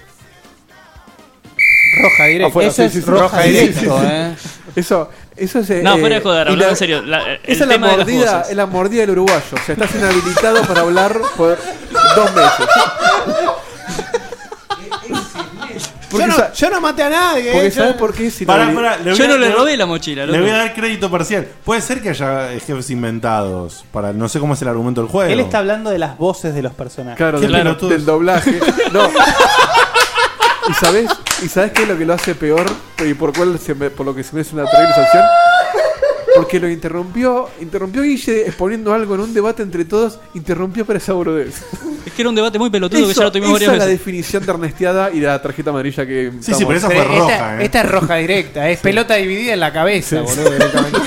[SPEAKER 4] Roja directa.
[SPEAKER 6] Afuera,
[SPEAKER 4] Eso
[SPEAKER 6] sí,
[SPEAKER 4] es
[SPEAKER 6] sí, sí.
[SPEAKER 4] roja
[SPEAKER 6] Sí, sí,
[SPEAKER 4] directo,
[SPEAKER 6] sí, sí.
[SPEAKER 4] eh.
[SPEAKER 3] Eso, eso es. eh,
[SPEAKER 6] No, fuera de joder,
[SPEAKER 3] y
[SPEAKER 6] hablando
[SPEAKER 3] la-
[SPEAKER 6] en serio. la- el
[SPEAKER 3] Esa es la
[SPEAKER 6] tema de las
[SPEAKER 3] mordida,
[SPEAKER 6] voces.
[SPEAKER 3] es la mordida del uruguayo. O sea, estás inhabilitado para hablar por dos meses.
[SPEAKER 1] Yo no, yo no maté a nadie.
[SPEAKER 3] Porque
[SPEAKER 1] eh, yo-
[SPEAKER 3] ¿sabes por qué? Si
[SPEAKER 2] Pará, pará, le voy a- voy- Le voy a
[SPEAKER 3] dar
[SPEAKER 2] dar crédito parcial. Puede ser que haya eh, jefes inventados. Para, no sé cómo es el argumento del juego.
[SPEAKER 4] Él está hablando de las voces de los personajes.
[SPEAKER 3] Claro, del, del doblaje. No. ¿Y sabes? ¿Y sabes qué es lo que lo hace peor? ¿Y por cuál se me- por lo que se me hace una terrible sanción? Porque lo interrumpió, interrumpió Guille exponiendo algo en un debate entre todos, interrumpió para esa boludez.
[SPEAKER 6] Es que era un debate muy pelotudo que
[SPEAKER 3] Eso-
[SPEAKER 6] ya lo tuvimos
[SPEAKER 3] esa
[SPEAKER 6] varias
[SPEAKER 3] es la
[SPEAKER 6] veces.
[SPEAKER 3] definición de ernesteada y la tarjeta amarilla que.
[SPEAKER 2] Sí, sí, pero esa fue eh.
[SPEAKER 1] Pero esta, esta es roja eh. directa, es pelota dividida en la cabeza, boludo. (laughs) directamente.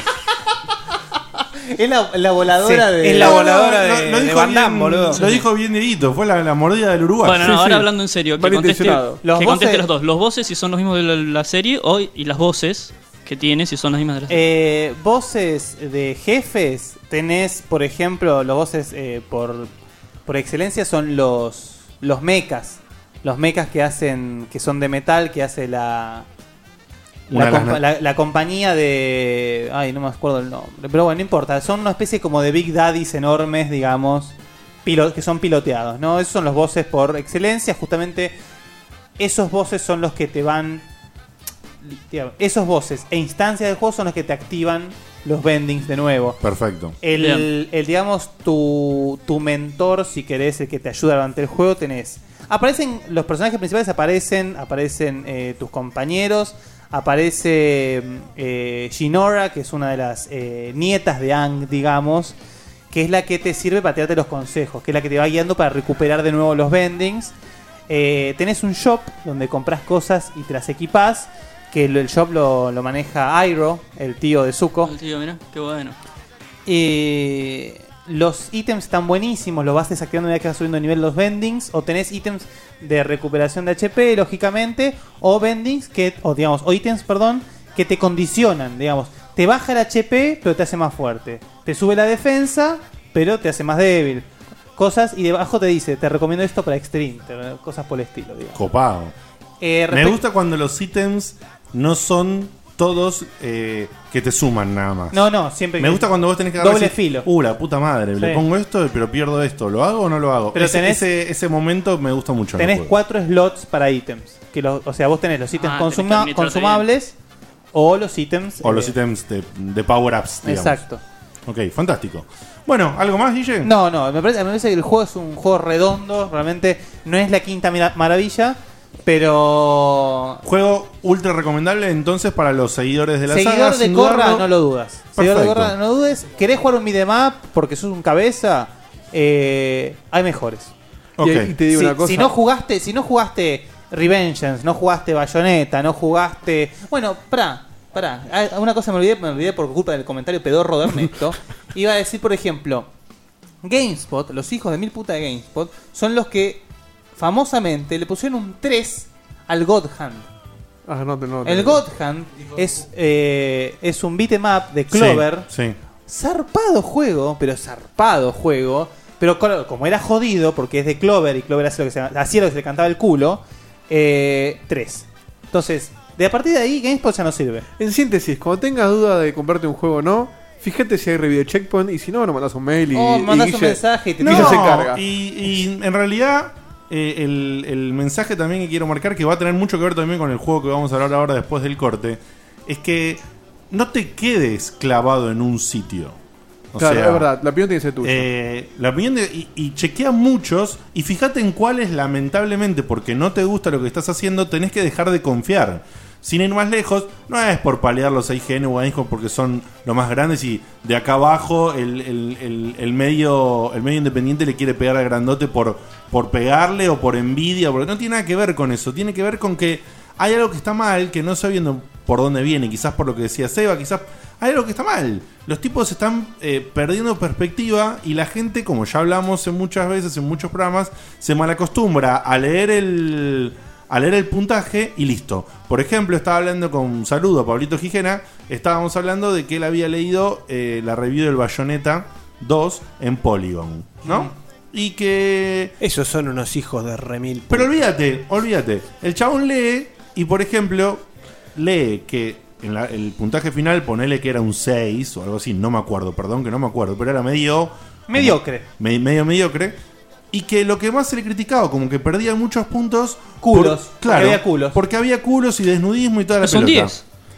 [SPEAKER 4] Es la, la voladora
[SPEAKER 1] Sí,
[SPEAKER 4] de.
[SPEAKER 1] es la voladora de-
[SPEAKER 2] Lo dijo,
[SPEAKER 1] Van Damme,
[SPEAKER 2] bien,
[SPEAKER 1] boludo.
[SPEAKER 2] lo dijo bien Dieguito, fue la, la mordida del Uruguay.
[SPEAKER 6] Bueno, no, ahora hablando en serio, que conteste,
[SPEAKER 2] Los
[SPEAKER 6] que
[SPEAKER 2] voces-
[SPEAKER 6] conteste los dos. Los voces, si son los mismos de la, la serie, hoy, y las voces que tiene, si son las mismas de la serie.
[SPEAKER 4] Eh, voces de jefes, tenés, por ejemplo, los voces eh, por, por excelencia son los, los mecas. Los mecas que hacen, que son de metal, que hace la.
[SPEAKER 1] Una
[SPEAKER 4] La,
[SPEAKER 1] de las
[SPEAKER 4] compa-
[SPEAKER 1] na-
[SPEAKER 4] la- la compañía de. Ay, no me acuerdo el nombre. Pero bueno, no importa. Son una especie como de Big Daddies enormes, digamos. pilo- que son piloteados, ¿no? Esos son los voces por excelencia. Justamente esos voces son los que te van digamos, esos voces e instancias del juego son los que te activan los bendings de nuevo.
[SPEAKER 13] Perfecto.
[SPEAKER 4] El, el, digamos, tu, tu mentor, si querés, el que te ayuda durante el juego, tenés. Aparecen, los personajes principales aparecen, aparecen eh, tus compañeros, aparece eh, Shinora, que es una de las eh, nietas de Ang, digamos, que es la que te sirve para tirarte los consejos, que es la que te va guiando para recuperar de nuevo los bendings. Eh, tenés un shop donde compras cosas y te las equipás, que el, el shop lo, lo maneja Airo, el tío de Zuko.
[SPEAKER 6] El tío, mira, qué bueno.
[SPEAKER 4] Eh, los ítems están buenísimos, los vas desactivando a medida que vas subiendo de nivel los bendings, o tenés ítems de recuperación de HP, lógicamente, o bendings que, o digamos, o ítems, perdón, que te condicionan, digamos. Te baja el HP, pero te hace más fuerte. Te sube la defensa, pero te hace más débil. Cosas, y debajo te dice, te recomiendo esto para extreme, te- cosas por el estilo, digamos.
[SPEAKER 2] Copado.
[SPEAKER 4] Eh,
[SPEAKER 2] Me
[SPEAKER 4] respect-
[SPEAKER 2] gusta cuando los ítems no son todos eh, que te suman nada más.
[SPEAKER 4] No, no, siempre
[SPEAKER 2] Me
[SPEAKER 4] que-
[SPEAKER 2] gusta cuando vos tenés que
[SPEAKER 4] Doble
[SPEAKER 2] agarrar y decir,
[SPEAKER 4] filo.
[SPEAKER 2] Uh, la puta madre, le
[SPEAKER 4] Sí.
[SPEAKER 2] pongo esto, pero pierdo esto. ¿Lo hago o no lo hago?
[SPEAKER 4] Pero
[SPEAKER 2] ese,
[SPEAKER 4] tenés-
[SPEAKER 2] ese, ese momento me gusta mucho. en el
[SPEAKER 4] Tenés
[SPEAKER 2] juego.
[SPEAKER 4] cuatro slots para ítems. Que lo- o sea, vos tenés los ítems
[SPEAKER 2] Ah, tenés que
[SPEAKER 4] consuma-
[SPEAKER 2] administrarte
[SPEAKER 4] consumables o los ítems.
[SPEAKER 2] O los
[SPEAKER 4] eh,
[SPEAKER 2] ítems de, de power-ups, digamos.
[SPEAKER 4] Exacto.
[SPEAKER 2] Ok, fantástico. Bueno, ¿algo más, Guille?
[SPEAKER 4] No, no, me parece, me parece que el juego es un juego redondo. Realmente no es la quinta mira- maravilla, pero.
[SPEAKER 2] Juego ultra recomendable entonces para los seguidores de la
[SPEAKER 4] Seguidor
[SPEAKER 2] saga.
[SPEAKER 4] de
[SPEAKER 2] sin
[SPEAKER 4] Corra,
[SPEAKER 2] dudarlo.
[SPEAKER 4] no lo dudas. Seguidor de
[SPEAKER 2] Perfecto.
[SPEAKER 4] Corra, no dudes. ¿Querés jugar un midemap porque sos un cabeza? Eh, hay mejores.
[SPEAKER 3] Ok. Y- y te digo
[SPEAKER 4] si,
[SPEAKER 3] una cosa.
[SPEAKER 4] Si no jugaste, si no jugaste Revengeance, no jugaste Bayonetta, no jugaste. Bueno, pra, pra. ah, Una cosa me olvidé, me olvidé por culpa del comentario pedorro de Ernesto. Iba a decir, por ejemplo, GameSpot, los hijos de mil puta de GameSpot, son los que famosamente le pusieron un 3 al God Hand.
[SPEAKER 3] Ah, no, te- no, te-
[SPEAKER 4] El God Hand es, eh, es un beat'em up de Clover.
[SPEAKER 2] Sí, sí.
[SPEAKER 4] Zarpado juego, pero zarpado juego. Pero claro, como era jodido, porque es de Clover y Clover hacía lo que se, hacía lo que se le cantaba el culo, 3. Entonces, de a partir de ahí, GameSpot ya no sirve.
[SPEAKER 3] En síntesis, cuando tengas duda de comprarte un juego o no, fíjate si hay review checkpoint y si no, nos mandas un mail y.
[SPEAKER 4] O
[SPEAKER 3] y
[SPEAKER 4] Oh, mandás un
[SPEAKER 3] Guille-
[SPEAKER 4] mensaje y te-
[SPEAKER 3] Guille
[SPEAKER 2] No,
[SPEAKER 3] se encarga.
[SPEAKER 2] Y, y en realidad, eh, el, el mensaje también que quiero marcar, que va a tener mucho que ver también con el juego que vamos a hablar ahora después del corte, es que no te quedes clavado en un sitio. O
[SPEAKER 3] Claro,
[SPEAKER 2] sea,
[SPEAKER 3] es verdad, la opinión tiene que ser tuya.
[SPEAKER 2] eh, la opinión de- y, y chequea muchos y fíjate en cuáles lamentablemente porque no te gusta lo que estás haciendo tenés que dejar de confiar. Sin ir más lejos, no es por paliar los IGN o IGN porque son los más grandes y de acá abajo el, el- el- el medio, el medio independiente le quiere pegar al grandote por, por pegarle o por envidia. Porque no tiene nada que ver con eso, tiene que ver con que hay algo que está mal que no sabiendo por dónde viene, quizás por lo que decía Seba, quizás hay algo que está mal. Los tipos están eh, perdiendo perspectiva y la gente, como ya hablamos en muchas veces en muchos programas, se malacostumbra a leer el a leer el puntaje y listo. Por ejemplo, estaba hablando con un saludo a Pablito Gijena, estábamos hablando de que él había leído eh, la review del Bayonetta 2 en Polygon, ¿no? Y que.
[SPEAKER 1] Esos son unos hijos de remil.
[SPEAKER 2] Pero olvídate, olvídate. El chabón lee y, por ejemplo, lee que en la- el puntaje final ponele que era un 6 o algo así, no me acuerdo, perdón que no me acuerdo, pero era medio...
[SPEAKER 4] Mediocre.
[SPEAKER 2] me- medio mediocre. Y que lo que más se le criticaba, como que perdía muchos puntos...
[SPEAKER 4] Culos,
[SPEAKER 2] por-
[SPEAKER 4] porque
[SPEAKER 2] claro.
[SPEAKER 4] había culos.
[SPEAKER 2] Porque había culos y desnudismo y toda la pelota.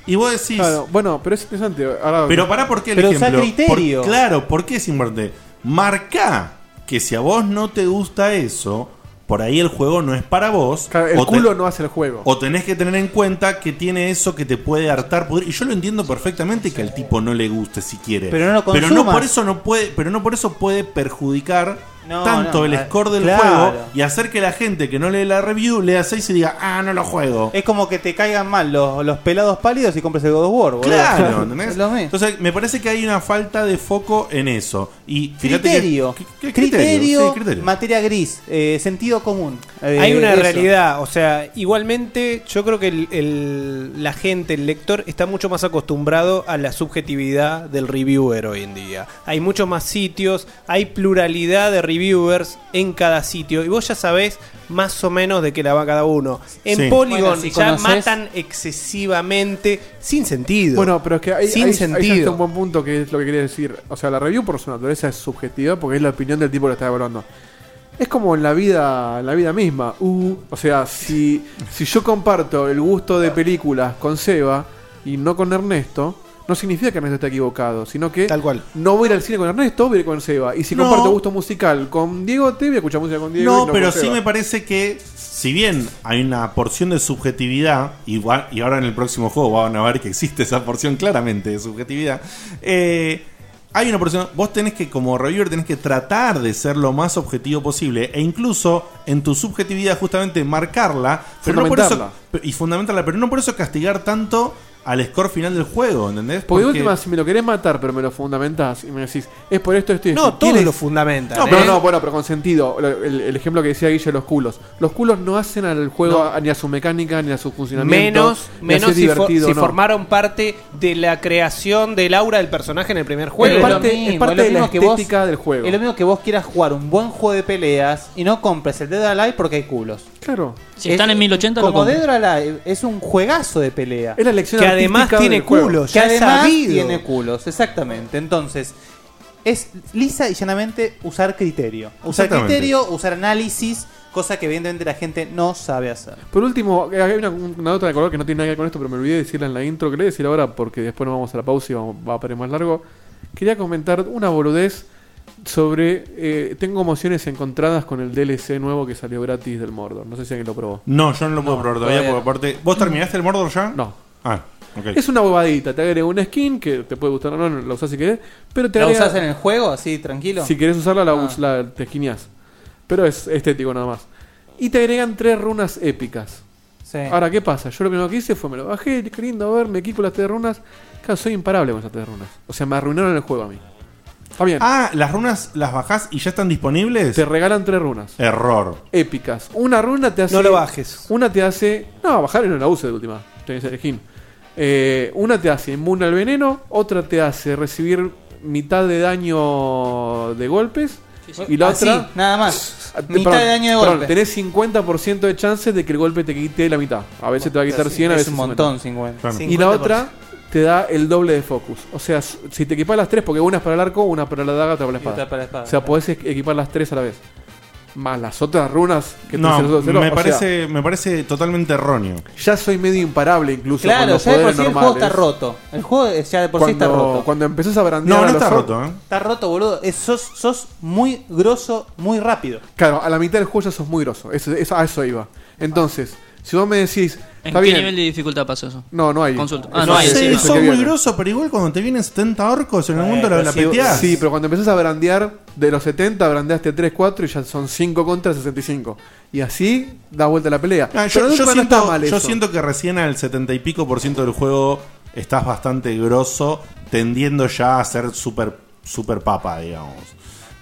[SPEAKER 2] Y vos decís...
[SPEAKER 3] Claro, bueno, pero es interesante. ahora-
[SPEAKER 2] Pero pará, ¿por qué el ejemplo? Por- claro, ¿por qué es importante? Marca que si a vos no te gusta eso, por ahí el juego no es para vos.
[SPEAKER 3] el
[SPEAKER 2] o te-
[SPEAKER 3] culo no hace el juego.
[SPEAKER 2] o tenés que tener en cuenta que tiene eso que te puede hartar pudrir. Y yo lo entiendo perfectamente que al tipo no le guste si quiere.
[SPEAKER 4] Pero no lo consumas.
[SPEAKER 2] por eso no puede, pero no por eso puede perjudicar
[SPEAKER 4] No,
[SPEAKER 2] tanto
[SPEAKER 4] no,
[SPEAKER 2] el
[SPEAKER 4] a-
[SPEAKER 2] score del
[SPEAKER 4] claro.
[SPEAKER 2] juego y hacer que la gente que no lee la review lea 6 y diga, ah, no lo juego.
[SPEAKER 4] Es como que te caigan mal los, los pelados pálidos y compres el God of War, (laughs) boludo. (laughs)
[SPEAKER 2] Claro, ¿entendés?
[SPEAKER 4] Es lo mismo.
[SPEAKER 2] Entonces me parece que hay una falta de foco en eso. Y fíjate que-
[SPEAKER 4] Criterio.
[SPEAKER 2] que- que-
[SPEAKER 4] criterio,
[SPEAKER 2] sí, criterio.
[SPEAKER 4] materia gris, eh, sentido común. Eh,
[SPEAKER 1] Hay una
[SPEAKER 4] eso.
[SPEAKER 1] realidad, o sea, igualmente yo creo que el- el- la gente, el lector, está mucho más acostumbrado a la subjetividad del reviewer hoy en día. Hay muchos más sitios, hay pluralidad de reviewers en cada sitio y vos ya sabés más o menos de qué la va cada uno. En
[SPEAKER 3] Sí.
[SPEAKER 1] Polygon
[SPEAKER 3] Bueno, si
[SPEAKER 1] ya
[SPEAKER 3] conoces-
[SPEAKER 1] matan excesivamente sin sentido.
[SPEAKER 3] Bueno, pero es que ahí,
[SPEAKER 1] sin
[SPEAKER 3] ahí- ahí ya
[SPEAKER 1] sentido.
[SPEAKER 3] está un buen punto que es lo que quería decir. O sea, la review por su naturaleza es subjetiva porque es la opinión del tipo que lo está evaluando. Es como en la vida, en la vida misma. Uh, o sea, si, si yo comparto el gusto de películas con Seba y no con Ernesto, no significa que Ernesto esté equivocado, sino que Tal cual. no voy a ir al cine con Ernesto, voy a ir con Seba. Y si
[SPEAKER 2] No.
[SPEAKER 3] comparto gusto musical con Diego, te voy a escuchar música con Diego. y
[SPEAKER 2] no, pero
[SPEAKER 3] con
[SPEAKER 2] sí
[SPEAKER 3] Seba.
[SPEAKER 2] me parece que, si bien hay una porción de subjetividad, y, va- y ahora en el próximo juego van a ver que existe esa porción claramente de subjetividad, eh, hay una porción, vos tenés que, como reviewer, tenés que tratar de ser lo más objetivo posible e incluso en tu subjetividad justamente marcarla, pero no por eso, y fundamentarla, pero no por eso castigar tanto al score final del juego, ¿entendés?
[SPEAKER 3] Porque de última, si me lo querés matar, pero me lo fundamentás y me decís, es por esto, esto y
[SPEAKER 2] No,
[SPEAKER 3] esto,
[SPEAKER 2] todos
[SPEAKER 3] ¿quién es?
[SPEAKER 2] lo fundamentan,
[SPEAKER 3] No,
[SPEAKER 2] ¿eh?
[SPEAKER 3] pero no, bueno, pero con sentido. Lo- El, el ejemplo que decía Guille, los culos. Los culos no hacen al juego a- ni a su mecánica, ni a su funcionamiento.
[SPEAKER 1] Menos,
[SPEAKER 3] ni a
[SPEAKER 1] menos
[SPEAKER 3] ser
[SPEAKER 1] si, for-
[SPEAKER 3] divertido,
[SPEAKER 1] si
[SPEAKER 3] no.
[SPEAKER 1] formaron parte de la creación del aura del personaje en el primer juego.
[SPEAKER 4] Es parte- es parte de la estética del juego. Es lo mismo que vos quieras jugar un buen juego de peleas y no compres el Dead or Alive porque hay culos.
[SPEAKER 3] Claro.
[SPEAKER 6] Si están en 1080 lo
[SPEAKER 4] Como
[SPEAKER 6] compro.
[SPEAKER 4] Dead or Alive es un juegazo de pelea.
[SPEAKER 3] Es la elección
[SPEAKER 4] Que
[SPEAKER 3] artística
[SPEAKER 4] además tiene
[SPEAKER 3] del juego.
[SPEAKER 4] culos. Que
[SPEAKER 3] ya es
[SPEAKER 4] además
[SPEAKER 3] sabido.
[SPEAKER 4] tiene culos, exactamente. Entonces, es lisa y llanamente usar criterio. Usar
[SPEAKER 3] Exactamente.
[SPEAKER 4] criterio, usar análisis, cosa que evidentemente la gente no sabe hacer.
[SPEAKER 3] Por último, eh, hay una, una nota de color que no tiene nada que ver con esto, pero me olvidé de decirla en la intro. Quería decir ahora porque después nos vamos a la pausa y vamos- va a parar más largo. Quería comentar una boludez sobre. eh, tengo emociones encontradas con el DLC nuevo que salió gratis del Mordor. No sé si alguien lo probó.
[SPEAKER 2] No, yo no lo puedo probar todavía,
[SPEAKER 3] todavía
[SPEAKER 2] porque aparte. ¿Vos terminaste el Mordor ya?
[SPEAKER 3] No.
[SPEAKER 2] Ah, ok.
[SPEAKER 3] Es una bobadita, te agrega una skin que te puede gustar o no, la usás si querés, pero te
[SPEAKER 4] ¿La
[SPEAKER 3] agrega-
[SPEAKER 4] usás en el juego así, tranquilo?
[SPEAKER 3] Si querés usarla, la, us-
[SPEAKER 4] Ah.
[SPEAKER 3] la te esquineás. Pero es estético nada más. Y te agregan tres runas épicas.
[SPEAKER 4] Sí.
[SPEAKER 3] Ahora, ¿qué pasa? Yo lo primero que hice fue me lo bajé, qué lindo, a ver, me equipo las tres runas. Claro, soy imparable con esas tres runas. O sea, me arruinaron el juego a mí. Está bien.
[SPEAKER 2] Ah, las runas las bajás y ya están disponibles.
[SPEAKER 3] Te regalan tres runas.
[SPEAKER 2] Error.
[SPEAKER 3] Épicas. Una runa te hace.
[SPEAKER 1] No lo bajes.
[SPEAKER 3] Una te hace. No, bajar y no la uses de última. Tenés el skin. Eh, una te hace inmune al veneno, otra te hace recibir mitad de daño de golpes. Y la
[SPEAKER 4] Así,
[SPEAKER 3] otra.
[SPEAKER 4] nada más.
[SPEAKER 3] Ah, te-
[SPEAKER 4] Mitad
[SPEAKER 3] perdón,
[SPEAKER 4] de daño de
[SPEAKER 3] perdón,
[SPEAKER 4] golpe.
[SPEAKER 3] Tenés 50% de chances de que el golpe te quite la mitad. A veces te va a quitar
[SPEAKER 4] Es
[SPEAKER 3] 100, a
[SPEAKER 4] un
[SPEAKER 3] veces
[SPEAKER 4] montón, 50. Claro.
[SPEAKER 3] Y la otra te da el doble de focus. O sea, s- si te equipas las tres, porque una es para el arco, una para la daga, otra para la espada.
[SPEAKER 4] otra para la espada,
[SPEAKER 3] o sea,
[SPEAKER 4] claro.
[SPEAKER 3] podés e- equipar las tres a la vez. Más las otras runas que te
[SPEAKER 2] No,
[SPEAKER 3] hacen los otros.
[SPEAKER 2] me
[SPEAKER 3] O sea,
[SPEAKER 2] parece, me parece totalmente erróneo.
[SPEAKER 3] ya soy medio imparable incluso. con
[SPEAKER 4] Claro,
[SPEAKER 3] los
[SPEAKER 4] ya de por
[SPEAKER 3] poderes
[SPEAKER 4] sí el juego está
[SPEAKER 3] normales.
[SPEAKER 4] roto. El juego eh, ya de por sí está
[SPEAKER 3] Cuando-
[SPEAKER 4] roto.
[SPEAKER 3] Cuando empezás a brandear. a los otros-
[SPEAKER 4] Está roto, ¿eh? boludo. Es- sos, sos muy grosso, muy rápido.
[SPEAKER 3] Claro, a la mitad del juego ya sos muy grosso. Eso, eso- a eso iba. Entonces, si vos me decís.
[SPEAKER 6] ¿En
[SPEAKER 3] Está
[SPEAKER 6] qué
[SPEAKER 3] bien.
[SPEAKER 6] nivel de dificultad pasó eso?
[SPEAKER 3] No, no hay.
[SPEAKER 6] Consulta.
[SPEAKER 3] Eso
[SPEAKER 6] Ah, no hay.
[SPEAKER 3] es-
[SPEAKER 6] encima.
[SPEAKER 3] eso
[SPEAKER 2] Sos
[SPEAKER 3] que
[SPEAKER 2] muy
[SPEAKER 3] viene.
[SPEAKER 2] grosso, pero igual cuando te vienen 70 orcos en el mundo la, la
[SPEAKER 3] Eh, sí,
[SPEAKER 2] peteás.
[SPEAKER 3] sí, pero cuando empezás a brandear de los 70, brandeaste 3, 4 y ya son 5 contra 65. Y así da vuelta la pelea.
[SPEAKER 2] Ah,
[SPEAKER 3] pero
[SPEAKER 2] yo, yo
[SPEAKER 3] nunca no está
[SPEAKER 2] siento,
[SPEAKER 3] mal
[SPEAKER 2] yo
[SPEAKER 3] eso.
[SPEAKER 2] siento que recién al 70 y pico por ciento del juego estás bastante grosso, tendiendo ya a ser super, super papa, digamos.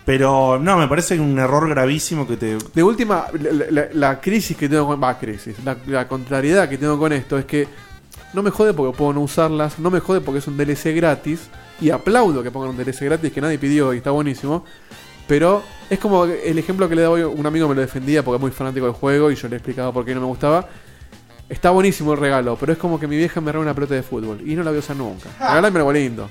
[SPEAKER 2] Pero no, me parece un error gravísimo que te.
[SPEAKER 3] De última, la, la- la crisis que tengo con. Va, crisis. La, la contrariedad que tengo con esto es que no me jode porque puedo no usarlas, no me jode porque es un DLC gratis. Y aplaudo que pongan un DLC gratis que nadie pidió y está buenísimo. Pero es como el ejemplo que le daba hoy, un amigo me lo defendía porque es muy fanático del juego y yo le explicaba por qué no me gustaba. Está buenísimo el regalo, pero es como que mi vieja me regala una pelota de fútbol y no la voy a usar nunca. Regálame algo lindo,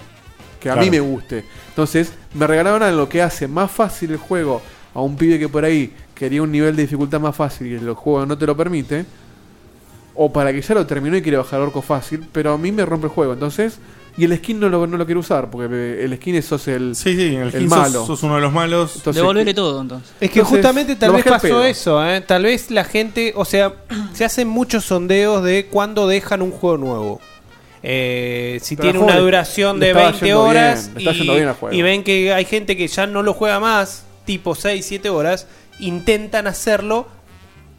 [SPEAKER 3] que a
[SPEAKER 2] Claro.
[SPEAKER 3] mí me guste. Entonces, me regalaron algo que hace más fácil el juego a un pibe que por ahí quería un nivel de dificultad más fácil y el juego no te lo permite. O para que ya lo terminó y quiere bajar orco fácil, pero a mí me rompe el juego. Entonces, y el skin no lo, no lo quiero usar porque el skin es sos el,
[SPEAKER 2] el
[SPEAKER 3] el
[SPEAKER 2] skin sos-
[SPEAKER 3] malo. Eh,
[SPEAKER 2] sos uno de los malos.
[SPEAKER 6] Devolvele todo, entonces.
[SPEAKER 1] Es que
[SPEAKER 3] Entonces,
[SPEAKER 1] justamente tal
[SPEAKER 3] lo
[SPEAKER 1] vez
[SPEAKER 3] bajé al
[SPEAKER 1] pasó
[SPEAKER 3] pedo.
[SPEAKER 1] eso, ¿eh? Tal vez la gente, o sea, se hacen muchos sondeos de cuándo dejan un juego nuevo. Eh, si
[SPEAKER 3] Pero
[SPEAKER 1] tiene
[SPEAKER 3] al
[SPEAKER 1] una
[SPEAKER 3] juego le-
[SPEAKER 1] duración
[SPEAKER 3] le
[SPEAKER 1] de
[SPEAKER 3] estaba
[SPEAKER 1] 20
[SPEAKER 3] yendo
[SPEAKER 1] horas
[SPEAKER 3] bien, le está
[SPEAKER 1] y,
[SPEAKER 3] yendo bien al juego.
[SPEAKER 1] y ven que hay gente que ya no lo juega más, tipo 6, 7 horas, intentan hacerlo,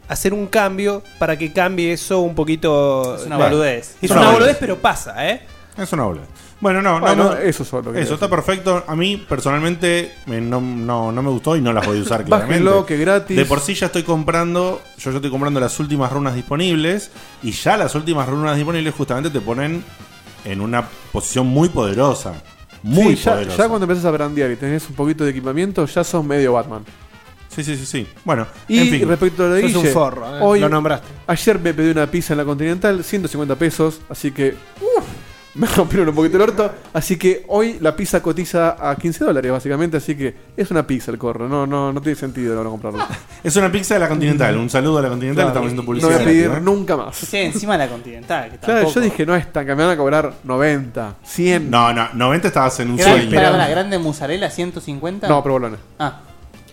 [SPEAKER 1] hacer un cambio para que cambie eso un poquito.
[SPEAKER 4] Es una boludez.
[SPEAKER 1] Es una boludez, pero pasa, ¿eh?
[SPEAKER 2] Es una boludez. Bueno, no,
[SPEAKER 1] Bueno,
[SPEAKER 2] no, no.
[SPEAKER 3] eso es lo que
[SPEAKER 2] Eso
[SPEAKER 3] quería
[SPEAKER 2] está perfecto. A mí, personalmente, me- no, no, no me gustó y no las voy a
[SPEAKER 3] (laughs)
[SPEAKER 2] usar claramente.
[SPEAKER 3] Bájenlo, que gratis.
[SPEAKER 2] De por sí ya estoy comprando, yo ya estoy comprando las últimas runas disponibles y ya las últimas runas disponibles justamente te ponen en una posición muy poderosa. Muy
[SPEAKER 3] Sí, ya,
[SPEAKER 2] poderosa.
[SPEAKER 3] ya cuando empezás a brandear y tenés un poquito de equipamiento, ya sos medio Batman.
[SPEAKER 2] Sí, sí, sí, sí. Bueno,
[SPEAKER 3] y
[SPEAKER 2] en fin.
[SPEAKER 3] respecto a lo de
[SPEAKER 2] Sos
[SPEAKER 3] Guille,
[SPEAKER 2] un forro, eh.
[SPEAKER 3] hoy,
[SPEAKER 2] Lo nombraste.
[SPEAKER 3] Ayer me pedí una pizza en la Continental, 150 pesos, así que me rompieron un poquito el orto. Así que hoy la pizza cotiza a 15 dólares, básicamente. Así que es una pizza el corro. No, no, no tiene sentido no
[SPEAKER 2] (laughs)
[SPEAKER 3] comprarlo.
[SPEAKER 2] Es una pizza de la Continental. Un saludo a la Continental. Estamos haciendo publicidad.
[SPEAKER 3] No voy a pedir
[SPEAKER 2] ¿eh?
[SPEAKER 3] nunca más.
[SPEAKER 4] Sí, encima la Continental. Que
[SPEAKER 3] Claro,
[SPEAKER 4] tampoco.
[SPEAKER 3] yo dije, no es tan, que me van a cobrar 90, 100.
[SPEAKER 2] No, no, 90 estabas en un
[SPEAKER 4] Gran-
[SPEAKER 2] sueño.
[SPEAKER 4] pará, pará, grande mozzarella, 150.
[SPEAKER 3] No, provolone.
[SPEAKER 4] Ah.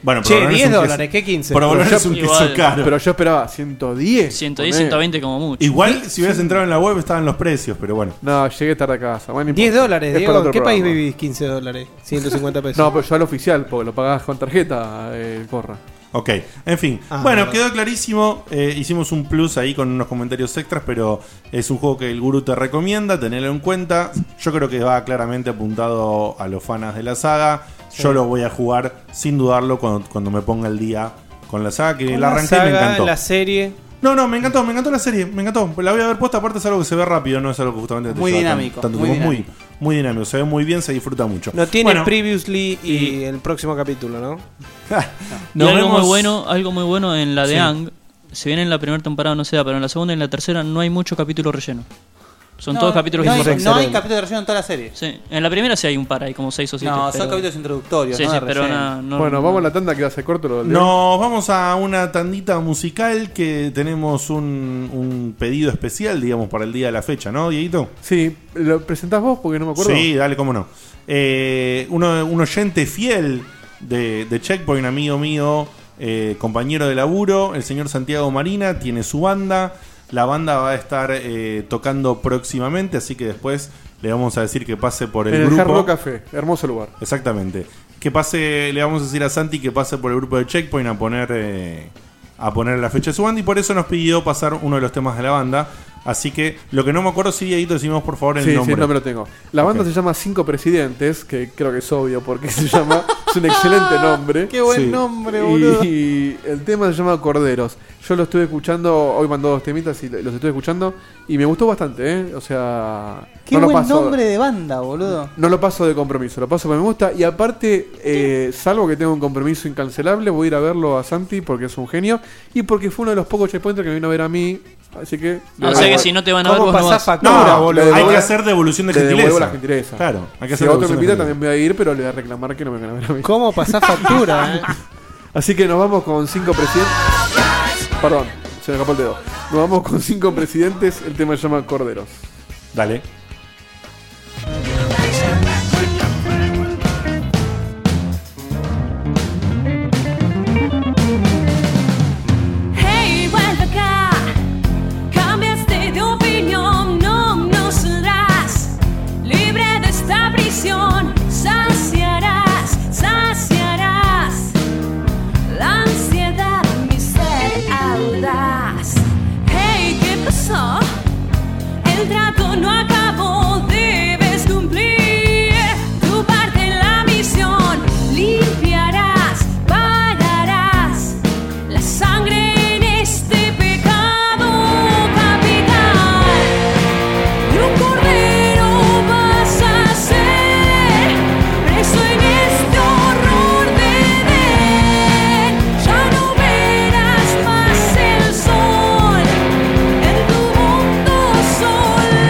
[SPEAKER 2] Bueno,
[SPEAKER 4] Che,
[SPEAKER 2] provolone es
[SPEAKER 4] 10
[SPEAKER 2] un queso-
[SPEAKER 4] dólares, ¿qué 15?
[SPEAKER 2] Provolone (laughs) es un
[SPEAKER 4] Igual.
[SPEAKER 2] queso caro.
[SPEAKER 3] Pero yo esperaba 110.
[SPEAKER 6] 110,
[SPEAKER 3] poné.
[SPEAKER 6] 120 como mucho.
[SPEAKER 2] Igual si hubieras entrado en la web estaban los precios, pero bueno.
[SPEAKER 3] No, llegué tarde a casa. Bueno, no
[SPEAKER 1] 10
[SPEAKER 3] importa.
[SPEAKER 1] dólares,
[SPEAKER 3] Es
[SPEAKER 1] Diego.
[SPEAKER 3] para otro
[SPEAKER 1] ¿En qué país
[SPEAKER 3] programa.
[SPEAKER 1] vivís 15 dólares? 150 pesos.
[SPEAKER 3] (laughs) No, pero yo al oficial, porque lo pagás con tarjeta, eh, el corra.
[SPEAKER 2] Ok, en fin.
[SPEAKER 3] Ah,
[SPEAKER 2] bueno,
[SPEAKER 3] verdad.
[SPEAKER 2] quedó clarísimo. Eh, hicimos un plus ahí con unos comentarios extras, pero es un juego que el gurú te recomienda, tenerlo en cuenta. Yo creo que va claramente apuntado a los fanas de la saga. Yo lo voy a jugar sin dudarlo cuando, cuando me ponga el día con la saga, que
[SPEAKER 1] Con
[SPEAKER 2] la
[SPEAKER 1] la
[SPEAKER 2] arranqué y me
[SPEAKER 1] saga,
[SPEAKER 2] encantó.
[SPEAKER 1] la serie.
[SPEAKER 2] No, no, me encantó, me encantó la serie, me encantó. La voy a ver posta, aparte es algo que se ve rápido, no es algo que justamente te
[SPEAKER 1] Muy
[SPEAKER 2] lleva tan-
[SPEAKER 1] dinámico,
[SPEAKER 2] tanto
[SPEAKER 1] muy
[SPEAKER 2] tiempo.
[SPEAKER 1] dinámico.
[SPEAKER 2] Muy, muy dinámico, se ve muy bien, se disfruta mucho.
[SPEAKER 1] No tiene
[SPEAKER 2] Bueno,
[SPEAKER 1] previously y, el próximo capítulo, (laughs) ¿no?
[SPEAKER 6] Y algo muy bueno, algo muy bueno en la de
[SPEAKER 1] Sí.
[SPEAKER 6] Ang, si bien en la primera temporada no se da, pero en la segunda y en la tercera no hay mucho capítulo relleno. Son
[SPEAKER 4] No,
[SPEAKER 6] todos capítulos
[SPEAKER 4] no hay-
[SPEAKER 6] importantes.
[SPEAKER 4] No hay capítulo de relleno en toda la serie.
[SPEAKER 6] Sí, en la primera sí hay un par, hay como seis o siete.
[SPEAKER 4] No, son
[SPEAKER 6] pero-
[SPEAKER 4] capítulos introductorios,
[SPEAKER 6] Sí,
[SPEAKER 4] no
[SPEAKER 6] sí,
[SPEAKER 4] de
[SPEAKER 6] pero
[SPEAKER 4] relleno.
[SPEAKER 6] no- no-
[SPEAKER 3] Ah, bueno,
[SPEAKER 6] no.
[SPEAKER 3] vamos a la tanda que va a ser corto. Lo
[SPEAKER 2] Nos vamos a una tandita musical que tenemos un, un pedido especial, digamos, para el día de la fecha, ¿no, Dieguito?
[SPEAKER 3] Sí, ¿lo presentás vos? Porque no me acuerdo.
[SPEAKER 2] Sí, dale, cómo no. Eh, uno, un oyente fiel de, de Checkpoint, amigo mío, eh, compañero de laburo, el señor Santiago Marina, tiene su banda. La banda va a estar eh, tocando próximamente, así que después le vamos a decir que pase por el
[SPEAKER 3] en el
[SPEAKER 2] grupo.
[SPEAKER 3] Hard Rock Café, hermoso lugar.
[SPEAKER 2] Exactamente. Que pase, le vamos a decir a Santi que pase por el grupo de Checkpoint a poner eh, a poner la fecha de su banda y por eso nos pidió pasar uno de los temas de la banda. Así que lo que no me acuerdo si Dieguito decimos por favor el
[SPEAKER 3] Sí, sí,
[SPEAKER 2] nombre.
[SPEAKER 3] no me lo tengo. La banda se llama Cinco Presidentes, que creo que es obvio porque (laughs) se llama. es un excelente nombre.
[SPEAKER 4] Qué buen nombre,
[SPEAKER 3] Y-
[SPEAKER 4] boludo.
[SPEAKER 3] Y el tema se llama Corderos. Yo lo estuve escuchando, hoy mandó dos temitas y los estuve escuchando. Y me gustó bastante, ¿eh? O sea.
[SPEAKER 4] Qué
[SPEAKER 3] no lo
[SPEAKER 4] buen
[SPEAKER 3] paso-
[SPEAKER 4] nombre de banda, boludo.
[SPEAKER 3] No lo paso de compromiso, lo paso porque me gusta. Y aparte, eh, salvo que tengo un compromiso incancelable, voy a ir a verlo a Santi porque es un genio y porque fue uno de los pocos checkpointers que me vino a ver a mí. Así que.
[SPEAKER 6] Ah, o sea que si no te van a ver, vos no vas.
[SPEAKER 2] No, boludo, hay que hacer devolución de gentileza.
[SPEAKER 3] la gentileza.
[SPEAKER 2] Claro, hay que
[SPEAKER 3] si
[SPEAKER 2] hacer
[SPEAKER 3] otro me
[SPEAKER 2] devolución de
[SPEAKER 3] invita,
[SPEAKER 2] gentileza.
[SPEAKER 3] también voy a ir, pero le voy a reclamar que no me van a ver a mí.
[SPEAKER 1] ¿Cómo pasás factura? eh?
[SPEAKER 3] (laughs) Así que nos vamos con cinco presidentes. Perdón, se me escapó el dedo. Nos vamos con cinco presidentes. El tema se llama Corderos.
[SPEAKER 2] Dale.
[SPEAKER 11] Hey, vuelve acá. Cambiaste de opinión, no, no serás libre de esta prisión. Saciarás, saciarás la ansiedad, mi ser audaz. Hey, ¿qué pasó? El trato no acabó, debes cumplir tu parte en la misión. Limpiarás, pagarás la sangre en este pecado capital. Y un cordero vas a ser preso en este horror de Edén. Ya no verás más el sol en tu mundo solo.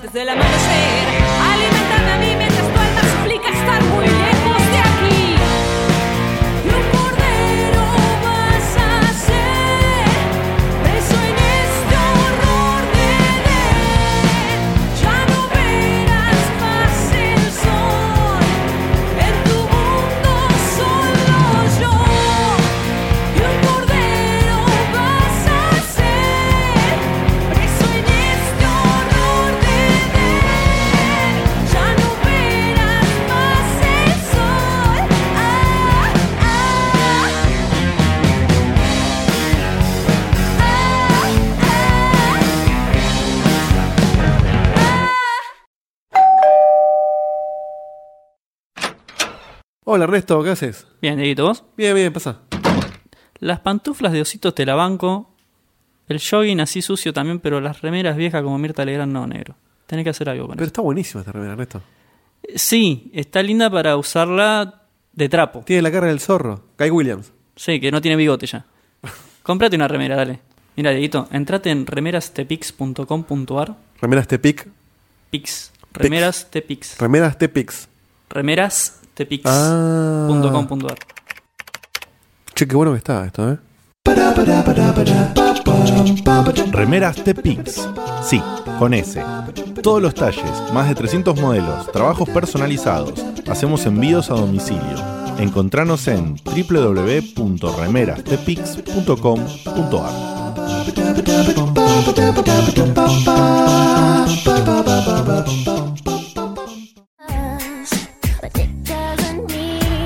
[SPEAKER 11] desde el amanecer. Alimentame a mí mientras tu alma suplica estar muy lejos de aquí. Y un cordero vas a ser preso en este horror de ver. Ya no verás más el sol. En tu mundo solo yo. Y un cordero vas a ser preso en este horror de ver. Ya no verás más el sol. Ah,
[SPEAKER 3] Hola Ernesto, ¿qué haces?
[SPEAKER 6] Bien, Dieguito, ¿vos?
[SPEAKER 3] Bien, bien, pasa.
[SPEAKER 6] Las pantuflas de ositos te la banco. El jogging así sucio también, pero las remeras viejas como Mirta Legrand no, negro. Tenés que hacer algo con
[SPEAKER 3] Pero está buenísima esta remera, Ernesto.
[SPEAKER 6] eso. Eh, Sí, está linda para usarla de trapo.
[SPEAKER 3] Tiene la cara del zorro. Guy Williams.
[SPEAKER 6] Sí, que no tiene bigote
[SPEAKER 3] (laughs)
[SPEAKER 6] ya. Comprate una remera, dale. Mira, Dieguito, entrate en remerastepix.com.ar.
[SPEAKER 3] Remeras Tepic.
[SPEAKER 6] Pix. Remeras Tepix.
[SPEAKER 3] Remeras Tepix.
[SPEAKER 6] Remeras
[SPEAKER 3] Ah. Che, qué bueno que está esto, ¿eh?
[SPEAKER 2] Remeras Tepix. Sí, con S. Todos los talles, más de 300 modelos, trabajos personalizados. Hacemos envíos a domicilio. Encontranos en www.remerastepix.com.ar.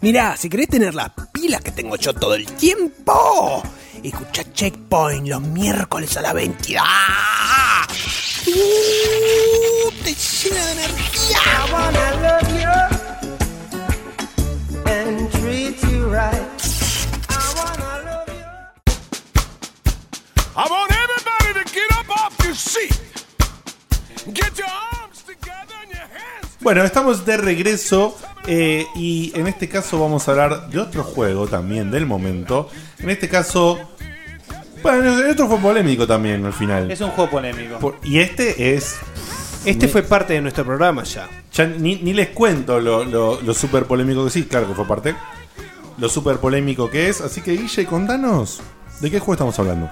[SPEAKER 14] mirá, si querés tener las pilas que tengo yo todo el tiempo, escucha Checkpoint los miércoles a las 22. Uh, te llena de energía.
[SPEAKER 10] I want everybody to get up off your seat. Get your arms together and your
[SPEAKER 2] Bueno, estamos de regreso eh, y en este caso vamos a hablar de otro juego también del momento. En este caso, bueno, el otro fue polémico también al final.
[SPEAKER 4] Es un juego polémico.
[SPEAKER 2] Por- y este es.
[SPEAKER 4] Este fue
[SPEAKER 2] parte de nuestro programa ya. Ya ni, ni les cuento lo, lo, lo súper polémico que sí, claro que fue parte. Lo súper polémico que es. Así que, Guille, contanos. ¿De qué juego estamos hablando?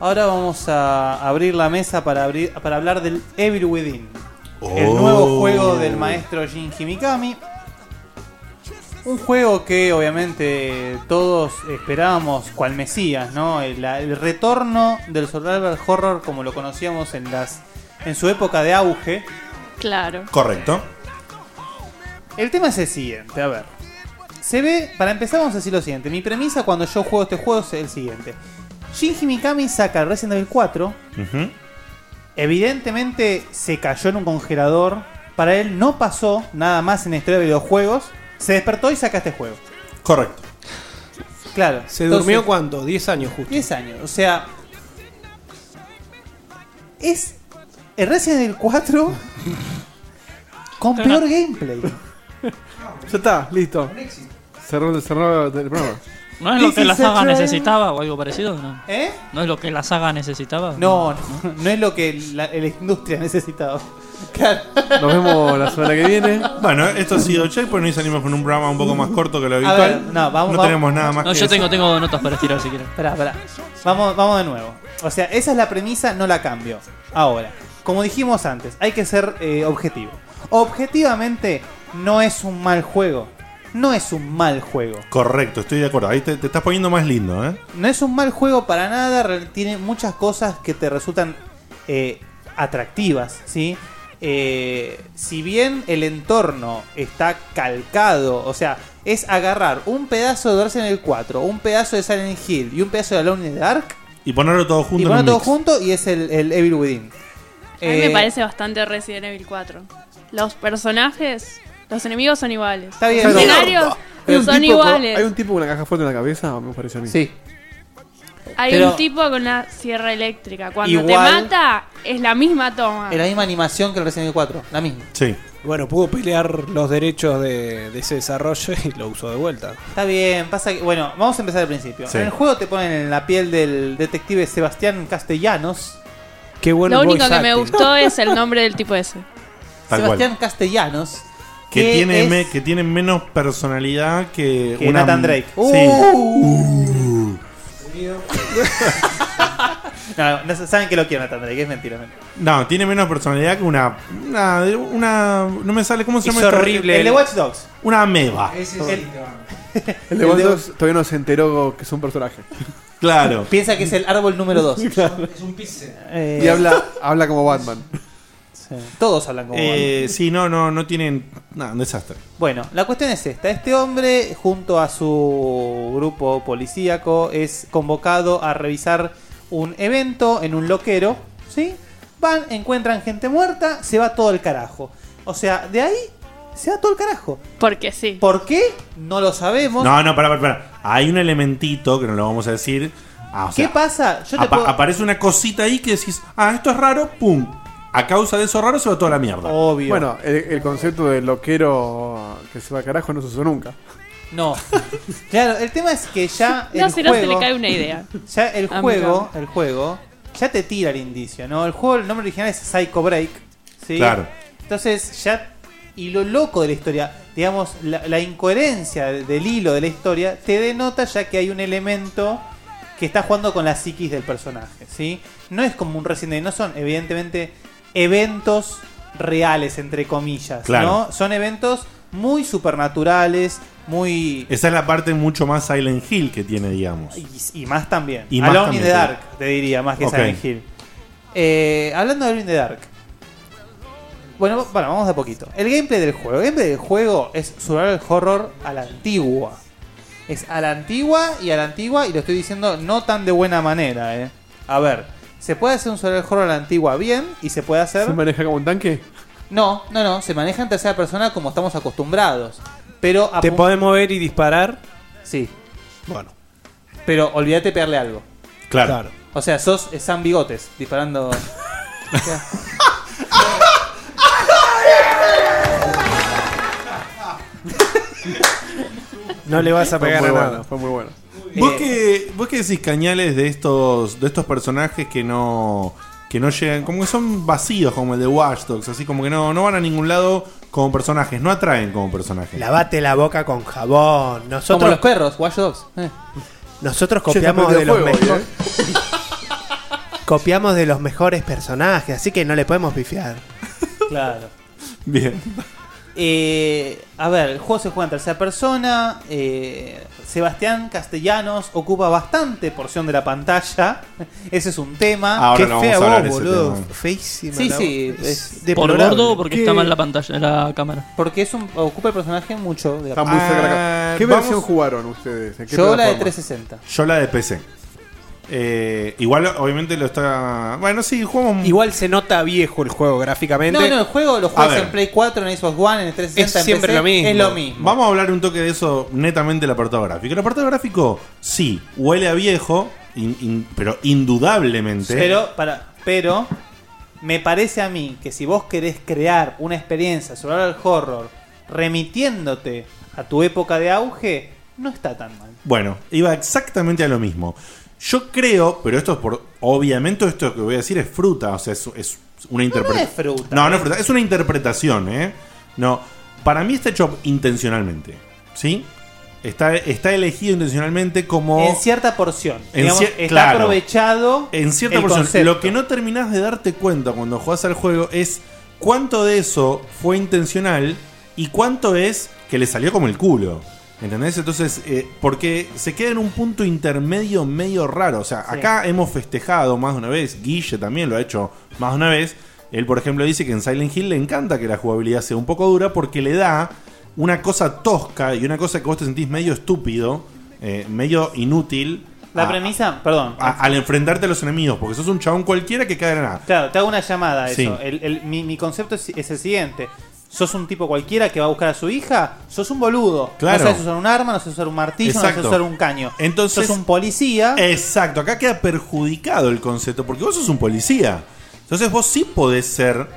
[SPEAKER 4] Ahora vamos a abrir la mesa para, abrir, para hablar del Evil Within. El nuevo juego del maestro Shinji Mikami. Un juego que obviamente todos esperábamos cual Mesías, ¿no? El, la- el retorno del survival horror como lo conocíamos en las en su época de auge.
[SPEAKER 9] Claro.
[SPEAKER 2] Correcto.
[SPEAKER 4] El tema es el siguiente, a ver. Se ve, para empezar vamos a decir lo siguiente. Mi premisa cuando yo juego este juego es el siguiente. Shinji Mikami saca el Resident Evil 4 Evidentemente se cayó en un congelador. Para él no pasó nada más en la historia de videojuegos. Se despertó y saca este juego.
[SPEAKER 2] Correcto.
[SPEAKER 4] Claro.
[SPEAKER 1] ¿Se durmió
[SPEAKER 4] cuánto? 10 años justo. 10 años. O sea. Es el Resident Evil 4
[SPEAKER 3] (laughs)
[SPEAKER 4] con peor gameplay.
[SPEAKER 3] Ya está, listo. Cerró, cerró el programa.
[SPEAKER 6] ¿No es lo
[SPEAKER 4] This
[SPEAKER 6] que la
[SPEAKER 4] is a
[SPEAKER 6] saga
[SPEAKER 4] trial.
[SPEAKER 6] necesitaba o algo parecido? No.
[SPEAKER 4] ¿Eh?
[SPEAKER 6] ¿No es lo que la saga necesitaba?
[SPEAKER 4] No, no, no es lo que la, (laughs) la industria necesitaba. Claro.
[SPEAKER 3] Nos vemos la semana que viene.
[SPEAKER 2] Bueno, esto ha sido Checkpoint. Hoy salimos con un programa un poco más corto que lo habitual.
[SPEAKER 4] ver, no, vamos- vamos-
[SPEAKER 2] tenemos nada más
[SPEAKER 6] No,
[SPEAKER 2] que
[SPEAKER 6] yo
[SPEAKER 2] decir.
[SPEAKER 6] tengo, tengo notas para estirar si quieres.
[SPEAKER 4] Pará, pará. Vamos, vamos de nuevo. O sea, esa es la premisa, no la cambio. Ahora, como dijimos antes, hay que ser eh, objetivo. Objetivamente, no es un mal juego. No es un mal juego.
[SPEAKER 2] Correcto, estoy de acuerdo. Ahí te, te estás poniendo más lindo, ¿eh?
[SPEAKER 4] No es un mal juego para nada, re- tiene muchas cosas que te resultan eh, atractivas, ¿sí? Eh, si bien el entorno está calcado, o sea, es agarrar un pedazo de Resident Evil 4, un pedazo de Silent Hill y un pedazo de Alone in the Dark
[SPEAKER 2] Y ponerlo todo junto
[SPEAKER 4] y
[SPEAKER 2] en un
[SPEAKER 4] ponerlo todo
[SPEAKER 2] mix.
[SPEAKER 4] junto y es el, el Evil Within.
[SPEAKER 9] A mí me
[SPEAKER 4] Eh,
[SPEAKER 9] parece bastante Resident Evil 4. Los personajes, los enemigos son iguales.
[SPEAKER 4] Está
[SPEAKER 9] los
[SPEAKER 4] bien.
[SPEAKER 9] escenarios
[SPEAKER 3] Hay un
[SPEAKER 9] son
[SPEAKER 3] tipo con-
[SPEAKER 9] iguales.
[SPEAKER 3] Hay un tipo con una caja fuerte en la cabeza, me parece a mí.
[SPEAKER 4] Sí.
[SPEAKER 9] Hay
[SPEAKER 4] Pero-
[SPEAKER 9] un tipo con una sierra eléctrica. Cuando te
[SPEAKER 4] Igual-
[SPEAKER 9] mata, es la misma toma.
[SPEAKER 4] Es la misma animación que el Resident Evil 4, la misma.
[SPEAKER 2] Sí.
[SPEAKER 1] Bueno, pudo pelear los derechos eh, de, de ese desarrollo y lo usó de vuelta.
[SPEAKER 4] Está bien, pasa que. Bueno, vamos a empezar al principio.
[SPEAKER 1] Sí.
[SPEAKER 4] En el juego te ponen en la piel del detective Sebastián Castellanos.
[SPEAKER 1] Qué bueno.
[SPEAKER 9] Lo único que me gustó es el nombre del tipo ese.
[SPEAKER 2] Tal cual.
[SPEAKER 4] Sebastián Castellanos.
[SPEAKER 2] Que tiene,
[SPEAKER 4] es-
[SPEAKER 2] me- que tiene menos personalidad que,
[SPEAKER 4] Que Nathan Drake.
[SPEAKER 2] Sí.
[SPEAKER 4] Uh. (laughs) No, no, saben que lo quiero Nathan Drake, es mentira. mentira.
[SPEAKER 2] No, tiene menos personalidad que una. Una. una no me sale. ¿Cómo se
[SPEAKER 4] Es
[SPEAKER 2] llama? esta-
[SPEAKER 4] horrible. El de Watch Dogs.
[SPEAKER 2] Una ameba.
[SPEAKER 4] El-
[SPEAKER 3] El de
[SPEAKER 4] El
[SPEAKER 3] Watch
[SPEAKER 4] de-
[SPEAKER 3] Dogs todavía no se enteró que es un personaje.
[SPEAKER 2] (laughs) Claro.
[SPEAKER 4] Piensa que es el árbol número 2.
[SPEAKER 3] Es
[SPEAKER 4] un pizza.
[SPEAKER 3] Y habla, habla como Batman.
[SPEAKER 4] Todos hablan como
[SPEAKER 2] Eh,
[SPEAKER 4] Batman.
[SPEAKER 2] sí, no, no, no tienen. Nada, un desastre.
[SPEAKER 4] Bueno, la cuestión es esta. Este hombre, junto a su grupo policíaco, es convocado a revisar un evento en un loquero, ¿sí? Van, encuentran gente muerta, se va todo el carajo. O sea, de ahí se va todo el carajo.
[SPEAKER 9] Porque sí.
[SPEAKER 4] ¿Por qué? No lo sabemos.
[SPEAKER 2] No, no, pará, pará, pará. Hay un elementito que no lo vamos a decir. Ah, o
[SPEAKER 4] ¿Qué
[SPEAKER 2] sea,
[SPEAKER 4] pasa? Yo te
[SPEAKER 2] apa-
[SPEAKER 4] puedo-
[SPEAKER 2] Aparece una cosita ahí que decís, ah, esto es raro, pum. A causa de eso raro se va toda la mierda.
[SPEAKER 4] Obvio.
[SPEAKER 3] Bueno, el, el concepto de loquero que se va a carajo no se usó nunca.
[SPEAKER 4] No. claro, el tema es que ya
[SPEAKER 9] (laughs) No,
[SPEAKER 4] el
[SPEAKER 9] si no se le
[SPEAKER 4] juego-
[SPEAKER 9] cae una idea.
[SPEAKER 4] (laughs) Ya el
[SPEAKER 9] Amigo.
[SPEAKER 4] juego, el juego ya te tira el indicio, ¿no? El juego, el nombre original es Psycho Break, ¿sí?
[SPEAKER 2] Claro.
[SPEAKER 4] Entonces, ya y lo loco de la historia, digamos, la, la incoherencia del hilo de la historia te denota ya que hay un elemento que está jugando con la psiquis del personaje, ¿sí? No es como un Resident Evil, no son evidentemente eventos reales entre comillas,
[SPEAKER 2] Claro.
[SPEAKER 4] ¿no? Son eventos muy supernaturales, muy
[SPEAKER 2] Esa es la parte mucho más Silent Hill que tiene, digamos.
[SPEAKER 4] y, y más también.
[SPEAKER 2] Y más
[SPEAKER 4] Alone
[SPEAKER 2] también,
[SPEAKER 4] in the
[SPEAKER 2] sí.
[SPEAKER 4] Dark, te diría, más que
[SPEAKER 2] Ok.
[SPEAKER 4] Silent Hill. Eh, hablando de Alone in the Dark. Bueno, va- bueno, vamos de a poquito. El gameplay del juego. El gameplay del juego es survival horror a la antigua. Es a la antigua y a la antigua, y lo estoy diciendo no tan de buena manera, eh. A ver, se puede hacer un survival horror a la antigua bien, y se puede hacer...
[SPEAKER 3] ¿Se maneja como un tanque?
[SPEAKER 4] No, no, no, se maneja en tercera persona como estamos acostumbrados. Pero
[SPEAKER 1] ¿Te
[SPEAKER 4] apun-
[SPEAKER 1] podés mover y disparar?
[SPEAKER 4] Sí.
[SPEAKER 1] Bueno.
[SPEAKER 4] Pero olvídate de pegarle algo.
[SPEAKER 1] Claro. Claro.
[SPEAKER 4] O sea, sos eh, Sam Bigotes disparando. O sea,
[SPEAKER 1] No le vas a pegar
[SPEAKER 2] Fue
[SPEAKER 1] a
[SPEAKER 2] muy
[SPEAKER 1] nada.
[SPEAKER 2] bueno,
[SPEAKER 3] fue muy bueno.
[SPEAKER 2] ¿Vos, qué, ¿Vos qué decís cañales de estos, de estos personajes que no, que no llegan? Como que son vacíos, como el de Watch Dogs, así como que no, no van a ningún lado como personajes, no atraen como personajes.
[SPEAKER 1] (laughs) Lavate la boca con jabón. Nosotros,
[SPEAKER 4] Como los perros, Watch Dogs. eh.
[SPEAKER 1] Nosotros
[SPEAKER 4] Che, está
[SPEAKER 1] copiamos de
[SPEAKER 4] prendido
[SPEAKER 1] los
[SPEAKER 4] fuego,
[SPEAKER 1] mejores. copiamos de los mejores personajes, así que no le podemos pifiar. eh.
[SPEAKER 4] Claro.
[SPEAKER 2] Bien.
[SPEAKER 4] Eh, a ver, el juego se juega en tercera persona. eh, Sebastián Castellanos ocupa bastante porción de la pantalla. (laughs) Ese es un tema.
[SPEAKER 2] Ahora
[SPEAKER 4] Qué
[SPEAKER 2] no
[SPEAKER 4] fea
[SPEAKER 2] vamos a hablar
[SPEAKER 4] voz,
[SPEAKER 2] de ese
[SPEAKER 4] boludo.
[SPEAKER 2] tema.
[SPEAKER 1] Feísima.
[SPEAKER 4] Sí,
[SPEAKER 1] la
[SPEAKER 4] sí.
[SPEAKER 1] voz.
[SPEAKER 4] Es
[SPEAKER 6] ¿Por
[SPEAKER 4] deplorable.
[SPEAKER 6] gordo o porque está mal la pantalla, la cámara?
[SPEAKER 4] Porque es un, ocupa el personaje mucho. De la
[SPEAKER 3] Está muy
[SPEAKER 4] pantalla.
[SPEAKER 3] cerca la ca- ¿Qué
[SPEAKER 4] vamos-
[SPEAKER 3] versión jugaron ustedes? ¿En qué
[SPEAKER 4] Yo la de
[SPEAKER 3] plataforma?
[SPEAKER 4] 360.
[SPEAKER 2] Yo la de PC. Eh, igual, obviamente, lo está. Bueno, sí, jugamos.
[SPEAKER 1] Igual se nota viejo el juego gráficamente.
[SPEAKER 4] No, no, el juego lo
[SPEAKER 2] A
[SPEAKER 4] juegas
[SPEAKER 2] ver.
[SPEAKER 4] en Play 4, en Xbox One, en el 360. en PC, Es lo mismo.
[SPEAKER 2] Vamos a hablar un toque de eso netamente del apartado gráfico. El apartado gráfico, sí, huele a viejo, in- in- pero indudablemente.
[SPEAKER 4] Pero, para, pero me parece a mí que si vos querés crear una experiencia sobre el horror remitiéndote a tu época de auge, No está tan mal.
[SPEAKER 2] Bueno, iba exactamente a lo mismo. Yo creo, pero esto es por. Obviamente, esto que voy a decir es fruta, o sea, es, es una
[SPEAKER 4] No es
[SPEAKER 2] interpretación.
[SPEAKER 4] fruta.
[SPEAKER 2] No, no es fruta, es una interpretación, ¿eh? No, para mí está hecho intencionalmente, ¿sí? Está, está elegido intencionalmente como.
[SPEAKER 4] En cierta porción.
[SPEAKER 2] En
[SPEAKER 4] Digamos,
[SPEAKER 2] cier-
[SPEAKER 4] está
[SPEAKER 2] claro.
[SPEAKER 4] aprovechado.
[SPEAKER 2] En cierta
[SPEAKER 4] el
[SPEAKER 2] porción.
[SPEAKER 4] concepto.
[SPEAKER 2] Lo que no terminás de darte cuenta cuando jugás al juego es cuánto de eso fue intencional y cuánto es que le salió como el culo. ¿Entendés? Entonces, eh, porque se queda en un punto intermedio medio raro. O sea,
[SPEAKER 13] Sí.
[SPEAKER 2] acá hemos festejado más de una vez, Guille también lo ha hecho más de una vez. Él, por ejemplo, dice que en Silent Hill le encanta que la jugabilidad sea un poco dura porque le da una cosa tosca y una cosa que vos te sentís medio estúpido, eh, medio inútil.
[SPEAKER 4] La
[SPEAKER 2] a-
[SPEAKER 4] premisa, perdón.
[SPEAKER 2] a- al enfrentarte a los enemigos, porque sos un chabón cualquiera que cae en nada.
[SPEAKER 4] Claro, te hago una llamada a eso.
[SPEAKER 2] Sí.
[SPEAKER 4] El- el- mi, mi concepto es, es el siguiente. Sos un tipo cualquiera que va a buscar a su hija, sos un boludo.
[SPEAKER 2] Claro.
[SPEAKER 4] No sabes usar un arma, no sabes usar un martillo, no sabes
[SPEAKER 2] Exacto.
[SPEAKER 4] usar un caño.
[SPEAKER 2] Entonces,
[SPEAKER 4] sos un policía.
[SPEAKER 2] Exacto, acá queda perjudicado el concepto, porque vos sos un policía. Entonces vos sí podés ser,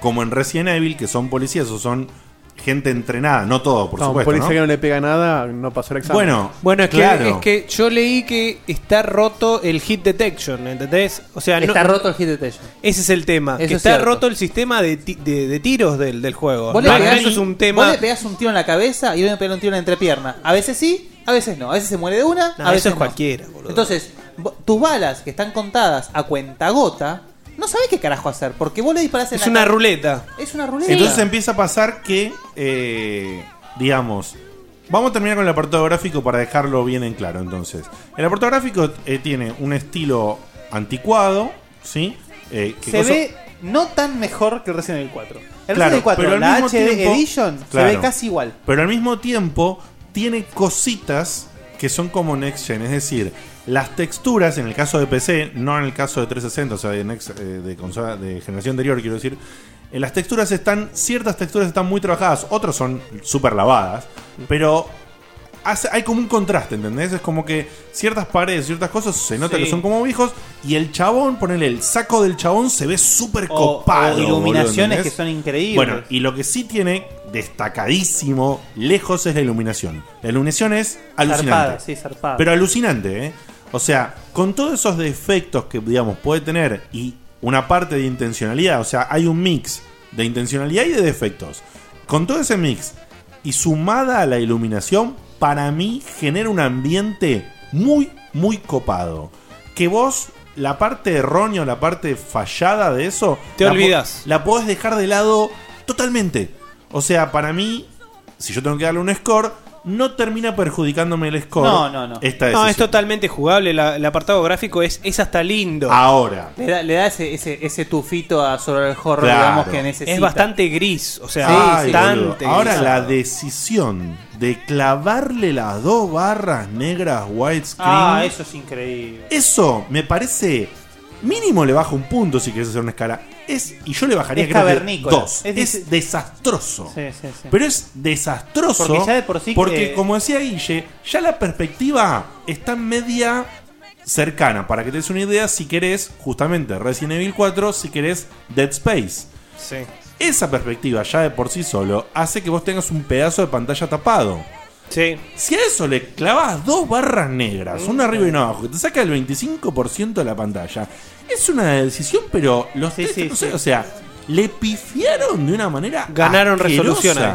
[SPEAKER 2] como en Resident Evil, que son policías o son gente entrenada, no todo, por
[SPEAKER 3] No, un
[SPEAKER 2] supuesto.
[SPEAKER 3] policía
[SPEAKER 2] ¿no?
[SPEAKER 3] que no le pega nada, no pasó el examen.
[SPEAKER 2] Bueno,
[SPEAKER 1] Bueno, es,
[SPEAKER 2] claro.
[SPEAKER 1] que, es que yo leí que está roto el hit detection, ¿entendés? O sea, no-
[SPEAKER 4] Está roto el hit detection.
[SPEAKER 1] Ese es el tema.
[SPEAKER 4] Eso
[SPEAKER 1] que
[SPEAKER 4] es
[SPEAKER 1] está
[SPEAKER 4] cierto.
[SPEAKER 1] roto el sistema de, ti- de- de tiros del, del juego.
[SPEAKER 4] Vos le,
[SPEAKER 1] No,
[SPEAKER 4] pegás,
[SPEAKER 1] eso es un
[SPEAKER 4] vos
[SPEAKER 1] tema.
[SPEAKER 4] le pegás un tiro en la cabeza y yo le pegar un tiro en la entrepierna. A veces sí, a veces no. A veces se muere de una,
[SPEAKER 1] No,
[SPEAKER 4] a veces
[SPEAKER 1] eso es
[SPEAKER 4] no.
[SPEAKER 1] cualquiera, boludo.
[SPEAKER 4] Entonces, vo- tus balas que están contadas a cuentagota, no sabés qué carajo hacer, porque vos le disparás en
[SPEAKER 1] Es
[SPEAKER 4] la
[SPEAKER 1] una
[SPEAKER 4] ca-
[SPEAKER 1] ruleta.
[SPEAKER 4] Es una ruleta.
[SPEAKER 2] Entonces empieza a pasar que, eh, digamos, vamos a terminar con el apartado gráfico para dejarlo bien en claro. Entonces, el apartado gráfico eh, tiene un estilo anticuado, ¿sí? Eh, que
[SPEAKER 4] se
[SPEAKER 2] cosa-
[SPEAKER 4] ve no tan mejor que el Resident Evil 4. El
[SPEAKER 2] Claro,
[SPEAKER 4] Resident Evil 4,
[SPEAKER 2] pero al
[SPEAKER 4] la
[SPEAKER 2] mismo
[SPEAKER 4] HD
[SPEAKER 2] tiempo-
[SPEAKER 4] Edition,
[SPEAKER 2] Claro.
[SPEAKER 4] se ve casi igual.
[SPEAKER 2] Pero al mismo tiempo tiene cositas que son como Next Gen, es decir, las texturas en el caso de PC, no en el caso de 360, o sea, de, Next, eh, de consola de generación anterior, quiero decir, eh, las texturas están, ciertas texturas están muy trabajadas, otras son súper lavadas, pero hace- hay como un contraste, ¿entendés? Es como que ciertas paredes, ciertas cosas se nota
[SPEAKER 4] Sí.
[SPEAKER 2] que son como viejos y el chabón, ponele, el saco del chabón se ve súper
[SPEAKER 4] O-
[SPEAKER 2] copado.
[SPEAKER 4] o iluminaciones
[SPEAKER 2] boludo, ¿entendés?
[SPEAKER 4] que son increíbles.
[SPEAKER 2] Bueno, y lo que sí tiene destacadísimo, lejos, es la iluminación. La iluminación es alucinante.
[SPEAKER 4] Zarpada, sí, zarpada.
[SPEAKER 2] Pero alucinante, ¿eh? O sea, con todos esos defectos que, digamos, puede tener y una parte de intencionalidad, o sea, hay un mix de intencionalidad y de defectos. Con todo ese mix y sumada a la iluminación, para mí genera un ambiente muy, muy copado. Que vos, la parte errónea o la parte fallada de eso,
[SPEAKER 1] Te
[SPEAKER 2] la po-
[SPEAKER 1] olvidás.
[SPEAKER 2] La podés dejar de lado totalmente. O sea, para mí, si yo tengo que darle un score, no termina perjudicándome el score.
[SPEAKER 1] No, no, no.
[SPEAKER 2] Esta
[SPEAKER 1] no, es
[SPEAKER 2] decisión.
[SPEAKER 1] totalmente jugable. la- el apartado gráfico es, es hasta lindo.
[SPEAKER 2] Ahora.
[SPEAKER 4] Le da, le da ese, ese, ese tufito a sobre el horror,
[SPEAKER 2] Claro.
[SPEAKER 4] digamos, que necesita.
[SPEAKER 1] Es bastante gris. O sea,
[SPEAKER 2] Ay, boludo.
[SPEAKER 1] bastante.
[SPEAKER 2] Ahora
[SPEAKER 1] gris.
[SPEAKER 2] la decisión de clavarle las dos barras negras widescreen.
[SPEAKER 4] Ah, eso es increíble.
[SPEAKER 2] Eso me parece. Mínimo le bajo un punto si quieres hacer una escala. Es, y yo le bajaría
[SPEAKER 4] Es
[SPEAKER 2] creo que
[SPEAKER 4] cavernícola.
[SPEAKER 2] dos.
[SPEAKER 4] Es
[SPEAKER 2] Es,
[SPEAKER 4] dis-
[SPEAKER 2] desastroso.
[SPEAKER 4] Sí, sí, sí.
[SPEAKER 2] Pero es desastroso.
[SPEAKER 4] Porque ya de por sí
[SPEAKER 2] porque,
[SPEAKER 4] que-
[SPEAKER 2] como decía Guille, ya la perspectiva está media cercana. Para que te des una idea, si querés, justamente Resident Evil 4, si querés Dead Space.
[SPEAKER 1] Sí.
[SPEAKER 2] Esa perspectiva ya de por sí solo hace que vos tengas un pedazo de pantalla tapado.
[SPEAKER 1] Sí. Mm.
[SPEAKER 2] Si a eso le clavas dos barras negras, una arriba y una abajo, que te saca el 25% de la pantalla, es una decisión, pero los tres, no sé, o sea, le pifiaron de una manera.
[SPEAKER 1] Ganaron
[SPEAKER 2] asquerosa.
[SPEAKER 1] resolución ahí.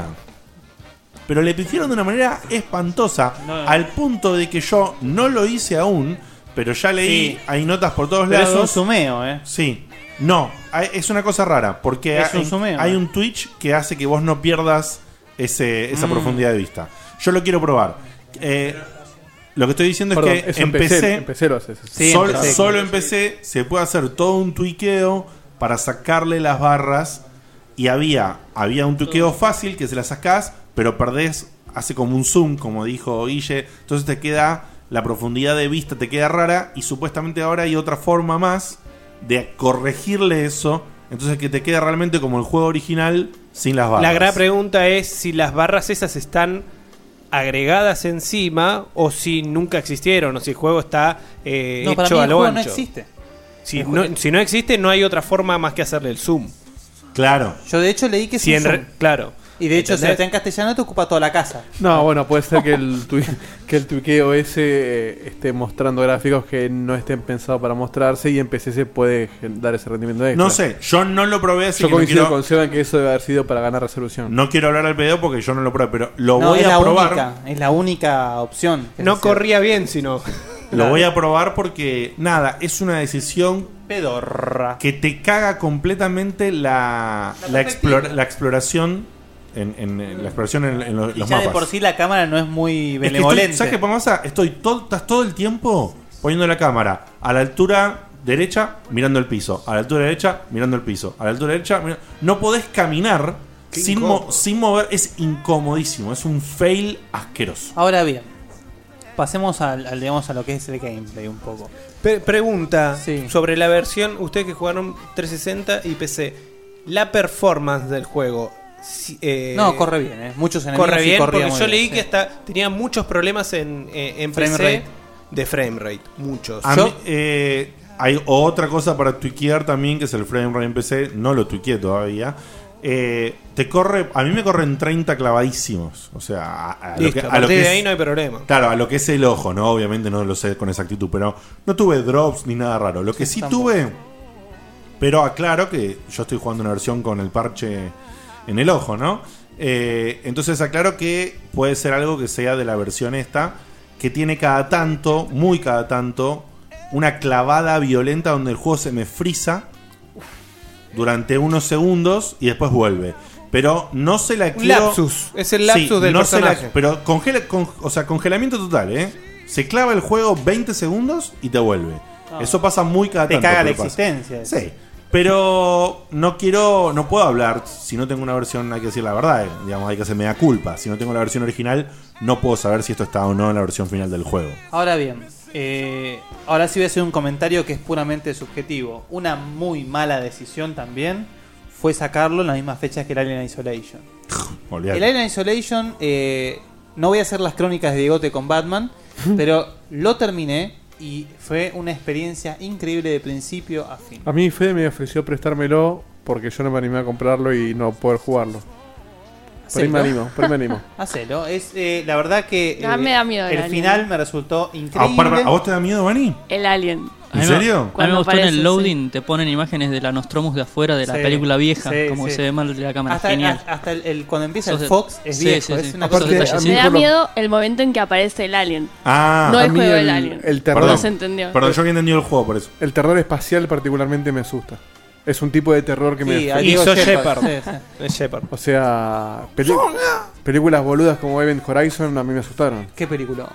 [SPEAKER 2] Pero le pifiaron de una manera espantosa,
[SPEAKER 1] No, no.
[SPEAKER 2] al punto de que yo no lo hice aún, pero ya leí,
[SPEAKER 4] Sí.
[SPEAKER 2] hay notas por todos
[SPEAKER 4] Pero es
[SPEAKER 2] lados.
[SPEAKER 4] un sumeo, ¿eh?
[SPEAKER 2] Sí. No, hay- es una cosa rara, porque
[SPEAKER 4] Es un
[SPEAKER 2] hay,
[SPEAKER 4] sumeo. eh.
[SPEAKER 2] hay un Twitch que hace que vos no pierdas ese- esa
[SPEAKER 4] Mm.
[SPEAKER 2] profundidad de vista. Yo lo quiero probar. Eh, lo que estoy diciendo
[SPEAKER 3] Perdón,
[SPEAKER 2] es
[SPEAKER 3] eso
[SPEAKER 2] que
[SPEAKER 3] en PC,
[SPEAKER 2] empecé,
[SPEAKER 3] en PC lo haces. Sí,
[SPEAKER 2] sol-
[SPEAKER 3] en PC,
[SPEAKER 2] solo
[SPEAKER 3] claro.
[SPEAKER 2] empecé, se puede hacer todo un tuiqueo para sacarle las barras y había, había un tuiqueo fácil que se la sacás, pero perdés, hace como un zoom, como dijo Guille, entonces te queda la profundidad de vista, te queda rara y supuestamente ahora hay otra forma más de corregirle eso, entonces que te queda realmente como el juego original sin las barras.
[SPEAKER 1] La gran pregunta es si las barras esas están agregadas encima o si nunca existieron o si el juego está eh,
[SPEAKER 4] No, para
[SPEAKER 1] hecho
[SPEAKER 4] mí
[SPEAKER 1] a
[SPEAKER 4] el
[SPEAKER 1] lo
[SPEAKER 4] juego
[SPEAKER 1] ancho.
[SPEAKER 4] no existe.
[SPEAKER 1] Si no, si no existe, no hay otra forma más que hacerle el zoom.
[SPEAKER 2] Claro.
[SPEAKER 4] Yo de hecho leí que es
[SPEAKER 1] Si
[SPEAKER 4] un
[SPEAKER 1] en re-
[SPEAKER 4] zoom.
[SPEAKER 1] claro.
[SPEAKER 4] Y de hecho, si
[SPEAKER 3] ¿Entendés?
[SPEAKER 4] está en castellano, te ocupa toda la casa.
[SPEAKER 3] No, bueno, puede ser que el, tui- (laughs) que el tuiqueo ese eh, esté mostrando gráficos que no estén pensados para mostrarse y en PC se puede gen- dar ese rendimiento extra.
[SPEAKER 2] No sé, yo no lo probé, así
[SPEAKER 3] Yo
[SPEAKER 2] que no
[SPEAKER 3] coincido
[SPEAKER 2] quiero-
[SPEAKER 3] con Seba en que eso debe haber sido para ganar resolución.
[SPEAKER 2] No quiero hablar al pedo porque yo no lo probé, pero lo
[SPEAKER 4] No,
[SPEAKER 2] voy
[SPEAKER 4] es
[SPEAKER 2] a
[SPEAKER 4] la
[SPEAKER 2] probar.
[SPEAKER 4] única, es la única opción. que se
[SPEAKER 1] bien, sino.
[SPEAKER 2] Lo voy a probar porque, nada, es una decisión
[SPEAKER 4] pedorra
[SPEAKER 2] que te caga completamente la, la, explora- la exploración en, en- en la exploración en, en lo-
[SPEAKER 4] hace. Y
[SPEAKER 2] los
[SPEAKER 4] ya
[SPEAKER 2] mapas.
[SPEAKER 4] de por sí la cámara no es muy
[SPEAKER 2] Es que estoy-
[SPEAKER 4] benevolente.
[SPEAKER 2] ¿Sabes qué pasa? Estoy todo, estás todo el tiempo poniendo la cámara a la altura derecha mirando el piso, a la altura derecha mirando el piso, a la altura derecha mira- no podés caminar
[SPEAKER 4] Qué
[SPEAKER 2] sin, mo-
[SPEAKER 4] incómodo.
[SPEAKER 2] sin mover, es incomodísimo, es un fail asqueroso.
[SPEAKER 4] Ahora bien, pasemos al, al, digamos, a lo que es el gameplay un poco.
[SPEAKER 1] Pre- pregunta sobre la versión, ustedes que jugaron 360 y PC, la performance del juego. si- eh,
[SPEAKER 4] No, corre bien, ¿eh? Muchos enemigos
[SPEAKER 1] Corre
[SPEAKER 4] y
[SPEAKER 1] bien,
[SPEAKER 4] corría
[SPEAKER 1] porque
[SPEAKER 4] muy
[SPEAKER 1] yo
[SPEAKER 4] bien,
[SPEAKER 1] leí
[SPEAKER 4] sí.
[SPEAKER 1] que hasta tenía muchos problemas en, eh, en
[SPEAKER 4] Frame
[SPEAKER 1] PC
[SPEAKER 4] rate.
[SPEAKER 1] de frame rate, muchos.
[SPEAKER 2] A
[SPEAKER 1] Yo-
[SPEAKER 2] mí, eh, hay otra cosa para tuiquear también, que es el frame rate en PC. No lo tuiqueé todavía. Eh, te corre, a mí me corren 30 clavadísimos. O sea, a, a lo
[SPEAKER 1] Listo,
[SPEAKER 2] que,
[SPEAKER 1] a
[SPEAKER 2] a lo
[SPEAKER 1] partir
[SPEAKER 2] que
[SPEAKER 1] de
[SPEAKER 2] es-
[SPEAKER 1] ahí no hay problema.
[SPEAKER 2] Claro, a lo que es el ojo, ¿no? Obviamente no lo sé con exactitud, pero no tuve drops ni nada raro. Lo que sí
[SPEAKER 4] tampoco.
[SPEAKER 2] tuve, pero aclaro que yo estoy jugando una versión con el parche en el ojo, ¿no? Eh, entonces aclaro que puede ser algo que sea de la versión esta, que tiene cada tanto, muy cada tanto, una clavada violenta donde el juego se me frisa durante unos segundos y después vuelve. Pero no se la
[SPEAKER 1] Un
[SPEAKER 2] quiero-
[SPEAKER 1] lapsus. Es el lapsus del
[SPEAKER 2] se la-
[SPEAKER 1] personaje.
[SPEAKER 2] pero congela, con- o sea, congelamiento total, ¿eh? Se clava el juego 20 segundos y te vuelve.
[SPEAKER 4] Ah.
[SPEAKER 2] Eso pasa muy cada
[SPEAKER 4] Te
[SPEAKER 2] tanto,
[SPEAKER 4] caga
[SPEAKER 2] pero
[SPEAKER 4] la
[SPEAKER 2] pasa.
[SPEAKER 4] existencia.
[SPEAKER 2] Sí. Pero no quiero, no puedo hablar si no tengo una versión, hay que decir la verdad, eh, digamos, hay que hacerme da culpa. Si no tengo la versión original, no puedo saber si esto está o no en la versión final del juego.
[SPEAKER 4] Ahora bien, eh, ahora sí voy a hacer un comentario que es puramente subjetivo. Una muy mala decisión también fue sacarlo en las mismas fechas que el Alien Isolation.
[SPEAKER 2] Olvidate.
[SPEAKER 4] El Alien Isolation, eh, no voy a hacer las crónicas de Diegote
[SPEAKER 3] (laughs)
[SPEAKER 4] con Batman, pero lo terminé y fue una experiencia increíble de principio a fin.
[SPEAKER 3] A mí Fede me ofreció prestármelo porque yo no me animé a comprarlo y no poder jugarlo. Por ahí me
[SPEAKER 4] Hacelo.
[SPEAKER 3] animo, por ahí me animo.
[SPEAKER 4] (laughs) Hacelo. Es, eh, la verdad que
[SPEAKER 9] Ah,
[SPEAKER 4] eh,
[SPEAKER 9] me da miedo el
[SPEAKER 4] el
[SPEAKER 9] alien.
[SPEAKER 4] final me resultó
[SPEAKER 2] Ah,
[SPEAKER 4] increíble.
[SPEAKER 2] para- para- ¿A vos te da miedo, Bani?
[SPEAKER 9] El alien.
[SPEAKER 2] ¿En serio?
[SPEAKER 6] A mí me
[SPEAKER 9] Cuando
[SPEAKER 6] gustó en
[SPEAKER 9] aparece,
[SPEAKER 6] el loading, te ponen imágenes de la Nostromus de afuera de la
[SPEAKER 4] Sí,
[SPEAKER 6] película vieja,
[SPEAKER 4] sí,
[SPEAKER 6] como
[SPEAKER 4] sí.
[SPEAKER 6] se ve mal de la cámara.
[SPEAKER 4] Hasta,
[SPEAKER 6] Genial.
[SPEAKER 4] a- hasta el, el- cuando empieza
[SPEAKER 6] Sos
[SPEAKER 4] el
[SPEAKER 6] de-
[SPEAKER 4] Fox es
[SPEAKER 6] Sí,
[SPEAKER 4] viejo.
[SPEAKER 6] sí,
[SPEAKER 4] es
[SPEAKER 6] sí.
[SPEAKER 4] una
[SPEAKER 6] Pues, Aparte,
[SPEAKER 4] cosa de
[SPEAKER 6] a
[SPEAKER 9] Me
[SPEAKER 6] mí-
[SPEAKER 4] talle.
[SPEAKER 9] da
[SPEAKER 6] por lo-
[SPEAKER 9] miedo el momento en que aparece el alien.
[SPEAKER 2] (laughs) Ah.
[SPEAKER 9] no
[SPEAKER 2] A
[SPEAKER 9] el
[SPEAKER 2] mí
[SPEAKER 9] juego
[SPEAKER 2] el-
[SPEAKER 9] del alien.
[SPEAKER 3] El terror.
[SPEAKER 9] No se entendió.
[SPEAKER 2] Perdón, yo había entendido el juego por eso.
[SPEAKER 3] El terror espacial particularmente me asusta. Es un tipo de terror que
[SPEAKER 4] Sí,
[SPEAKER 3] me...
[SPEAKER 4] a Diego Hizo Shepard. Shepard. Sí,
[SPEAKER 1] Es Shepard.
[SPEAKER 3] O sea, peli- películas boludas como Event Horizon a mí me asustaron.
[SPEAKER 4] ¿Qué película?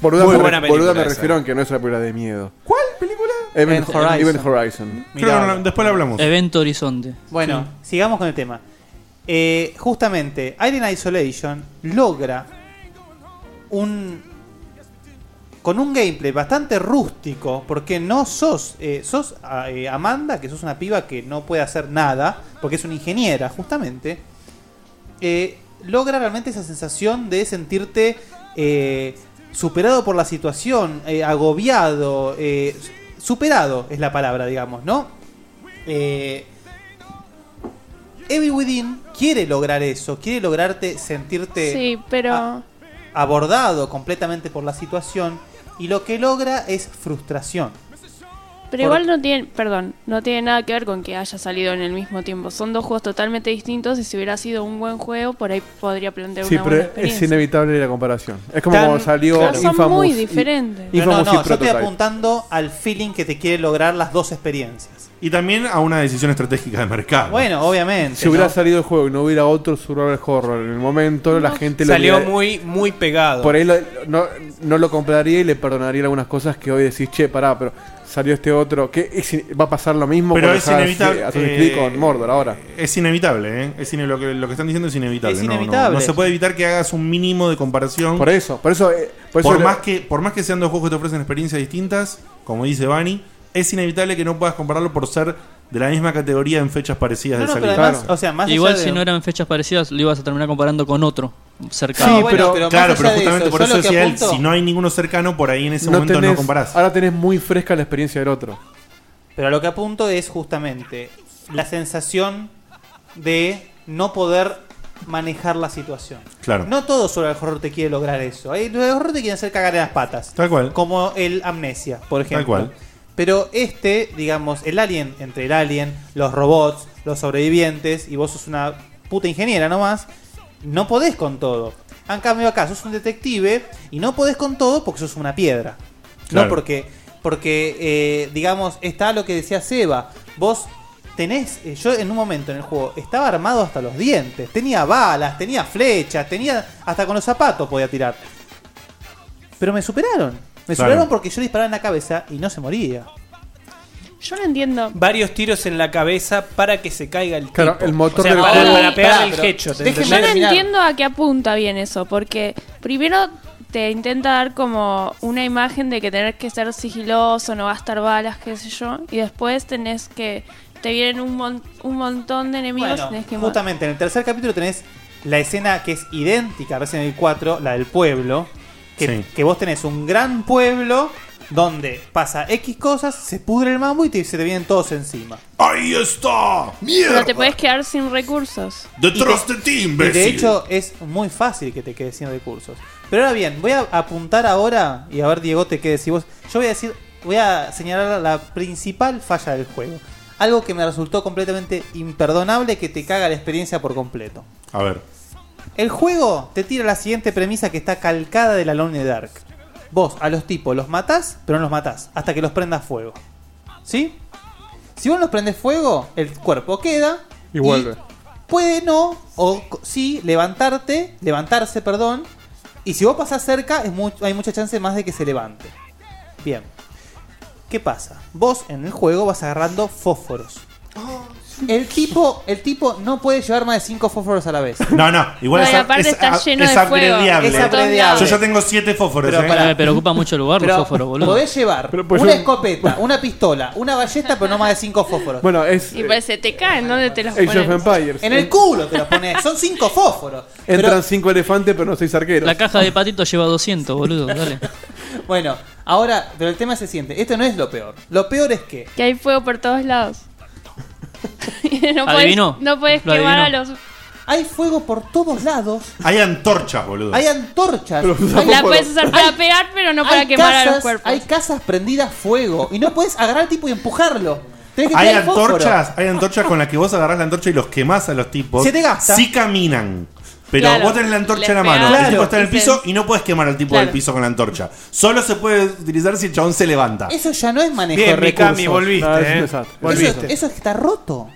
[SPEAKER 3] Boluda,
[SPEAKER 4] Muy
[SPEAKER 3] me,
[SPEAKER 4] buena película
[SPEAKER 3] boluda me
[SPEAKER 4] esa.
[SPEAKER 3] refiero a que no es una película de miedo. ¿Cuál película? Event,
[SPEAKER 4] Event Horizon.
[SPEAKER 3] Event Horizon.
[SPEAKER 4] Mirá.
[SPEAKER 2] después lo hablamos.
[SPEAKER 6] Evento Horizonte.
[SPEAKER 4] Bueno, sigamos con el tema. Eh, justamente, Alien Isolation logra un. con un gameplay bastante rústico, porque no sos. eh, sos ah, eh, Amanda, que sos una piba que no puede hacer nada, porque es una ingeniera, justamente. eh, logra realmente esa sensación de sentirte eh, superado por la situación, eh, agobiado, eh, superado es la palabra, digamos, ¿no? Eh, Evil Within quiere lograr eso, quiere lograrte sentirte
[SPEAKER 9] Sí, pero.
[SPEAKER 4] abordado completamente por la situación y lo que logra es frustración.
[SPEAKER 9] Pero
[SPEAKER 4] Por-
[SPEAKER 9] igual no tiene, perdón, no tiene nada que ver con que haya salido en el mismo tiempo. Son dos juegos totalmente distintos y si hubiera sido un buen juego, por ahí podría plantear
[SPEAKER 3] Sí,
[SPEAKER 9] una buena
[SPEAKER 3] pero es
[SPEAKER 9] experiencia.
[SPEAKER 3] inevitable la comparación. Es como
[SPEAKER 9] Tan-
[SPEAKER 3] cuando salió
[SPEAKER 9] Claro, son
[SPEAKER 3] Infamous
[SPEAKER 9] muy
[SPEAKER 3] y-
[SPEAKER 9] diferentes.
[SPEAKER 4] Pero no,
[SPEAKER 3] Infamous
[SPEAKER 4] no,
[SPEAKER 3] y
[SPEAKER 4] yo estoy
[SPEAKER 3] Prototype.
[SPEAKER 4] apuntando al feeling que te quiere lograr las dos experiencias.
[SPEAKER 2] Y también a una decisión estratégica de mercado.
[SPEAKER 4] Bueno, obviamente.
[SPEAKER 3] Si hubiera
[SPEAKER 4] ¿no?
[SPEAKER 3] salido el juego y no hubiera otro survival horror en el momento, la gente lo
[SPEAKER 1] Salió
[SPEAKER 3] hubiera-
[SPEAKER 1] muy, muy pegado.
[SPEAKER 3] Por ahí lo- no, no lo compraría y le perdonaría algunas cosas que hoy decís, che, pará, pero salió este otro. que ¿Va a pasar lo mismo
[SPEAKER 2] Pero
[SPEAKER 3] cuando
[SPEAKER 2] es
[SPEAKER 3] salga
[SPEAKER 2] inevitable,
[SPEAKER 3] Assassin's Creed
[SPEAKER 2] eh,
[SPEAKER 3] con Mordor ahora?
[SPEAKER 2] Es inevitable, ¿eh? Es ine- lo, que, lo que están diciendo es inevitable.
[SPEAKER 3] Es
[SPEAKER 2] No, no, No,
[SPEAKER 3] inevitable.
[SPEAKER 2] se puede evitar que hagas un mínimo de comparación.
[SPEAKER 3] Por eso, por eso. eh,
[SPEAKER 2] Por,
[SPEAKER 3] por eso le-
[SPEAKER 2] más que, por más que sean dos juegos que te ofrecen experiencias distintas, como dice Bani, es inevitable que no puedas compararlo por ser de la misma categoría en fechas parecidas de salida.
[SPEAKER 6] Igual si no eran fechas parecidas, lo ibas a terminar comparando con otro cercano.
[SPEAKER 2] Sí, pero, claro, pero justamente por eso decía él, si no hay ninguno cercano, por ahí en ese momento no
[SPEAKER 3] tenés-
[SPEAKER 2] comparás.
[SPEAKER 3] Ahora tenés muy fresca la experiencia del otro.
[SPEAKER 4] Pero a lo que apunto es justamente la sensación de no poder manejar la situación.
[SPEAKER 2] Claro.
[SPEAKER 4] No todo sobre el horror te quiere lograr eso. El horror te quiere hacer cagar en las patas.
[SPEAKER 2] Tal cual.
[SPEAKER 4] Como el Amnesia, por ejemplo.
[SPEAKER 2] cual.
[SPEAKER 4] Pero este, digamos, el alien, entre el alien, los robots, los sobrevivientes, y vos sos una puta ingeniera nomás, no podés con todo. En cambio acá, sos un detective y no podés con todo porque sos una piedra.
[SPEAKER 2] Claro.
[SPEAKER 4] No porque, porque eh, digamos, está lo que decía Seba. Vos tenés, eh, yo en un momento en el juego estaba armado hasta los dientes. Tenía balas, tenía flechas, tenía hasta con los zapatos podía tirar. Pero me superaron. Me
[SPEAKER 1] Claro.
[SPEAKER 4] superaron porque yo le disparaba en la cabeza y no se moría.
[SPEAKER 9] Yo no entiendo.
[SPEAKER 1] Varios tiros en la cabeza para que se caiga el
[SPEAKER 3] Claro,
[SPEAKER 1] tipo.
[SPEAKER 3] el motor
[SPEAKER 1] O sea,
[SPEAKER 3] del
[SPEAKER 1] para,
[SPEAKER 3] juego-
[SPEAKER 1] para pegar
[SPEAKER 3] Pará,
[SPEAKER 1] el
[SPEAKER 3] pero
[SPEAKER 1] hecho. ¿te
[SPEAKER 3] déjeme
[SPEAKER 9] Yo no
[SPEAKER 1] entendés?
[SPEAKER 9] entiendo a qué apunta bien eso, porque primero te intenta dar como una imagen de que tener que ser sigiloso, no gastar balas, qué sé yo, y después tenés que te vienen un, mon- un montón de enemigos,
[SPEAKER 4] Bueno,
[SPEAKER 9] tenés que matar.
[SPEAKER 4] justamente en el tercer capítulo tenés la escena que es idéntica a Resident Evil 4, la del pueblo. Que, que vos tenés un gran pueblo donde pasa X cosas, se pudre el mambo y te- se te vienen todos encima.
[SPEAKER 2] ¡Ahí está!
[SPEAKER 9] Pero te puedes quedar sin recursos.
[SPEAKER 2] Detrás de ti, imbécil.
[SPEAKER 4] y de hecho, es muy fácil que te quedes sin recursos. Pero ahora bien, voy a apuntar ahora y a ver, Diego, te quedes si vos. Yo voy a decir, voy a señalar la principal falla del juego. Algo que me resultó completamente imperdonable que te caga la experiencia por completo.
[SPEAKER 2] A ver.
[SPEAKER 4] El juego te tira la siguiente premisa que está calcada de la Lone Dark. Vos a los tipos los matás, pero no los matás, hasta que los prendas fuego. ¿Sí? Si vos los prendes fuego, el cuerpo queda.
[SPEAKER 3] Y vuelve.
[SPEAKER 4] Puede no, o co- sí, levantarte, levantarse, perdón. Y si vos pasás cerca, es mu- hay mucha chance más de que se levante. Bien. ¿Qué pasa? Vos en el juego vas agarrando fósforos. El tipo, el tipo no puede llevar más de 5 fósforos a la vez.
[SPEAKER 2] No, no, igual
[SPEAKER 4] No, y
[SPEAKER 2] es,
[SPEAKER 4] aparte
[SPEAKER 2] es-
[SPEAKER 4] está
[SPEAKER 2] a-
[SPEAKER 4] lleno
[SPEAKER 2] es
[SPEAKER 4] de fuego.
[SPEAKER 2] upgradeable.
[SPEAKER 4] Es upgradeable.
[SPEAKER 2] Yo ya tengo siete fósforos.
[SPEAKER 4] Pero
[SPEAKER 2] ¿eh?
[SPEAKER 4] pará.
[SPEAKER 6] Pero ocupa mucho lugar los fósforos, boludo.
[SPEAKER 4] Podés llevar
[SPEAKER 6] pues
[SPEAKER 4] una
[SPEAKER 6] yo-
[SPEAKER 4] escopeta, una pistola, una ballesta, pero no más de 5 fósforos.
[SPEAKER 3] Bueno, es.
[SPEAKER 9] Y pues se te caen, ¿dónde te los
[SPEAKER 3] Age of
[SPEAKER 9] pones?
[SPEAKER 3] Empires.
[SPEAKER 4] En el culo te los pones, son 5 fósforos.
[SPEAKER 3] Entran cinco elefantes, pero no seis arqueros.
[SPEAKER 6] La caja de patito lleva 200, boludo. Dale.
[SPEAKER 4] (laughs) Bueno, ahora, pero el tema se siente. Esto no es lo peor. Lo peor es que
[SPEAKER 9] Que hay fuego por todos lados. (laughs) Y no puedes
[SPEAKER 2] Adivinó.
[SPEAKER 9] no puedes
[SPEAKER 2] Lo
[SPEAKER 9] quemar
[SPEAKER 2] adivinó.
[SPEAKER 9] a los
[SPEAKER 4] hay fuego por todos lados.
[SPEAKER 2] Hay antorchas, boludo.
[SPEAKER 4] Hay antorchas.
[SPEAKER 9] la puedes usar para pegar, pero no para
[SPEAKER 4] hay
[SPEAKER 9] quemar a los
[SPEAKER 4] casas-
[SPEAKER 9] cuerpos.
[SPEAKER 4] Hay casas prendidas fuego y no puedes agarrar al tipo y empujarlo. (laughs) Tenés que
[SPEAKER 2] Hay
[SPEAKER 4] tirar el fósforo.
[SPEAKER 2] antorchas, hay antorchas con las que vos agarrás la antorcha y los quemás a los tipos.
[SPEAKER 4] Se te gasta.
[SPEAKER 2] Sí caminan. Pero
[SPEAKER 4] Claro.
[SPEAKER 2] vos tenés la antorcha
[SPEAKER 4] Les
[SPEAKER 2] en la mano.
[SPEAKER 4] pegás.
[SPEAKER 2] el tipo
[SPEAKER 4] Claro.
[SPEAKER 2] está en el
[SPEAKER 4] Y se-
[SPEAKER 2] piso y no puedes quemar al tipo
[SPEAKER 4] Claro.
[SPEAKER 2] del piso con la antorcha. Solo se puede utilizar si el chabón se levanta.
[SPEAKER 4] Eso ya no es manejo
[SPEAKER 2] Bien,
[SPEAKER 4] de recursos.
[SPEAKER 2] Mikami, volviste,
[SPEAKER 3] No, es un
[SPEAKER 2] eh.
[SPEAKER 3] desastre.
[SPEAKER 4] Eso, eso es que está roto.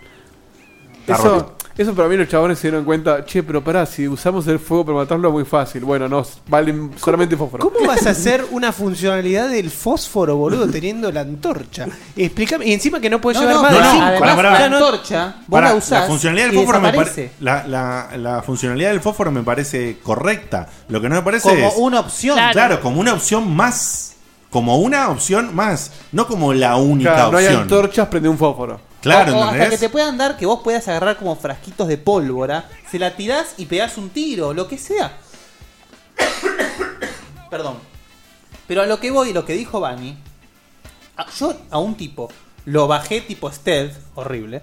[SPEAKER 3] Eso, eso para mí los chabones se dieron cuenta, che, pero pará, si usamos el fuego para matarlo es muy fácil. Bueno, no, valen solamente fósforo.
[SPEAKER 1] ¿Cómo vas a hacer una funcionalidad del fósforo, boludo, teniendo la antorcha? Explícame. Y encima que no puedes
[SPEAKER 4] No,
[SPEAKER 1] llevar
[SPEAKER 4] no,
[SPEAKER 1] más de
[SPEAKER 4] pero
[SPEAKER 1] cinco.
[SPEAKER 4] además
[SPEAKER 2] Pará, pará.
[SPEAKER 4] la antorcha, vos
[SPEAKER 2] Pará,
[SPEAKER 4] la usás.
[SPEAKER 2] funcionalidad del
[SPEAKER 4] y
[SPEAKER 2] fósforo me
[SPEAKER 4] desaparece.
[SPEAKER 2] parece. La, la- la funcionalidad del fósforo me parece correcta. Lo que no me parece
[SPEAKER 4] Como
[SPEAKER 2] es.
[SPEAKER 4] una opción.
[SPEAKER 2] Claro.
[SPEAKER 4] Claro.
[SPEAKER 2] como una opción más. Como una opción más. No como la única
[SPEAKER 3] Claro, no hay
[SPEAKER 2] opción.
[SPEAKER 3] antorchas, prende un fósforo.
[SPEAKER 2] claro,
[SPEAKER 4] O- o hasta
[SPEAKER 2] ¿entendés?
[SPEAKER 4] que te puedan dar que vos puedas agarrar como frasquitos de pólvora, se la tirás y pegás un tiro, lo que sea. (coughs) Perdón. Pero a lo que voy, lo que dijo Bani, a- yo a un tipo lo bajé tipo stealth, horrible,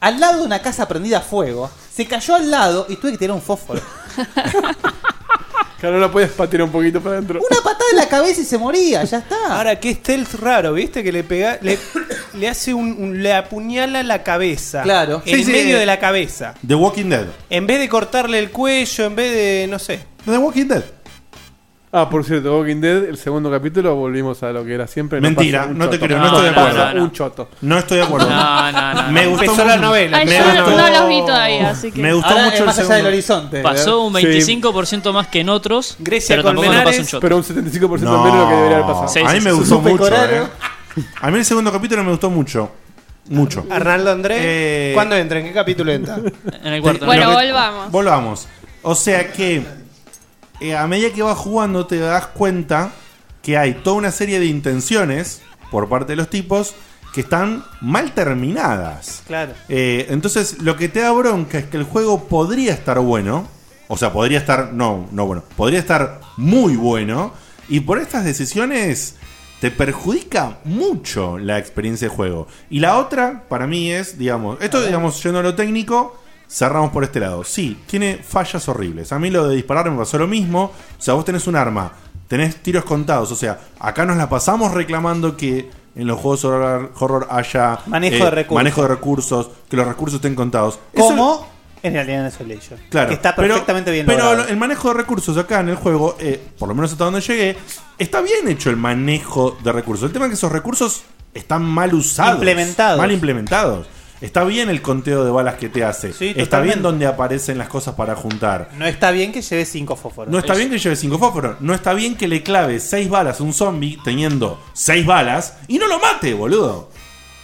[SPEAKER 4] al lado de una casa prendida a fuego, se cayó al lado y tuve que tirar un fósforo.
[SPEAKER 3] Claro, la puedes patear un poquito para adentro.
[SPEAKER 4] Una patada en la cabeza y se moría, ya está.
[SPEAKER 1] Ahora, que stealth raro, ¿viste? Que le pega, le, le hace un, un- le apuñala la cabeza.
[SPEAKER 4] Claro.
[SPEAKER 1] En
[SPEAKER 4] Sí, sí.
[SPEAKER 1] medio de la cabeza.
[SPEAKER 2] The Walking Dead.
[SPEAKER 1] En vez de cortarle el cuello, en vez de, no sé.
[SPEAKER 2] The Walking Dead.
[SPEAKER 3] Ah, por cierto, Walking Dead, el segundo capítulo, volvimos a lo que era siempre. nos
[SPEAKER 2] Mentira,
[SPEAKER 3] pasa un
[SPEAKER 2] no te
[SPEAKER 3] choto.
[SPEAKER 2] creo, no estoy de
[SPEAKER 3] Nos pasa
[SPEAKER 2] acuerdo.
[SPEAKER 3] Un choto.
[SPEAKER 2] No estoy de acuerdo.
[SPEAKER 3] No, no, no,
[SPEAKER 2] Me
[SPEAKER 3] no.
[SPEAKER 2] gustó
[SPEAKER 3] Empezó la
[SPEAKER 2] mucho-
[SPEAKER 3] novela.
[SPEAKER 9] Ay,
[SPEAKER 2] Me
[SPEAKER 9] yo
[SPEAKER 2] gustó-
[SPEAKER 9] no los vi todavía, así que.
[SPEAKER 2] Me gustó
[SPEAKER 4] Ahora
[SPEAKER 2] mucho
[SPEAKER 4] es más
[SPEAKER 2] el
[SPEAKER 4] allá del
[SPEAKER 2] segundo.
[SPEAKER 4] horizonte.
[SPEAKER 6] Pasó un
[SPEAKER 3] Sí.
[SPEAKER 6] 25% más que en otros. pero tampoco nos pasó un shot.
[SPEAKER 3] pero un 75% menos de lo que debería haber pasado.
[SPEAKER 6] Sí,
[SPEAKER 2] a mí
[SPEAKER 6] sí,
[SPEAKER 2] me
[SPEAKER 6] sí.
[SPEAKER 2] gustó
[SPEAKER 6] Supe
[SPEAKER 2] mucho.
[SPEAKER 6] correr.
[SPEAKER 2] eh. A mí el segundo capítulo me gustó mucho. Mucho.
[SPEAKER 1] Arnaldo Andrés,
[SPEAKER 2] Eh,
[SPEAKER 1] ¿cuándo entra? ¿En qué capítulo entra?
[SPEAKER 6] En el
[SPEAKER 2] cuarto.
[SPEAKER 9] Bueno,
[SPEAKER 2] Lo
[SPEAKER 9] volvamos.
[SPEAKER 2] Volvamos. O sea que eh, a medida que vas jugando te das cuenta que hay toda una serie de intenciones por parte de los tipos que están mal terminadas.
[SPEAKER 4] Claro.
[SPEAKER 2] Eh, entonces, lo que te da bronca es que el juego podría estar bueno. O sea, podría estar. No, no bueno. Podría estar muy bueno. Y por estas decisiones. Te perjudica mucho la experiencia de juego. Y la otra, para mí, es, digamos. Esto, digamos, yendo a lo técnico. Cerramos por este lado. Sí, tiene fallas horribles. A mí lo de disparar me pasó lo mismo. O sea, vos tenés un arma, tenés tiros contados. O sea, acá nos la pasamos reclamando que en los juegos horror, horror haya eh,
[SPEAKER 4] Manejo de recursos.
[SPEAKER 2] manejo de recursos, que los recursos estén contados. Eso-
[SPEAKER 4] Como en Alien Isolation.
[SPEAKER 2] Claro.
[SPEAKER 4] Que está
[SPEAKER 2] pero-
[SPEAKER 4] perfectamente bien
[SPEAKER 2] Pero
[SPEAKER 4] logrado.
[SPEAKER 2] el manejo de recursos acá en el juego, eh, por lo menos hasta donde llegué, está bien hecho el manejo de recursos. El tema es que esos recursos están mal usados.
[SPEAKER 4] Implementados.
[SPEAKER 2] Mal implementados. Está bien el conteo de balas que te hace. está
[SPEAKER 4] totalmente.
[SPEAKER 2] bien donde aparecen las cosas para juntar.
[SPEAKER 4] No está bien que lleve 5 fósforos.
[SPEAKER 2] No está bien que lleve 5 fósforos. No está bien que le clave 6 balas a un zombie teniendo 6 balas y no lo mate, boludo.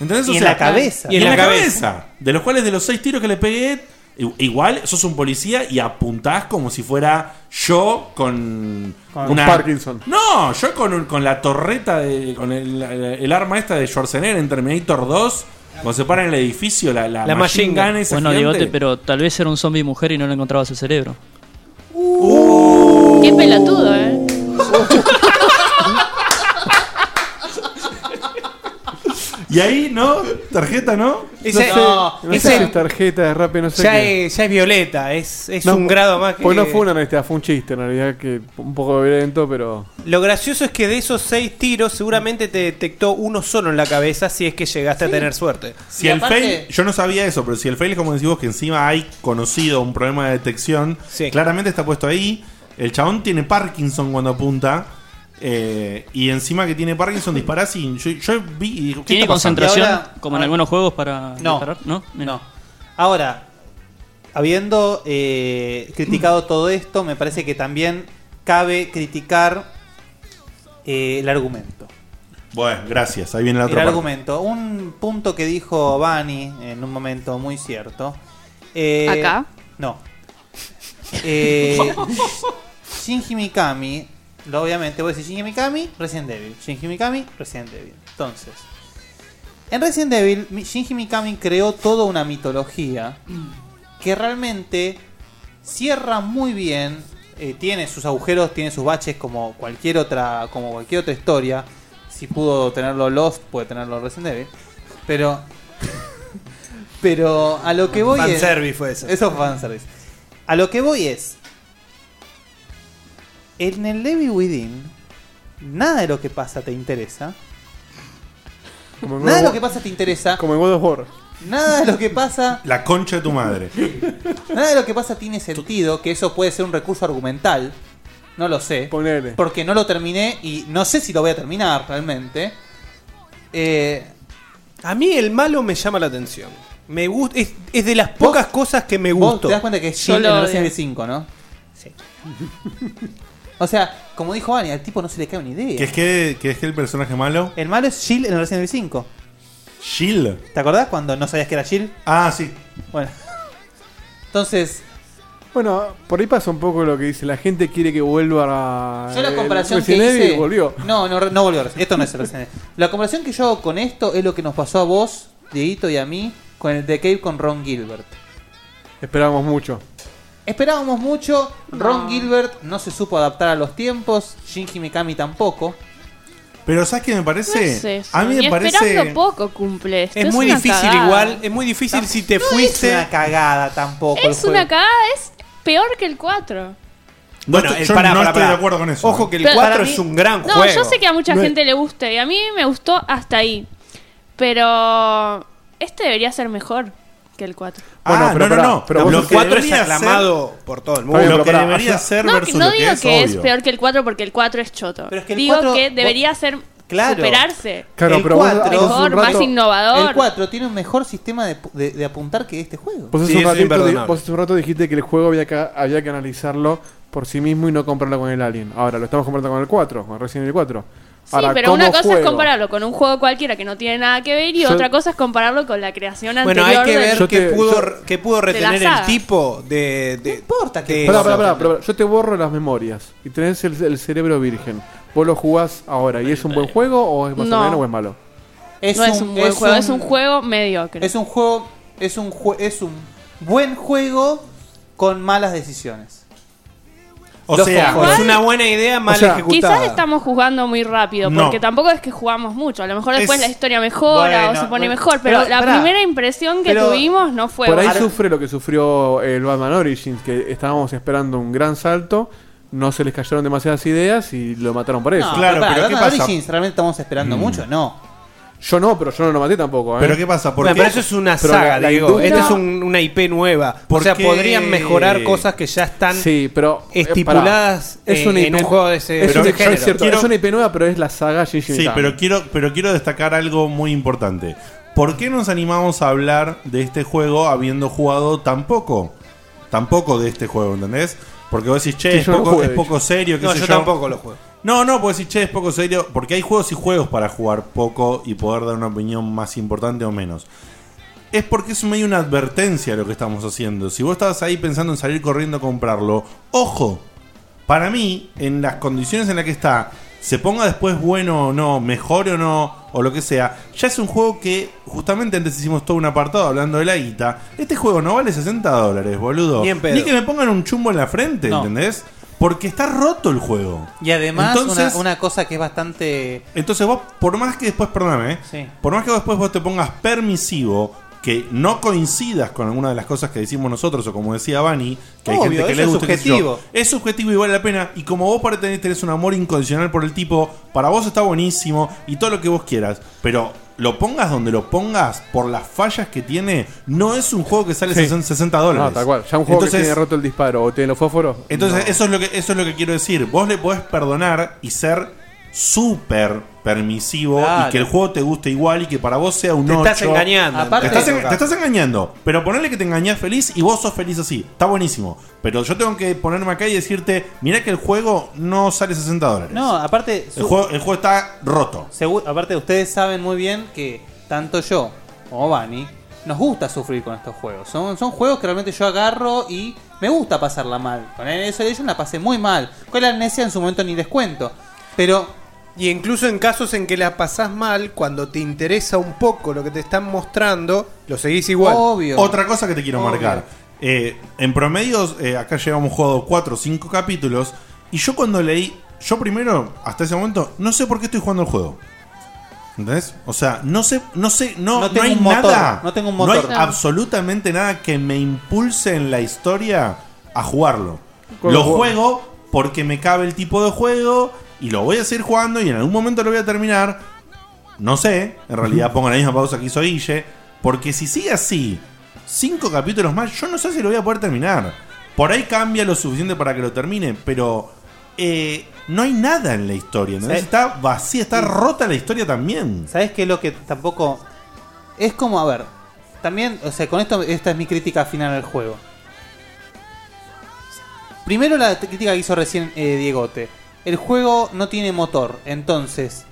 [SPEAKER 2] ¿Entendés?
[SPEAKER 4] Y en la cabeza.
[SPEAKER 2] Y en, la, cabeza. De los cuales de los 6 tiros que le pegué, i- igual sos un policía y apuntás como si fuera yo con.
[SPEAKER 3] Con Parkinson.
[SPEAKER 2] No, yo con, un- con la torreta, de, con el, el arma esta de Schwarzenegger en Terminator 2. Cuando se para en el edificio, la, la, machine gun esa
[SPEAKER 6] Bueno,
[SPEAKER 2] gigante.
[SPEAKER 6] Diegote, pero tal vez era un zombie mujer y no le encontrabas el cerebro.
[SPEAKER 9] Qué pelotudo, ¿eh?
[SPEAKER 2] Y ahí, ¿no? Tarjeta, ¿no?
[SPEAKER 3] No sé, no sé si es tarjeta de rap, no sé.
[SPEAKER 1] ya,
[SPEAKER 3] qué.
[SPEAKER 1] es, ya es violeta, es, es
[SPEAKER 3] No,
[SPEAKER 1] un grado más que.
[SPEAKER 3] Pues no fue una honestidad, fue un chiste en realidad que un poco violento, pero.
[SPEAKER 1] Lo gracioso es que de esos seis tiros, seguramente te detectó uno solo en la cabeza si es que llegaste a tener suerte.
[SPEAKER 2] Si el fail, yo no sabía eso, pero si el fail es como decís vos, que encima hay conocido un problema de detección, claramente está puesto ahí. El chabón tiene Parkinson cuando apunta. eh, y encima que tiene Parkinson disparás y yo, yo vi. y digo, ¿qué
[SPEAKER 6] ¿Tiene
[SPEAKER 2] está pasando?
[SPEAKER 6] concentración,
[SPEAKER 2] Y ahora-
[SPEAKER 6] como en algunos juegos, para
[SPEAKER 4] No.
[SPEAKER 6] disparar? No, Mira.
[SPEAKER 4] Ahora, habiendo eh,
[SPEAKER 2] (clears throat)
[SPEAKER 4] criticado todo esto, me parece que también cabe criticar eh, el argumento.
[SPEAKER 2] Bueno, gracias. Ahí viene la
[SPEAKER 4] El
[SPEAKER 2] otra parte.
[SPEAKER 4] argumento. Un punto que dijo Bani en un momento muy cierto. Eh,
[SPEAKER 9] ¿Acá?
[SPEAKER 4] No. Eh, Shinji Mikami, lo- obviamente, voy a decir Shinji Mikami, Resident Evil. Shinji Mikami, Resident Evil. Entonces, en Resident Evil, Mi- Shinji Mikami creó toda una mitología que realmente cierra muy bien. eh, tiene sus agujeros, tiene sus baches como cualquier otra, como cualquier otra historia. Si pudo tenerlo Lost, puede tenerlo Resident Evil. Pero, (laughs) pero a lo que voy es-
[SPEAKER 1] Fanservice fue eso.
[SPEAKER 4] Eso fue fanservice. A lo que voy es, en el Levi Within, nada de lo que pasa te interesa. Nada de lo que pasa te interesa.
[SPEAKER 3] Como en God of War.
[SPEAKER 4] Nada de lo que pasa
[SPEAKER 2] La concha de tu
[SPEAKER 1] (laughs)
[SPEAKER 2] madre.
[SPEAKER 4] Nada de lo que pasa tiene sentido, que eso puede ser un recurso argumental. No lo sé. Porque no lo terminé y no sé si lo voy a terminar realmente. Eh,
[SPEAKER 1] a mí el malo me llama la atención. Me gusta, es, es de las pocas cosas que me
[SPEAKER 4] Vos
[SPEAKER 1] gustó.
[SPEAKER 4] te das cuenta que es Jill en Resident Evil 5, ¿no? Sí. (laughs) o sea, como dijo Vani, al tipo no se le cae una idea.
[SPEAKER 2] ¿Qué es que, qué es que el personaje malo?
[SPEAKER 4] El malo es Jill en Resident Evil 5.
[SPEAKER 2] ¿Jill?
[SPEAKER 4] ¿Te acordás cuando no sabías que era Jill?
[SPEAKER 2] Ah, sí.
[SPEAKER 4] Bueno. Entonces.
[SPEAKER 3] Bueno, por ahí pasa un poco lo que dice. La gente quiere que vuelva a. eh,
[SPEAKER 4] Yo la comparación
[SPEAKER 3] Ah, Resident
[SPEAKER 4] que
[SPEAKER 3] Evil
[SPEAKER 4] hice...
[SPEAKER 3] volvió.
[SPEAKER 4] No, no, no volvió. Esto no es Resident Evil. La comparación que yo hago con esto es lo que nos pasó a vos, Dieguito y a mí, con el The Cave con Ron Gilbert.
[SPEAKER 3] Esperábamos mucho.
[SPEAKER 4] Esperábamos mucho, Ron Gilbert no se supo adaptar a los tiempos, Shinji Mikami tampoco.
[SPEAKER 2] Pero ¿sabes qué me parece?
[SPEAKER 9] No es eso.
[SPEAKER 2] A mí me
[SPEAKER 9] Y
[SPEAKER 2] parece...
[SPEAKER 9] esperando poco cumple esto.
[SPEAKER 4] Es muy
[SPEAKER 9] una
[SPEAKER 4] difícil
[SPEAKER 9] cagada.
[SPEAKER 4] igual,
[SPEAKER 1] Es muy difícil si
[SPEAKER 4] te
[SPEAKER 1] fuiste-
[SPEAKER 4] Es una cagada tampoco. el
[SPEAKER 9] Es
[SPEAKER 4] juego.
[SPEAKER 9] una cagada, es peor que el 4.
[SPEAKER 1] Bueno,
[SPEAKER 2] estoy-
[SPEAKER 1] el-
[SPEAKER 2] yo
[SPEAKER 1] pará,
[SPEAKER 2] no
[SPEAKER 1] pará,
[SPEAKER 2] estoy
[SPEAKER 1] pará.
[SPEAKER 2] de acuerdo con eso.
[SPEAKER 1] Ojo que el
[SPEAKER 9] Pero-
[SPEAKER 1] 4
[SPEAKER 9] para
[SPEAKER 1] es
[SPEAKER 9] mí-
[SPEAKER 1] un gran
[SPEAKER 9] No,
[SPEAKER 1] juego.
[SPEAKER 9] yo sé que a mucha
[SPEAKER 1] No es-
[SPEAKER 9] gente le gusta y a mí me gustó hasta ahí. Pero este debería ser mejor que el 4.
[SPEAKER 1] Bueno,
[SPEAKER 2] Ah, no,
[SPEAKER 1] pero
[SPEAKER 2] no,
[SPEAKER 1] pará,
[SPEAKER 2] no.
[SPEAKER 1] pero vos
[SPEAKER 2] Lo
[SPEAKER 1] sos
[SPEAKER 2] que
[SPEAKER 1] cuatro es
[SPEAKER 2] debería
[SPEAKER 1] aclamado por todo el mundo.
[SPEAKER 2] Lo
[SPEAKER 1] Pero
[SPEAKER 2] que
[SPEAKER 1] pará,
[SPEAKER 2] debería
[SPEAKER 1] o sea-
[SPEAKER 2] ser
[SPEAKER 9] No,
[SPEAKER 2] versus
[SPEAKER 9] no
[SPEAKER 2] lo que
[SPEAKER 9] digo
[SPEAKER 2] es,
[SPEAKER 9] que es
[SPEAKER 2] obvio.
[SPEAKER 9] peor que el 4 porque el 4 es choto.
[SPEAKER 4] es que el
[SPEAKER 9] digo
[SPEAKER 4] 4
[SPEAKER 9] que
[SPEAKER 4] vos-
[SPEAKER 9] debería ser
[SPEAKER 4] Claro.
[SPEAKER 9] superarse.
[SPEAKER 3] Claro,
[SPEAKER 4] El
[SPEAKER 3] pero vos
[SPEAKER 4] cuatro-
[SPEAKER 3] hace un
[SPEAKER 9] Mejor, más rato- innovador.
[SPEAKER 4] El 4 tiene un mejor sistema de, de- de apuntar que este juego.
[SPEAKER 3] Vos Pues hace, un ratito, di- vos hace un rato dijiste que el juego había que, había que analizarlo por sí mismo y no compararlo con el Alien. Ahora lo estamos comparando con el 4, con Resident Evil 4.
[SPEAKER 9] Sí, pero una cosa es compararlo con un juego cualquiera que no tiene nada que ver y
[SPEAKER 3] Yo-
[SPEAKER 9] otra cosa es compararlo con la creación
[SPEAKER 1] Bueno,
[SPEAKER 9] anterior.
[SPEAKER 1] hay que
[SPEAKER 9] del-
[SPEAKER 1] ver qué pudo, qué pudo
[SPEAKER 9] de la
[SPEAKER 1] retener
[SPEAKER 9] saga.
[SPEAKER 1] el tipo de. de- de-
[SPEAKER 3] Pará, pará, pará, pará, pará. Yo te borro las memorias y tenés el, el cerebro virgen. Vos lo jugás ahora. ¿Y es un buen juego o es más
[SPEAKER 9] No.
[SPEAKER 3] o menos o es malo?
[SPEAKER 9] no es un buen
[SPEAKER 4] es
[SPEAKER 9] juego,
[SPEAKER 4] un-
[SPEAKER 9] es un juego mediocre.
[SPEAKER 4] Es un juego, es un jue- es un buen juego con malas decisiones.
[SPEAKER 2] O
[SPEAKER 1] Dos
[SPEAKER 2] sea,
[SPEAKER 1] fósforos. es una buena idea mal ejecutada.
[SPEAKER 9] Quizás estamos jugando muy rápido,
[SPEAKER 2] No.
[SPEAKER 9] porque tampoco es que jugamos mucho. A lo mejor después
[SPEAKER 2] Es-
[SPEAKER 9] la historia mejora
[SPEAKER 2] Bueno,
[SPEAKER 9] o se pone
[SPEAKER 2] bueno.
[SPEAKER 9] mejor, pero,
[SPEAKER 2] Pero,
[SPEAKER 9] la
[SPEAKER 2] pará.
[SPEAKER 9] primera impresión que
[SPEAKER 3] Pero-
[SPEAKER 9] tuvimos no fue
[SPEAKER 3] Por ahí
[SPEAKER 9] buena.
[SPEAKER 3] sufre lo que sufrió el Batman Origins, que estábamos esperando un gran salto, no se les cayeron demasiadas ideas y lo mataron por eso. Mm.
[SPEAKER 4] No, pero pará, Batman Origins, ¿realmente estamos esperando mucho? No.
[SPEAKER 3] Yo no, pero yo no lo maté tampoco. ¿eh?
[SPEAKER 2] Pero ¿qué pasa?
[SPEAKER 1] Bueno, pero eso es una
[SPEAKER 3] Pero
[SPEAKER 1] saga,
[SPEAKER 3] la- la
[SPEAKER 1] Diego.
[SPEAKER 3] industria-
[SPEAKER 1] Esta es un- una IP nueva. O
[SPEAKER 3] ¿Por
[SPEAKER 1] sea,
[SPEAKER 3] qué?
[SPEAKER 1] podrían mejorar cosas que ya están
[SPEAKER 3] Sí, pero, eh,
[SPEAKER 1] estipuladas
[SPEAKER 3] pará.
[SPEAKER 1] eh, en un juego de ese,
[SPEAKER 3] es,
[SPEAKER 1] de
[SPEAKER 3] un-
[SPEAKER 1] ese género.
[SPEAKER 3] es cierto, es una IP nueva, pero es la saga Shinji
[SPEAKER 2] Sí, pero quiero, pero quiero destacar algo muy importante. ¿Por qué nos animamos a hablar de este juego habiendo jugado tan poco? Tampoco de este juego, ¿entendés? Porque vos decís, che,
[SPEAKER 1] Sí,
[SPEAKER 2] es
[SPEAKER 1] yo no
[SPEAKER 2] poco,
[SPEAKER 1] jugué,
[SPEAKER 2] es
[SPEAKER 1] de
[SPEAKER 2] poco
[SPEAKER 1] hecho.
[SPEAKER 2] serio. qué
[SPEAKER 1] No,
[SPEAKER 2] sé
[SPEAKER 1] yo tampoco lo juego.
[SPEAKER 2] No, no, pues decís, che, es poco serio. Porque hay juegos y juegos para jugar poco y poder dar una opinión más importante o menos. Es porque es medio una advertencia lo que estamos haciendo. Si vos estabas ahí pensando en salir corriendo a comprarlo, ojo, para mí, en las condiciones en las que está, se ponga después bueno o no, mejor o no, o lo que sea, ya es un juego que justamente antes hicimos todo un apartado hablando de la guita. Este juego no vale 60 dólares, boludo.
[SPEAKER 4] Ni en pedo.
[SPEAKER 2] que me pongan un chumbo en la frente,
[SPEAKER 4] No.
[SPEAKER 2] ¿entendés? Porque está roto el juego.
[SPEAKER 4] Y además,
[SPEAKER 2] Entonces-
[SPEAKER 4] una, una cosa que es bastante.
[SPEAKER 2] Entonces vos, por más que después, perdóname, ¿eh?
[SPEAKER 4] Sí.
[SPEAKER 2] por más que después vos te pongas permisivo, que no coincidas con alguna de las cosas que decimos nosotros, o como decía Bani, que hay
[SPEAKER 4] Obvio,
[SPEAKER 2] gente que
[SPEAKER 4] eso
[SPEAKER 2] le
[SPEAKER 4] es
[SPEAKER 2] gusta. qué sé yo.
[SPEAKER 4] subjetivo.
[SPEAKER 2] Es subjetivo y vale la pena. Y como vos para tener tenés un amor incondicional por el tipo, para vos está buenísimo y todo lo que vos quieras. Pero lo pongas donde lo pongas, por las fallas que tiene, no es un juego que sale 60 dólares.
[SPEAKER 3] No, tal cual. Ya un juego
[SPEAKER 2] Entonces-
[SPEAKER 3] que tiene roto el disparo o tiene los fósforos.
[SPEAKER 2] entonces, eso, es lo que, eso es lo que quiero decir. Vos le podés perdonar y ser súper permisivo
[SPEAKER 1] Claro.
[SPEAKER 2] y que el juego te guste igual y que para vos sea un
[SPEAKER 1] Te
[SPEAKER 2] 8.
[SPEAKER 1] estás engañando. Aparte-
[SPEAKER 2] te, estás, en-
[SPEAKER 1] Aparte-
[SPEAKER 2] te estás engañando. Pero ponele que te engañás feliz y vos sos feliz así. Está buenísimo. Pero yo tengo que ponerme acá y decirte, mirá que el juego no sale 60 dólares.
[SPEAKER 4] No, aparte.
[SPEAKER 2] El juego- el juego está roto.
[SPEAKER 4] aparte, ustedes saben muy bien que tanto yo como Bani nos gusta sufrir con estos juegos. Son, son juegos que realmente yo agarro y me gusta pasarla mal. Con el Isolation la pasé muy mal. Con la amnesia en su momento ni les cuento. Pero.
[SPEAKER 1] Y incluso en casos en que la pasás mal, cuando te interesa un poco lo que te están mostrando, lo seguís igual.
[SPEAKER 2] Otra cosa que te quiero
[SPEAKER 1] Obvio.
[SPEAKER 2] marcar. Eh, en promedio, eh, acá llevamos jugado 4 o 5 capítulos. Y yo cuando leí, yo primero, hasta ese momento, no sé por qué estoy jugando el juego. ¿Entendés? O sea, no sé, no sé, no,
[SPEAKER 4] No
[SPEAKER 2] no
[SPEAKER 4] tengo
[SPEAKER 2] hay
[SPEAKER 4] un motor,
[SPEAKER 2] nada.
[SPEAKER 4] no tengo un motor.
[SPEAKER 2] hay
[SPEAKER 4] Claro.
[SPEAKER 2] absolutamente nada que me impulse en la historia a jugarlo.
[SPEAKER 3] Con
[SPEAKER 2] Lo
[SPEAKER 3] los juegos.
[SPEAKER 2] juego porque me cabe el tipo de juego y lo voy a seguir jugando y en algún momento lo voy a terminar. No sé, en
[SPEAKER 3] (laughs)
[SPEAKER 2] realidad pongo la misma pausa que hizo Guille. Porque si sigue así, cinco capítulos más, yo no sé si lo voy a poder terminar. Por ahí cambia lo suficiente para que lo termine, pero eh, no hay nada en la historia. ¿entendés?
[SPEAKER 4] Sí.
[SPEAKER 2] Está vacía, está rota la historia también.
[SPEAKER 4] ¿Sabes qué es lo que tampoco.? Es como, a ver. También, o sea, con esto, esta es mi crítica final al juego. Primero la t- crítica que hizo recién eh, Diegote. El juego no tiene motor, entonces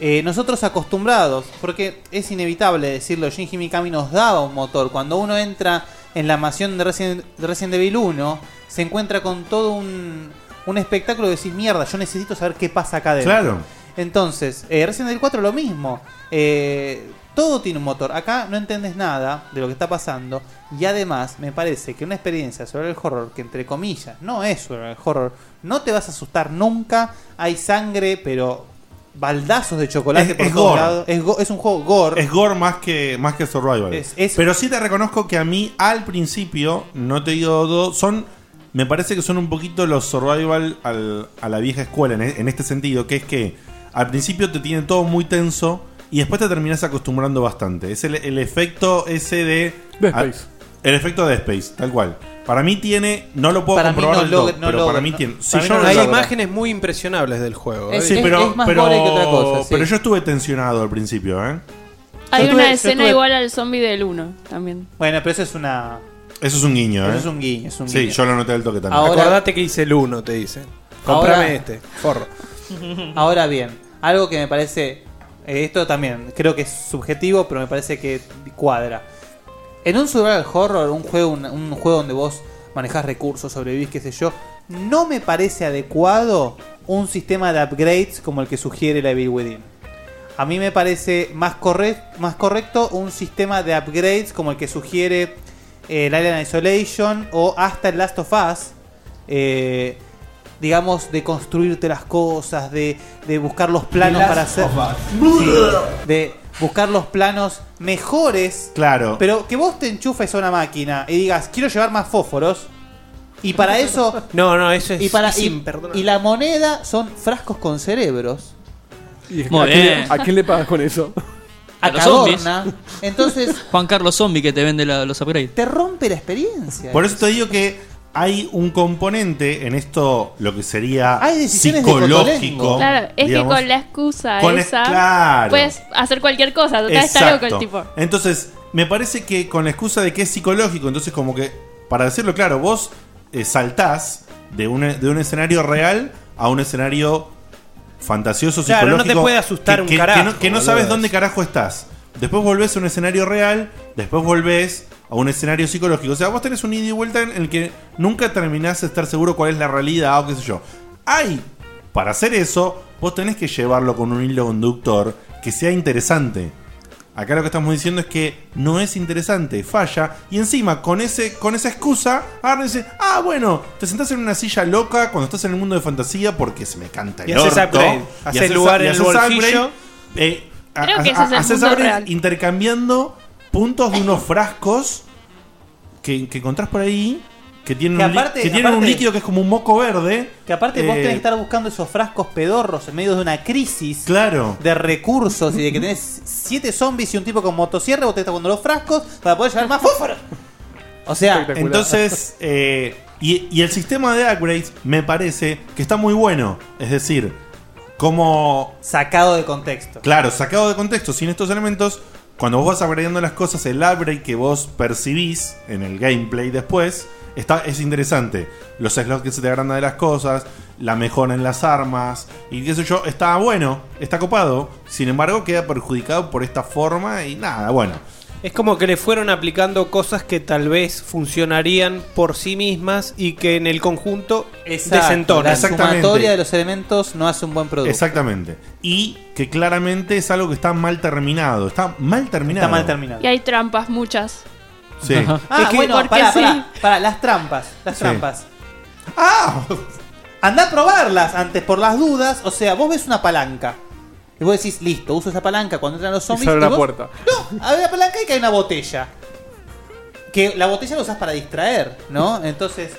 [SPEAKER 4] eh, nosotros acostumbrados, porque es inevitable decirlo, Shinji Mikami nos daba un motor. Cuando uno entra en la mansión de Resident, de Resident Evil 1, se encuentra con todo un, un espectáculo de decir, mierda, yo necesito saber qué pasa acá adentro. (laughs)
[SPEAKER 2] Claro.
[SPEAKER 4] Entonces, eh, Resident Evil 4 lo mismo. Eh, todo tiene un motor. Acá no entendés nada de lo que está pasando. Y además, me parece que una experiencia sobre el horror, que entre comillas, no es sobre el horror, no te vas a asustar nunca. Hay sangre, pero baldazos de chocolate
[SPEAKER 2] Es-
[SPEAKER 4] por
[SPEAKER 2] es
[SPEAKER 4] todos
[SPEAKER 2] gore.
[SPEAKER 4] lados. Es, go- es un juego gore.
[SPEAKER 2] Es gore más que, más que survival.
[SPEAKER 4] Es- es-
[SPEAKER 2] Pero sí te reconozco que a mí, al principio, no te digo todo, son... Me parece que son un poquito los survival al- a la vieja escuela en, e- en este sentido, que es que al principio te tienen todo muy tenso y después te terminas acostumbrando bastante. Es el, el efecto ese de...
[SPEAKER 3] Dead Space.
[SPEAKER 2] a- el efecto de Space, tal cual. Para mí tiene... No lo puedo
[SPEAKER 1] Para mí
[SPEAKER 2] comprobar
[SPEAKER 1] no
[SPEAKER 2] del todo,
[SPEAKER 1] logra- no
[SPEAKER 2] pero para
[SPEAKER 1] logra-
[SPEAKER 2] mí
[SPEAKER 1] no-
[SPEAKER 2] tiene... si
[SPEAKER 1] para mí
[SPEAKER 2] yo
[SPEAKER 1] no
[SPEAKER 2] lo
[SPEAKER 1] hay
[SPEAKER 2] logro-
[SPEAKER 1] imágenes muy impresionables del juego. ¿eh?
[SPEAKER 2] Sí, pero, pero, pero
[SPEAKER 1] sí.
[SPEAKER 2] yo estuve tensionado al principio, ¿eh?
[SPEAKER 9] Hay
[SPEAKER 4] Yo
[SPEAKER 9] una
[SPEAKER 4] tuve- yo
[SPEAKER 9] escena
[SPEAKER 4] tuve-
[SPEAKER 9] igual al zombie del 1 también.
[SPEAKER 4] Bueno, pero eso es una.
[SPEAKER 2] Eso es un guiño, ¿eh?
[SPEAKER 4] Eso es un guiño, es un
[SPEAKER 2] Sí,
[SPEAKER 4] guiño.
[SPEAKER 2] yo lo noté al toque también.
[SPEAKER 4] Ahora-
[SPEAKER 1] Acordate que hice el 1, te dicen. Comprame
[SPEAKER 4] Ahora-
[SPEAKER 1] este, forro.
[SPEAKER 4] Ahora bien, algo que me parece. eh, esto también creo que es subjetivo, pero me parece que cuadra. En un survival horror, un juego, un, un juego donde vos manejás recursos, sobrevivís, qué sé yo, no me parece adecuado un sistema de upgrades como el que sugiere la Evil Within. A mí me parece más, corre- más correcto un sistema de upgrades como el que sugiere eh, el Alien Isolation o hasta el Last of Us. eh, digamos, de construirte las cosas, de, de buscar los planos
[SPEAKER 1] The
[SPEAKER 4] para
[SPEAKER 1] Last
[SPEAKER 4] hacer.
[SPEAKER 1] of Us.
[SPEAKER 4] Sí, de buscar los planos mejores.
[SPEAKER 2] Claro.
[SPEAKER 4] Pero que vos te enchufes a una máquina y digas, quiero llevar más fósforos. Y
[SPEAKER 6] (laughs)
[SPEAKER 4] para eso
[SPEAKER 1] No, no, eso es.
[SPEAKER 4] y, para,
[SPEAKER 1] es
[SPEAKER 4] y,
[SPEAKER 1] imperdonable.
[SPEAKER 4] y la moneda son frascos con cerebros.
[SPEAKER 6] Muy
[SPEAKER 3] ¿A quién le-
[SPEAKER 6] bien.
[SPEAKER 3] ¿A quién le pagas con eso?
[SPEAKER 4] A
[SPEAKER 6] los zombies.
[SPEAKER 4] Cadorna. Entonces
[SPEAKER 6] Juan Carlos Zombie que te vende la- los upgrades.
[SPEAKER 4] te rompe la experiencia.
[SPEAKER 2] Por eso te digo que hay un componente en esto, lo que sería
[SPEAKER 4] Hay decisiones de
[SPEAKER 2] psicológico.
[SPEAKER 9] Claro, es
[SPEAKER 2] digamos.
[SPEAKER 9] que con la excusa
[SPEAKER 2] Con la-
[SPEAKER 9] esa
[SPEAKER 2] claro.
[SPEAKER 9] puedes hacer cualquier cosa. Total, está loco
[SPEAKER 2] Exacto.
[SPEAKER 9] el tipo.
[SPEAKER 2] Entonces, me parece que con la excusa de que es psicológico, entonces como que, para decirlo claro, vos eh, saltás de un, de un escenario real a un escenario fantasioso,
[SPEAKER 1] Claro, no te
[SPEAKER 2] psicológico.
[SPEAKER 1] puede asustar
[SPEAKER 2] que-
[SPEAKER 1] un
[SPEAKER 2] que- que
[SPEAKER 1] carajo,
[SPEAKER 2] no- Que no,
[SPEAKER 1] boludo.
[SPEAKER 2] sabes dónde carajo estás. Después volvés a un escenario real, después volvés a un escenario psicológico. O sea, vos tenés un ida y vuelta en el que nunca terminás de estar seguro cuál es la realidad o qué sé yo. Hay para hacer eso, vos tenés que llevarlo con un hilo conductor que sea interesante. Acá lo que estamos diciendo es que no es interesante, falla. Y encima, con, ese, con esa excusa, ahora dice, ah, bueno, te sentás en una silla loca cuando estás en el mundo de fantasía porque se me canta el
[SPEAKER 1] Y haces
[SPEAKER 2] orto.
[SPEAKER 1] upgrade.
[SPEAKER 2] Y
[SPEAKER 1] Haces lugar
[SPEAKER 2] y
[SPEAKER 1] en el
[SPEAKER 2] haces
[SPEAKER 1] bolsillo.
[SPEAKER 2] upgrade, eh, a-
[SPEAKER 9] Creo
[SPEAKER 2] a-
[SPEAKER 9] que ese es el
[SPEAKER 2] a- haces
[SPEAKER 9] mundo
[SPEAKER 2] upgrade
[SPEAKER 9] real.
[SPEAKER 2] intercambiando puntos de unos frascos que, que encontrás por ahí, que tienen,
[SPEAKER 4] Que
[SPEAKER 2] un, li-
[SPEAKER 4] aparte-
[SPEAKER 2] que tienen un
[SPEAKER 4] aparte-
[SPEAKER 2] líquido que es como un moco verde.
[SPEAKER 4] Que aparte vos
[SPEAKER 2] Eh,
[SPEAKER 4] tenés que estar buscando esos frascos pedorros en medio de una crisis
[SPEAKER 2] Claro.
[SPEAKER 4] de recursos y de que tenés siete zombies y un tipo con motosierra, vos te estás jugando los frascos para poder llevar más fósforos. O sea,
[SPEAKER 2] entonces, eh, y, y el sistema de upgrades me parece que está muy bueno. Es decir, como...
[SPEAKER 4] Sacado de contexto.
[SPEAKER 2] Claro, sacado de contexto, sin estos elementos, cuando vos vas upgradeando las cosas, el upgrade que vos percibís en el gameplay después, está, es interesante. Los slots que se te agrandan de las cosas, la mejora en las armas, y qué sé yo, está bueno, está copado. Sin embargo, queda perjudicado por esta forma y nada, bueno.
[SPEAKER 1] Es como que le fueron aplicando cosas que tal vez funcionarían por sí mismas y que en el conjunto desentona.
[SPEAKER 4] la sumatoria de los elementos no hace un buen producto.
[SPEAKER 2] Exactamente. Y que claramente es algo que está mal terminado. Está mal terminado.
[SPEAKER 4] Está mal terminado.
[SPEAKER 9] Y hay trampas, muchas.
[SPEAKER 2] Sí.
[SPEAKER 4] Ah,
[SPEAKER 9] Es que-
[SPEAKER 4] bueno,
[SPEAKER 9] porque
[SPEAKER 4] pará,
[SPEAKER 9] sí.
[SPEAKER 4] pará, pará, las trampas, las
[SPEAKER 2] Sí.
[SPEAKER 4] trampas. ¡Ah! Andá a probarlas antes por las dudas. O sea, vos ves una palanca. Y vos decís, listo, uso esa palanca cuando entran los zombies.
[SPEAKER 3] abre
[SPEAKER 4] y
[SPEAKER 3] la
[SPEAKER 4] vos-
[SPEAKER 3] puerta.
[SPEAKER 4] No, abre la palanca y cae una botella. Que la botella la usás para distraer, ¿no? Entonces,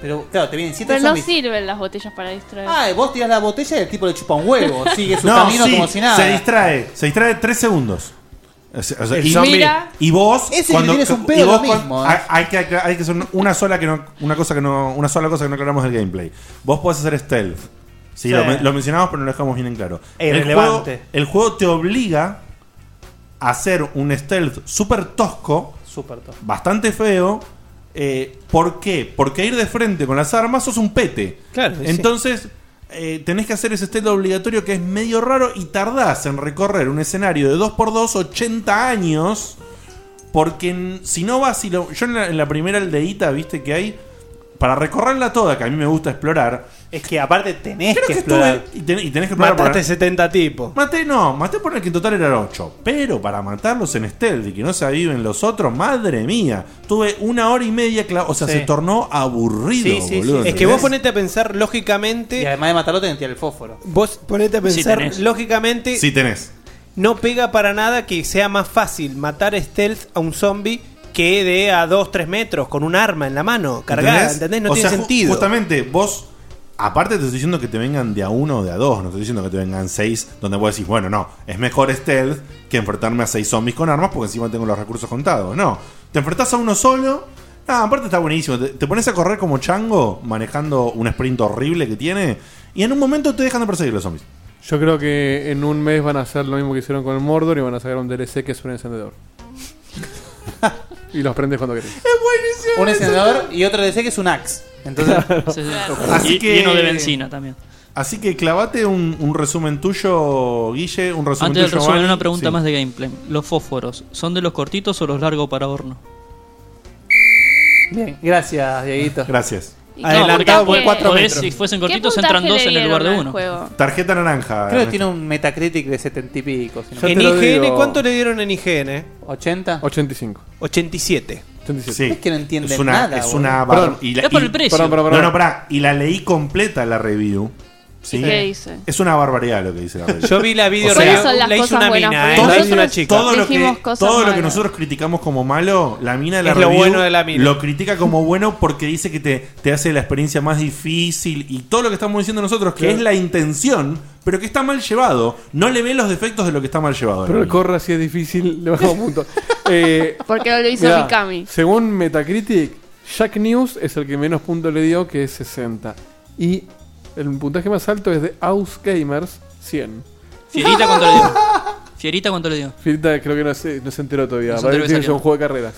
[SPEAKER 4] pero claro, te vienen siete
[SPEAKER 9] Pero no
[SPEAKER 4] zombies.
[SPEAKER 9] sirven las botellas para distraer.
[SPEAKER 4] Ah, y vos tirás la botella y el tipo le chupa
[SPEAKER 2] (laughs)
[SPEAKER 4] un huevo. Sigue su
[SPEAKER 2] No,
[SPEAKER 4] camino
[SPEAKER 2] sí,
[SPEAKER 4] como si nada.
[SPEAKER 2] Se distrae, se distrae tres segundos. O sea, o sea,
[SPEAKER 4] El
[SPEAKER 2] y,
[SPEAKER 4] zombie. Mira.
[SPEAKER 2] y vos
[SPEAKER 4] Ese que tienes un pedo
[SPEAKER 2] y vos
[SPEAKER 4] lo
[SPEAKER 2] cuan-
[SPEAKER 4] mismo,
[SPEAKER 2] hay,
[SPEAKER 4] ¿eh?
[SPEAKER 2] hay que aclar- hay que son una sola que no una cosa que no una sola cosa que no aclaramos del gameplay vos podés hacer stealth sí,
[SPEAKER 4] Sí.
[SPEAKER 2] Lo, men- lo mencionamos pero no lo dejamos bien en claro
[SPEAKER 4] Es
[SPEAKER 2] el
[SPEAKER 4] relevante.
[SPEAKER 2] juego, el juego te obliga a hacer un stealth súper tosco
[SPEAKER 4] Súper top.
[SPEAKER 2] bastante feo eh, ¿por qué? porque ir de frente con las armas sos un pete
[SPEAKER 1] Claro, Pues sí.
[SPEAKER 2] entonces eh, tenés que hacer ese stealth obligatorio que es medio raro y tardás en recorrer un escenario de 2x2 80 años. Porque en- si no vas y lo- Yo en la, en la primera aldeíta, viste que hay. Para recorrerla toda, que a mí me gusta explorar.
[SPEAKER 4] Es que aparte tenés
[SPEAKER 2] Creo
[SPEAKER 4] que
[SPEAKER 2] estuve-
[SPEAKER 4] explorar.
[SPEAKER 2] y, ten- y tenés que explorar.
[SPEAKER 1] Mataste
[SPEAKER 2] por-
[SPEAKER 1] 70 tipos.
[SPEAKER 2] Maté, no, maté por el que en total eran 8. Pero para matarlos en stealth y que no se aviven los otros, madre mía. Tuve una hora y media clavada. O sea,
[SPEAKER 1] Sí.
[SPEAKER 2] se tornó aburrido,
[SPEAKER 1] Sí, sí, sí.
[SPEAKER 2] boludo.
[SPEAKER 1] Es que vos
[SPEAKER 2] ¿entendés?
[SPEAKER 1] ponete a pensar lógicamente. Y
[SPEAKER 4] además de matarlo, tenés que tirar el fósforo.
[SPEAKER 1] Vos ponete a
[SPEAKER 4] Sí,
[SPEAKER 1] pensar
[SPEAKER 4] tenés.
[SPEAKER 1] lógicamente.
[SPEAKER 2] Sí, tenés.
[SPEAKER 1] No pega para nada que sea más fácil matar stealth a un zombie que de a 2-3 metros con un arma en la mano cargada. ¿Entendés? No
[SPEAKER 2] O
[SPEAKER 1] tiene
[SPEAKER 2] sea, ju-
[SPEAKER 1] sentido.
[SPEAKER 2] Justamente, vos. Aparte, te estoy diciendo que te vengan de a uno o de a dos. No te estoy diciendo que te vengan seis, donde vos decís, bueno, no, es mejor stealth que enfrentarme a seis zombies con armas porque encima tengo los recursos contados. No, te enfrentás a uno solo. Ah, aparte está buenísimo. Te, te pones a correr como chango, manejando un sprint horrible que tiene. Y en un momento te dejan de perseguir los zombies.
[SPEAKER 3] Yo creo que en un mes van a hacer lo mismo que hicieron con el Mordor y van a sacar un DLC que es
[SPEAKER 2] (laughs)
[SPEAKER 3] un encendedor. y los prendes cuando querés.
[SPEAKER 4] Un encendedor y otro DC que es un axe. Entonces,
[SPEAKER 6] Y- y uno de benzina también.
[SPEAKER 2] Así que clavate un, un resumen tuyo, Guille. Un resumen
[SPEAKER 6] Antes del
[SPEAKER 2] tuyo,
[SPEAKER 6] resumen,
[SPEAKER 2] Vani.
[SPEAKER 6] una pregunta
[SPEAKER 2] Sí.
[SPEAKER 6] más de gameplay. Los fósforos, ¿son de los cortitos o los largos para horno?
[SPEAKER 4] Bien, gracias, Dieguito.
[SPEAKER 2] Gracias.
[SPEAKER 4] Adelantado por 4
[SPEAKER 6] Podés,
[SPEAKER 4] metros.
[SPEAKER 6] Si fuesen cortitos, entran dos en el lugar de uno.
[SPEAKER 2] Tarjeta naranja.
[SPEAKER 4] Creo que
[SPEAKER 2] Ernesto.
[SPEAKER 4] tiene un Metacritic de 70 y pico. si no
[SPEAKER 1] En
[SPEAKER 4] me equivoco.
[SPEAKER 1] IGN, ¿cuánto le dieron en IGN?
[SPEAKER 4] ¿80?
[SPEAKER 3] 85.
[SPEAKER 1] 87.
[SPEAKER 2] Sí.
[SPEAKER 4] Es que no entienden
[SPEAKER 2] Es una-
[SPEAKER 4] nada,
[SPEAKER 2] Es
[SPEAKER 4] boludo.
[SPEAKER 2] una bar-
[SPEAKER 4] Perdón,
[SPEAKER 2] y la-
[SPEAKER 4] es por
[SPEAKER 2] y-
[SPEAKER 4] el precio. Perdón, perdón, perdón.
[SPEAKER 2] No, no, pará. Y la leí completa la review. ¿sí?
[SPEAKER 9] ¿Y qué dice?
[SPEAKER 2] Es una barbaridad lo que dice la review.
[SPEAKER 1] Yo vi la video ¿eh?
[SPEAKER 9] ¿Cuáles son las cosas buenas? Porque
[SPEAKER 2] Todo,
[SPEAKER 9] nosotros
[SPEAKER 2] ¿eh? una chica. todo lo,
[SPEAKER 9] dijimos
[SPEAKER 2] que,
[SPEAKER 9] cosas
[SPEAKER 2] todo lo que
[SPEAKER 9] malas.
[SPEAKER 2] nosotros criticamos como malo, la mina de la
[SPEAKER 1] Es lo
[SPEAKER 2] review
[SPEAKER 1] bueno de la mina.
[SPEAKER 2] lo critica como bueno porque dice que te, te hace la experiencia más difícil y todo lo que estamos diciendo nosotros, que
[SPEAKER 3] Claro.
[SPEAKER 2] es la intención, pero que está mal llevado. No le ve los defectos de lo que está mal llevado.
[SPEAKER 3] Pero el Corra si es difícil, le bajamos
[SPEAKER 2] (laughs)
[SPEAKER 3] un punto. Eh,
[SPEAKER 9] ¿Por qué no lo hizo
[SPEAKER 3] mirá,
[SPEAKER 9] Mikami?
[SPEAKER 3] Según Metacritic, Jack News es el que menos puntos le dio, que es 60. Y el puntaje más alto es de House Gamers, 100.
[SPEAKER 9] (laughs)
[SPEAKER 6] Fierita cuánto le dio. Fierita cuánto le dio.
[SPEAKER 3] Fierita creo que no se, no se enteró todavía.
[SPEAKER 6] No se
[SPEAKER 3] Parece
[SPEAKER 6] enteró que
[SPEAKER 3] que es
[SPEAKER 6] salió.
[SPEAKER 3] un juego de carreras.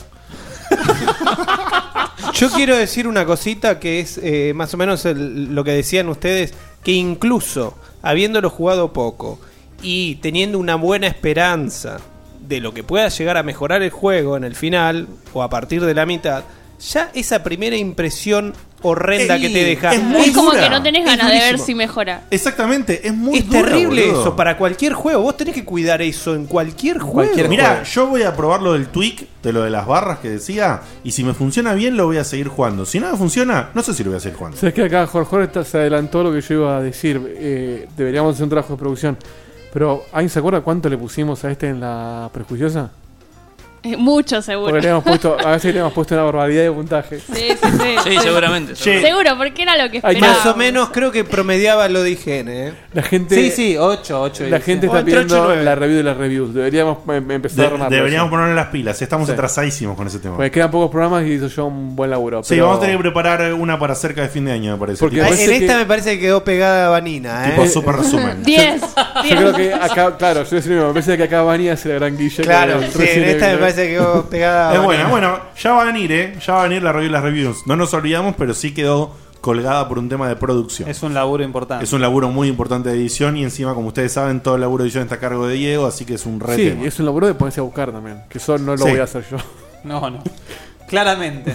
[SPEAKER 1] (laughs) Yo quiero decir una cosita que es eh, más o menos el- lo que decían ustedes, que incluso habiéndolo jugado poco y teniendo una buena esperanza de lo que pueda llegar a mejorar el juego en el final o a partir de la mitad, ya esa primera impresión horrenda
[SPEAKER 2] Ey,
[SPEAKER 1] que te deja
[SPEAKER 2] es
[SPEAKER 9] Es como que no tenés
[SPEAKER 1] Es
[SPEAKER 9] ganas de ver
[SPEAKER 1] durísimo.
[SPEAKER 9] si mejora.
[SPEAKER 2] Exactamente, es muy
[SPEAKER 1] Es
[SPEAKER 2] dura,
[SPEAKER 1] terrible
[SPEAKER 2] boludo.
[SPEAKER 1] eso para cualquier juego. Vos tenés que cuidar eso en cualquier juego.
[SPEAKER 2] Mira, yo voy a probar lo del tweak, de lo de las barras que decía, y si me funciona bien lo voy a seguir jugando. Si no me funciona, no sé si lo voy a seguir jugando.
[SPEAKER 3] Sabes que acá Jorge Jorge está- se adelantó lo que yo iba a decir. Eh, deberíamos hacer un trabajo de producción. Pero, ¿alguien se acuerda cuánto le pusimos a este en la prejuiciosa?
[SPEAKER 9] Eh, Mucho seguro.
[SPEAKER 3] Porque le hemos puesto, a veces le hemos puesto una barbaridad de puntaje.
[SPEAKER 9] (laughs) Sí, sí, sí.
[SPEAKER 6] Sí, seguramente.
[SPEAKER 9] Seguro, porque era lo que
[SPEAKER 1] Ay,
[SPEAKER 9] esperaba.
[SPEAKER 1] Más o menos creo que promediaba lo de higiene. ¿eh?
[SPEAKER 3] La gente.
[SPEAKER 1] Sí, sí, 8, 8.
[SPEAKER 3] La gente está pidiendo la review de las reviews. Deberíamos eh, empezar
[SPEAKER 2] De-
[SPEAKER 3] a armar.
[SPEAKER 2] deberíamos ponerle las pilas, estamos
[SPEAKER 3] Sí.
[SPEAKER 2] atrasadísimos con ese tema.
[SPEAKER 3] Me quedan pocos programas y hizo yo un buen laburo.
[SPEAKER 2] sí,
[SPEAKER 3] pero-
[SPEAKER 2] vamos a tener que preparar una para cerca de fin de año, me parece.
[SPEAKER 3] Porque
[SPEAKER 2] Tipo-
[SPEAKER 3] parece
[SPEAKER 1] Ah, En esta me parece que quedó pegada Vanina. ¿eh?
[SPEAKER 2] Tipo super resumen.
[SPEAKER 1] (laughs)
[SPEAKER 9] Diez.
[SPEAKER 3] Yo creo que acá, claro, yo decía, me parece que acá Vania es la gran guille.
[SPEAKER 1] Claro,
[SPEAKER 3] que
[SPEAKER 1] sí,
[SPEAKER 3] recién
[SPEAKER 1] en esta me
[SPEAKER 3] el-
[SPEAKER 1] parece que quedó pegada.
[SPEAKER 2] Es
[SPEAKER 1] Vanina.
[SPEAKER 2] bueno, bueno, ya va a venir, ¿eh? Ya va a venir la review de las reviews. No nos olvidamos, pero sí quedó colgada por un tema de producción.
[SPEAKER 4] Es un laburo importante.
[SPEAKER 2] Es un laburo muy importante de edición y encima, como ustedes saben, todo el laburo de edición está a cargo de Diego, así que es un reto.
[SPEAKER 3] Sí, y es un laburo de ponerse a buscar también. Que eso no lo
[SPEAKER 2] Sí.
[SPEAKER 3] voy a hacer yo.
[SPEAKER 4] No, no. Claramente.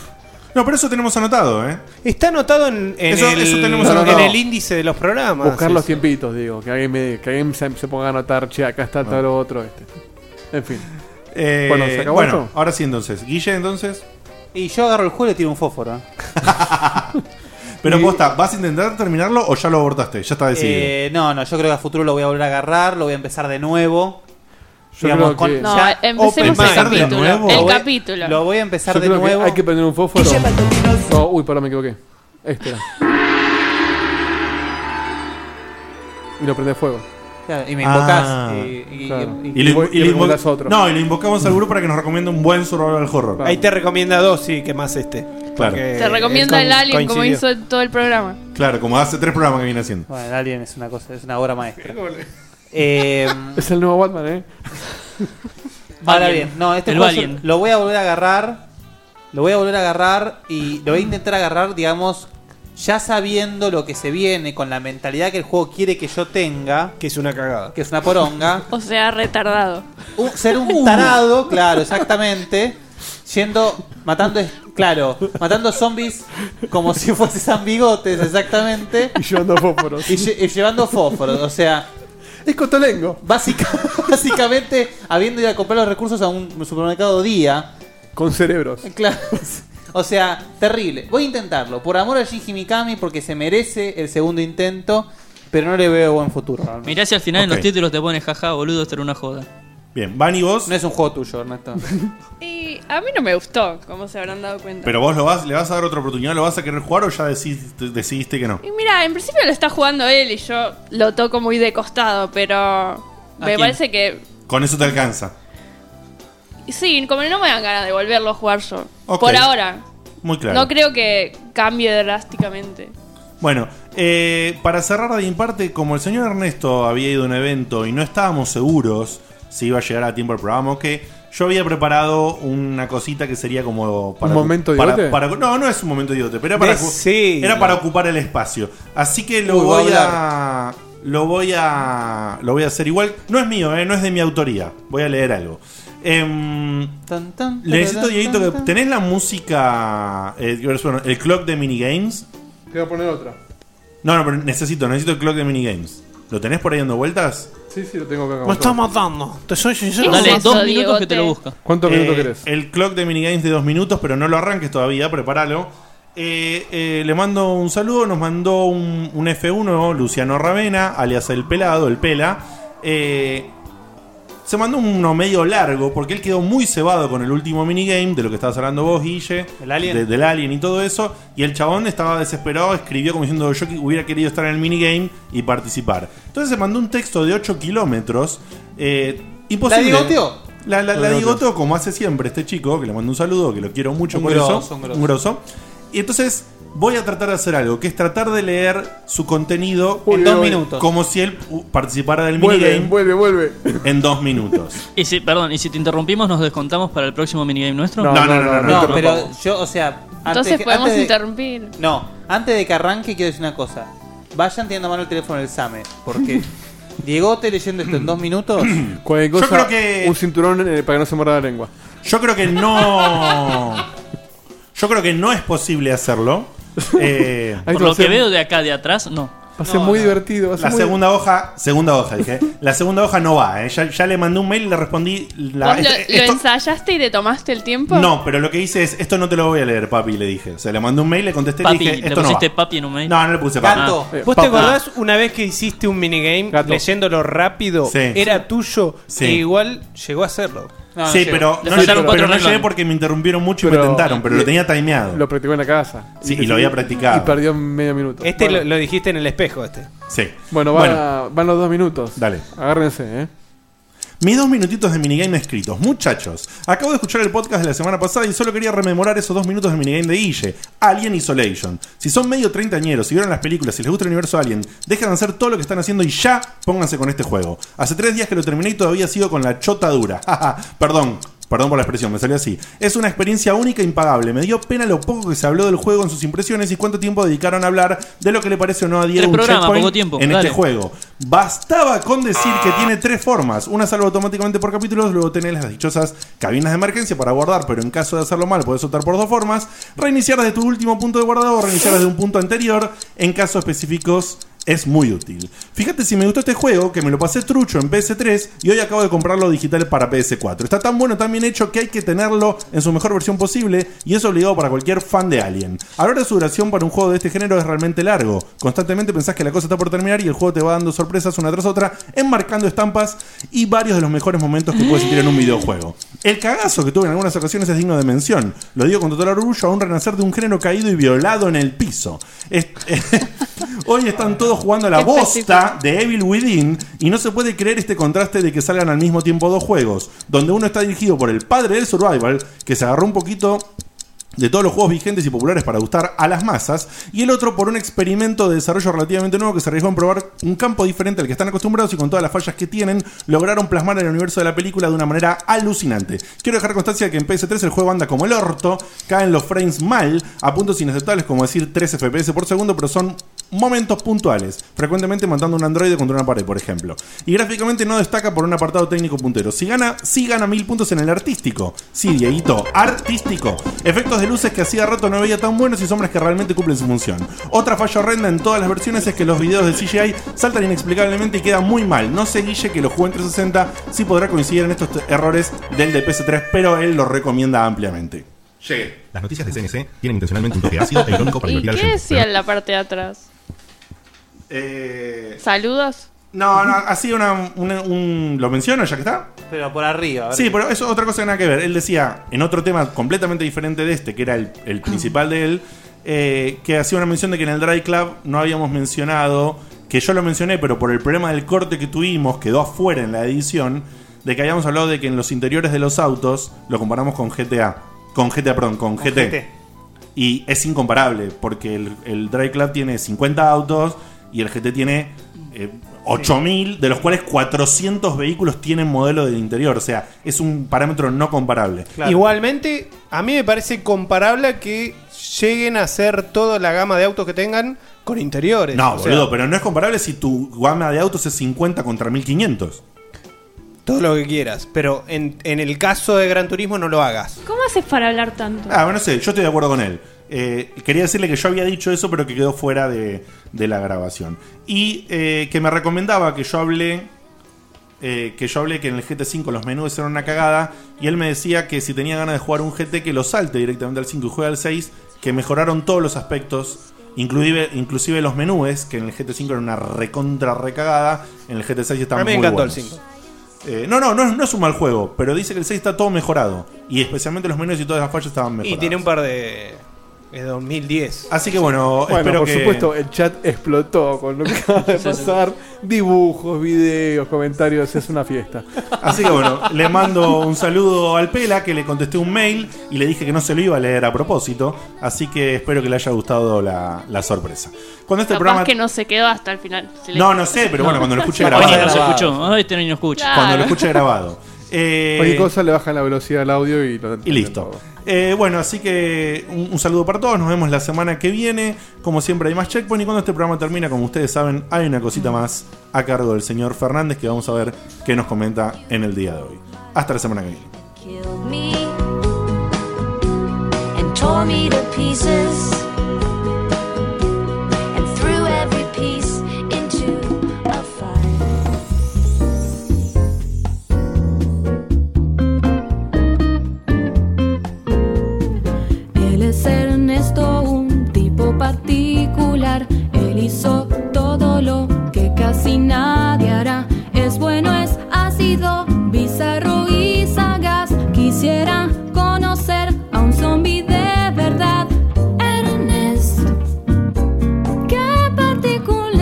[SPEAKER 2] No, pero eso tenemos anotado, ¿eh?
[SPEAKER 1] Está anotado en, en
[SPEAKER 2] Eso-
[SPEAKER 1] el,
[SPEAKER 2] eso tenemos
[SPEAKER 1] en
[SPEAKER 2] anotado.
[SPEAKER 1] el índice de los programas.
[SPEAKER 3] buscar los
[SPEAKER 1] Sí, sí.
[SPEAKER 3] tiempitos, digo. Que alguien, me, que alguien se, se ponga a anotar, che, acá está todo lo otro. Este. En fin.
[SPEAKER 2] Eh,
[SPEAKER 3] bueno, ¿se acabó
[SPEAKER 2] bueno,
[SPEAKER 3] esto?
[SPEAKER 2] ahora sí entonces. Guille, entonces.
[SPEAKER 4] Y yo agarro el juego y le tiro un fósforo. ¿eh?
[SPEAKER 2] (laughs) Pero
[SPEAKER 4] Y-
[SPEAKER 2] posta, ¿vas a intentar terminarlo o ya lo abordaste? Ya está decidido.
[SPEAKER 4] Eh, no, no, yo creo que a futuro lo voy a volver a agarrar, lo voy a empezar de nuevo.
[SPEAKER 3] Yo creo que-
[SPEAKER 9] No, eh,
[SPEAKER 4] ya
[SPEAKER 9] empecemos
[SPEAKER 4] open
[SPEAKER 9] el
[SPEAKER 4] mind.
[SPEAKER 9] capítulo. El
[SPEAKER 4] Lo voy-
[SPEAKER 9] capítulo.
[SPEAKER 4] Lo voy a empezar
[SPEAKER 3] Yo
[SPEAKER 4] de
[SPEAKER 3] creo que
[SPEAKER 4] nuevo.
[SPEAKER 3] hay que prender un fósforo. No, uy, perdón, me equivoqué. Este era. Y lo prende fuego.
[SPEAKER 4] Claro, y me invocás, eh,
[SPEAKER 2] Ah,
[SPEAKER 4] y, y-
[SPEAKER 3] claro.
[SPEAKER 4] y-
[SPEAKER 2] Y lo,
[SPEAKER 3] voy-
[SPEAKER 2] y lo
[SPEAKER 3] y lo
[SPEAKER 2] invo-
[SPEAKER 3] invocas a otro.
[SPEAKER 2] No, y lo invocamos al grupo para que nos recomiende un buen survival horror.
[SPEAKER 1] Ahí te recomienda dos, sí, que más este.
[SPEAKER 2] Claro.
[SPEAKER 1] Porque
[SPEAKER 9] Te recomienda
[SPEAKER 1] él
[SPEAKER 9] el
[SPEAKER 1] con-
[SPEAKER 9] Alien como
[SPEAKER 1] coincidió.
[SPEAKER 9] hizo en todo el programa.
[SPEAKER 2] Claro, como hace tres programas que viene haciendo.
[SPEAKER 4] Bueno, el Alien es una cosa, es una obra
[SPEAKER 3] (laughs)
[SPEAKER 4] maestra. Eh,
[SPEAKER 3] Es el nuevo Batman, ¿eh?
[SPEAKER 4] ahora
[SPEAKER 6] Alien.
[SPEAKER 4] bien, no, este
[SPEAKER 6] El
[SPEAKER 4] juego yo
[SPEAKER 6] Alien.
[SPEAKER 4] lo voy a volver a agarrar. Lo voy a volver a agarrar y lo voy a intentar agarrar, digamos, ya sabiendo lo que se viene, con la mentalidad que el juego quiere que yo tenga,
[SPEAKER 1] Que es una cagada.
[SPEAKER 4] que es una poronga.
[SPEAKER 9] O sea, retardado.
[SPEAKER 4] Un- ser un tarado, claro, exactamente. Yendo, matando, es- claro, matando zombies como si fuese San Bigotes, exactamente.
[SPEAKER 3] Y llevando fósforos.
[SPEAKER 4] Y, lle- y llevando fósforos, o sea.
[SPEAKER 3] Es cotolengo.
[SPEAKER 4] Básica, (laughs) básicamente, habiendo ido a comprar los recursos a un supermercado día.
[SPEAKER 3] Con cerebros.
[SPEAKER 4] Claro. (laughs) O sea, terrible. Voy a intentarlo. Por amor a Shinji Mikami, porque se merece el segundo intento. Pero no le veo buen futuro. realmente.
[SPEAKER 6] Mirá si al final en los
[SPEAKER 4] Ok.
[SPEAKER 6] títulos te pones jaja, boludo, esto era una joda.
[SPEAKER 2] Bien, Van y vos.
[SPEAKER 4] No es un juego tuyo, Ernesto.
[SPEAKER 9] Y a mí no me gustó, como se habrán dado
[SPEAKER 2] (laughs)
[SPEAKER 9] cuenta.
[SPEAKER 2] Pero vos lo vas, le vas a dar otra oportunidad, lo vas a querer jugar o ya decidiste, decidiste que no.
[SPEAKER 9] Y mira, en principio lo está jugando él y yo lo toco muy de costado, pero me
[SPEAKER 2] quién?
[SPEAKER 9] parece que
[SPEAKER 2] Con eso te alcanza.
[SPEAKER 9] sí, como no me dan ganas de volverlo a jugar yo.
[SPEAKER 2] Ok.
[SPEAKER 9] Por ahora.
[SPEAKER 2] Muy claro.
[SPEAKER 9] No creo que cambie drásticamente.
[SPEAKER 2] Bueno, eh, para cerrar de mi parte, como el señor Ernesto había ido a un evento y no estábamos seguros si iba a llegar a tiempo el programa o qué, yo había preparado una cosita que sería como para.
[SPEAKER 3] ¿Un momento
[SPEAKER 2] para-
[SPEAKER 3] idiote?
[SPEAKER 2] para- No, no es un momento idiote, pero era para,
[SPEAKER 1] Decilo.
[SPEAKER 2] era para ocupar el espacio. Así que lo
[SPEAKER 1] Uy, va a
[SPEAKER 2] voy a, Lo voy a. Lo voy a hacer igual. No es mío, eh, no es de mi autoría. Voy a leer algo. Em, le necesito, Dieguito, que. ¿Tenés la música. eh, bueno, el clock de minigames?
[SPEAKER 3] Te voy a poner otra.
[SPEAKER 2] No, no, pero necesito, necesito el clock de minigames. ¿Lo tenés por ahí dando vueltas?
[SPEAKER 3] Sí, sí, lo tengo acá.
[SPEAKER 1] Me estás matando. Te soy sincero.
[SPEAKER 6] Dale dos minutos que te lo busca.
[SPEAKER 3] ¿Cuántos minutos querés?
[SPEAKER 2] Eh, El clock de minigames de dos minutos, pero no lo arranques todavía, prepáralo. Eh, eh, le mando un saludo, nos mandó un, un F1, Luciano Ravena, alias El Pelado, El Pela. Eh, se mandó uno medio largo porque él quedó muy cebado con el último minigame de lo que estabas hablando vos, Guille.
[SPEAKER 4] alien?
[SPEAKER 2] de- del alien y todo eso. Y el chabón estaba desesperado, escribió como diciendo yo que hubiera querido estar en el minigame y participar. Entonces se mandó un texto de 8 kilómetros. eh, imposible.
[SPEAKER 4] ¿La digoteó?
[SPEAKER 2] La, la, la
[SPEAKER 4] La digoteó.
[SPEAKER 2] digoteó como hace siempre este chico, que le mando un saludo, que lo quiero mucho
[SPEAKER 4] Un
[SPEAKER 2] por
[SPEAKER 4] grosso,
[SPEAKER 2] eso.
[SPEAKER 4] un grosso.
[SPEAKER 2] Un grosso. Y entonces voy a tratar de hacer algo, que es tratar de leer su contenido
[SPEAKER 4] En dos minutos.
[SPEAKER 2] Como si él uh, participara del
[SPEAKER 6] Vuelve,
[SPEAKER 2] minigame. Vuelve, vuelve, En dos minutos.
[SPEAKER 6] Y si, perdón, y si te interrumpimos, nos descontamos para el próximo minigame nuestro.
[SPEAKER 2] No, no, no, no, no,
[SPEAKER 4] No, pero yo, o sea.
[SPEAKER 9] Entonces
[SPEAKER 4] que-
[SPEAKER 9] podemos
[SPEAKER 4] antes de-
[SPEAKER 9] interrumpir.
[SPEAKER 4] No, antes de que arranque, quiero decir una cosa. Vayan teniendo a mano el teléfono del SAME.
[SPEAKER 2] (laughs)
[SPEAKER 4] Porque Diegote leyendo esto en dos minutos.
[SPEAKER 3] Cualquier cosa,
[SPEAKER 4] creo que-
[SPEAKER 3] un (laughs) cinturón eh, para que no se muerda la lengua.
[SPEAKER 2] Yo creo que no. Yo creo que no es posible
[SPEAKER 3] (laughs)
[SPEAKER 2] hacerlo. Eh,
[SPEAKER 6] Por lo que veo de acá, de atrás, no.
[SPEAKER 3] Va a ser muy divertido. va a ser
[SPEAKER 2] La
[SPEAKER 3] muy-
[SPEAKER 2] segunda hoja, segunda hoja, dije. La segunda hoja no va, eh. ya, ya le mandé un mail y le respondí. La,
[SPEAKER 9] ¿Vos lo,
[SPEAKER 2] este-
[SPEAKER 9] lo
[SPEAKER 2] esto-
[SPEAKER 9] ensayaste y te tomaste el tiempo?
[SPEAKER 2] no, pero lo que hice es: esto no te lo voy a leer, papi, le dije. O sea, le mandé un mail, le contesté
[SPEAKER 6] Papi,
[SPEAKER 2] y dije:
[SPEAKER 6] le
[SPEAKER 2] Esto no va.
[SPEAKER 6] pusiste papi en un mail.
[SPEAKER 2] No, no le puse papi.
[SPEAKER 6] Gato.
[SPEAKER 2] Eh,
[SPEAKER 1] ¿Vos
[SPEAKER 2] papi.
[SPEAKER 1] te acordás una vez que hiciste un minigame leyéndolo rápido?
[SPEAKER 2] Sí.
[SPEAKER 1] Era tuyo
[SPEAKER 2] Sí.
[SPEAKER 1] e igual llegó a hacerlo.
[SPEAKER 2] sí, pero no, llegué, pero no llegué porque me interrumpieron mucho y me tentaron, pero lo tenía timeado.
[SPEAKER 3] Lo practicó en la casa.
[SPEAKER 2] Sí, y lo había practicado.
[SPEAKER 3] Y perdió medio minuto.
[SPEAKER 1] Este
[SPEAKER 3] Bueno.
[SPEAKER 1] lo, lo dijiste en el espejo, este.
[SPEAKER 2] Sí.
[SPEAKER 3] Bueno, van, a- van los dos minutos.
[SPEAKER 2] Dale.
[SPEAKER 3] Agárrense, eh.
[SPEAKER 2] Mis dos minutitos de minigame escritos. Muchachos, acabo de escuchar el podcast de la semana pasada y solo quería rememorar esos dos minutos de minigame de Guille. Alien Isolation. Si son medio treintañeros, si vieron las películas, si les gusta el universo Alien, dejen de hacer todo lo que están haciendo y ya pónganse con este juego. Hace tres días que lo terminé y todavía sigo con la chota dura. (laughs) Jaja, Perdón. Perdón por la expresión, me salió así. Es una experiencia única e impagable. Me dio pena lo poco que se habló del juego en sus impresiones y cuánto tiempo dedicaron a hablar de lo que le parece o no a Diego
[SPEAKER 6] Tres
[SPEAKER 2] un
[SPEAKER 6] programas,
[SPEAKER 2] checkpoint
[SPEAKER 6] poco tiempo,
[SPEAKER 2] en
[SPEAKER 6] dale.
[SPEAKER 2] este juego juego. Bastaba con decir que tiene tres formas. Una salva automáticamente por capítulos, luego tenés las dichosas cabinas de emergencia para guardar, pero en caso de hacerlo mal podés soltar por dos formas. Reiniciar desde tu último punto de guardado o reiniciar desde un punto anterior. En casos específicos es muy útil. Fíjate si me gustó este juego, que me lo pasé trucho en PS3 y hoy acabo de comprarlo digital para PS4. Está tan bueno, tan bien hecho que hay que tenerlo en su mejor versión posible y es obligado para cualquier fan de Alien. Ahora su duración para un juego de este género es realmente largo. Constantemente pensás que la cosa está por terminar y el juego te va dando sorpresas una tras otra, enmarcando estampas y varios de los mejores momentos que puedes sentir en un videojuego. El cagazo que tuve en algunas ocasiones es digno de mención. Lo digo con total orgullo a un renacer de un género caído y violado en el piso. Es- (laughs) Hoy están todos jugando a la
[SPEAKER 13] Qué
[SPEAKER 2] bosta de Evil Within y no se puede creer este contraste de que salgan al mismo tiempo dos juegos, donde uno está dirigido por el padre del survival, que se agarró un poquito de todos los juegos vigentes y populares para gustar a las masas, y el otro por un experimento de desarrollo relativamente nuevo que se arriesgó en probar un campo diferente al que están acostumbrados y con todas las fallas que tienen, lograron plasmar el universo de la película de una manera alucinante. Quiero dejar constancia de que en PS3 el juego anda como el orto, caen los frames mal, a puntos inaceptables como decir 3 FPS por segundo, pero son momentos puntuales, frecuentemente matando un androide contra una pared, por ejemplo. Y gráficamente no destaca por un apartado técnico puntero. Si gana, sí gana mil puntos en el artístico. Sí, Dieguito, artístico. Efectos de luces que hacía rato no veía tan buenos y sombras que realmente cumplen su función. Otra falla horrenda en todas las versiones es que los videos de CGI saltan inexplicablemente y quedan muy mal. No sé, Guille, que lo jugó en 360, sí podrá coincidir en estos t- errores del de PS3, pero él lo recomienda ampliamente. Llegué.
[SPEAKER 15] Las noticias de CNC tienen intencionalmente un toque ácido e irónico para
[SPEAKER 9] ¿Y
[SPEAKER 15] divertir al
[SPEAKER 9] qué
[SPEAKER 15] oyente.
[SPEAKER 9] decía en la parte de atrás?
[SPEAKER 1] Eh,
[SPEAKER 9] ¿Saludos?
[SPEAKER 2] No, no, así una, una- un... ¿Lo menciono ya que está?
[SPEAKER 4] Pero por arriba. a ver.
[SPEAKER 2] Sí, pero eso es otra cosa que nada que ver. Él decía, en otro tema completamente diferente de este, que era el,
[SPEAKER 4] (clears throat)
[SPEAKER 2] el principal de él, eh, que hacía una mención de que en el Dry Club no habíamos mencionado, que yo lo mencioné, pero por el problema del corte que tuvimos, quedó afuera en la edición, de que habíamos hablado de que en los interiores de los autos lo comparamos con GTA. Con GTA, perdón, con, GT.
[SPEAKER 4] GT.
[SPEAKER 2] Y es incomparable, porque el, el Dry Club tiene 50 autos y el GT tiene eh, 8000, de los cuales 400 vehículos tienen modelo del interior. O sea, es un parámetro no comparable.
[SPEAKER 1] Igualmente, a mí me parece comparable a que lleguen a hacer toda la gama de autos que tengan con interiores.
[SPEAKER 2] No,
[SPEAKER 1] O sea,
[SPEAKER 2] boludo, pero no es comparable si tu gama de autos es 50 contra 1500.
[SPEAKER 1] Todo lo que quieras, pero en, en el caso de Gran Turismo no lo hagas.
[SPEAKER 9] ¿Cómo haces para hablar tanto?
[SPEAKER 2] Ah, bueno, no sé, yo estoy de acuerdo con él. Eh, quería decirle que yo había dicho eso, pero que quedó fuera de, de la grabación. Y eh, que me recomendaba que yo hablé eh, que yo hablé que en el GT5 los menús eran una cagada. Y él me decía que si tenía ganas de jugar un GT, que lo salte directamente al 5 y juegue al 6. Que mejoraron todos los aspectos, inclusive, inclusive los menús, que en el GT5 era una recontra recagada. En el GT6
[SPEAKER 1] A
[SPEAKER 2] estaban
[SPEAKER 1] mí me
[SPEAKER 2] muy
[SPEAKER 1] encantó
[SPEAKER 2] buenos.
[SPEAKER 1] el 5.
[SPEAKER 2] Eh, no, no, no es, no es un mal juego, pero dice que el 6 está todo mejorado. Y especialmente los menús y todas las fallas estaban
[SPEAKER 1] Y
[SPEAKER 2] mejoradas.
[SPEAKER 1] tiene un par de. Es 2010.
[SPEAKER 2] Así que bueno,
[SPEAKER 3] Bueno,
[SPEAKER 2] espero
[SPEAKER 3] por
[SPEAKER 2] que-
[SPEAKER 3] supuesto, el chat explotó
[SPEAKER 2] (laughs)
[SPEAKER 3] con lo que acaba de pasar. Dibujos, videos, comentarios, es una fiesta.
[SPEAKER 2] Así que bueno, le mando un saludo al Pela, que le contesté un mail y le dije que no se lo iba a leer a propósito. Así que espero que le haya gustado la, la sorpresa. Cuando este
[SPEAKER 9] Capaz
[SPEAKER 2] programa.
[SPEAKER 9] que no se quedó hasta el final. Se le-
[SPEAKER 2] No, no sé, pero bueno, cuando lo escuche
[SPEAKER 6] No,
[SPEAKER 2] grabado.
[SPEAKER 6] este no se escuchó. Ah, Este niño escucha.
[SPEAKER 2] Cuando lo escuche grabado. Eh,
[SPEAKER 3] Cualquier cosa le bajan la velocidad del audio y lo
[SPEAKER 2] Y listo. Eh, bueno, así que un, un saludo para todos. Nos vemos la semana que viene. Como siempre, hay más checkpoint. Y cuando este programa termina, como ustedes saben, hay una cosita más a cargo del señor Fernández que vamos a ver qué nos comenta en el día de hoy. Hasta la semana que viene.
[SPEAKER 11] Killed me and tore me to pieces and threw every piece into a fire.
[SPEAKER 16] Él es Ernesto, un tipo particular. Él hizo todo lo que casi nadie hará. Es bueno, es ácido, bizarro y sagaz. Quisiera conocer a un zombi de verdad. Ernest, qué particular.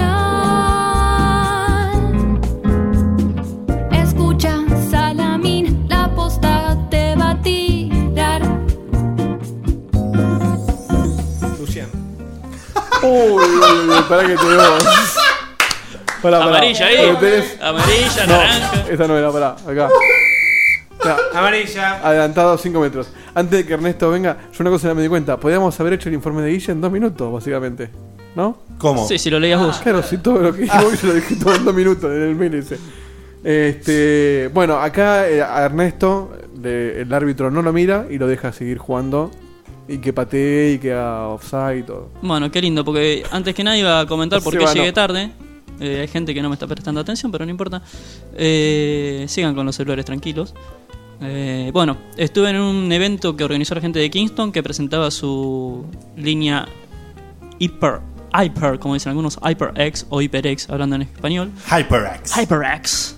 [SPEAKER 16] Escucha, Salamín, la posta te va a tirar.
[SPEAKER 1] Luciano.
[SPEAKER 3] Uy, uy, uy, pará que te digo. Pará, pará.
[SPEAKER 6] Amarilla ahí.
[SPEAKER 3] ¿Lo tenés?
[SPEAKER 6] Amarilla,
[SPEAKER 3] No,
[SPEAKER 6] naranja.
[SPEAKER 3] Esta no era, pará, acá. Pará.
[SPEAKER 1] Amarilla.
[SPEAKER 3] Adelantado 5 metros. Antes de que Ernesto venga, yo una cosa ya me di cuenta. Podríamos haber hecho el informe de Guille en dos minutos, básicamente. ¿No?
[SPEAKER 2] ¿Cómo?
[SPEAKER 6] Sí, si lo leías vos.
[SPEAKER 3] Claro, si todo lo que dijo yo lo dije todo en dos minutos en el mail ese. Este, bueno, acá eh, a Ernesto le- el árbitro no lo mira y lo deja seguir jugando. Y que patee y que haga offside y todo.
[SPEAKER 6] Bueno, qué lindo, porque antes que nada iba a comentar por
[SPEAKER 3] Sí,
[SPEAKER 6] qué
[SPEAKER 3] bueno.
[SPEAKER 6] llegué tarde. Eh, hay gente que no me está prestando atención, pero no importa. Eh, sigan con los celulares tranquilos. Eh, bueno, estuve en un evento que organizó la gente de Kingston que presentaba su línea Hyper, Hyper, como dicen algunos, HyperX o HyperX, hablando en español.
[SPEAKER 2] HyperX.
[SPEAKER 6] HyperX.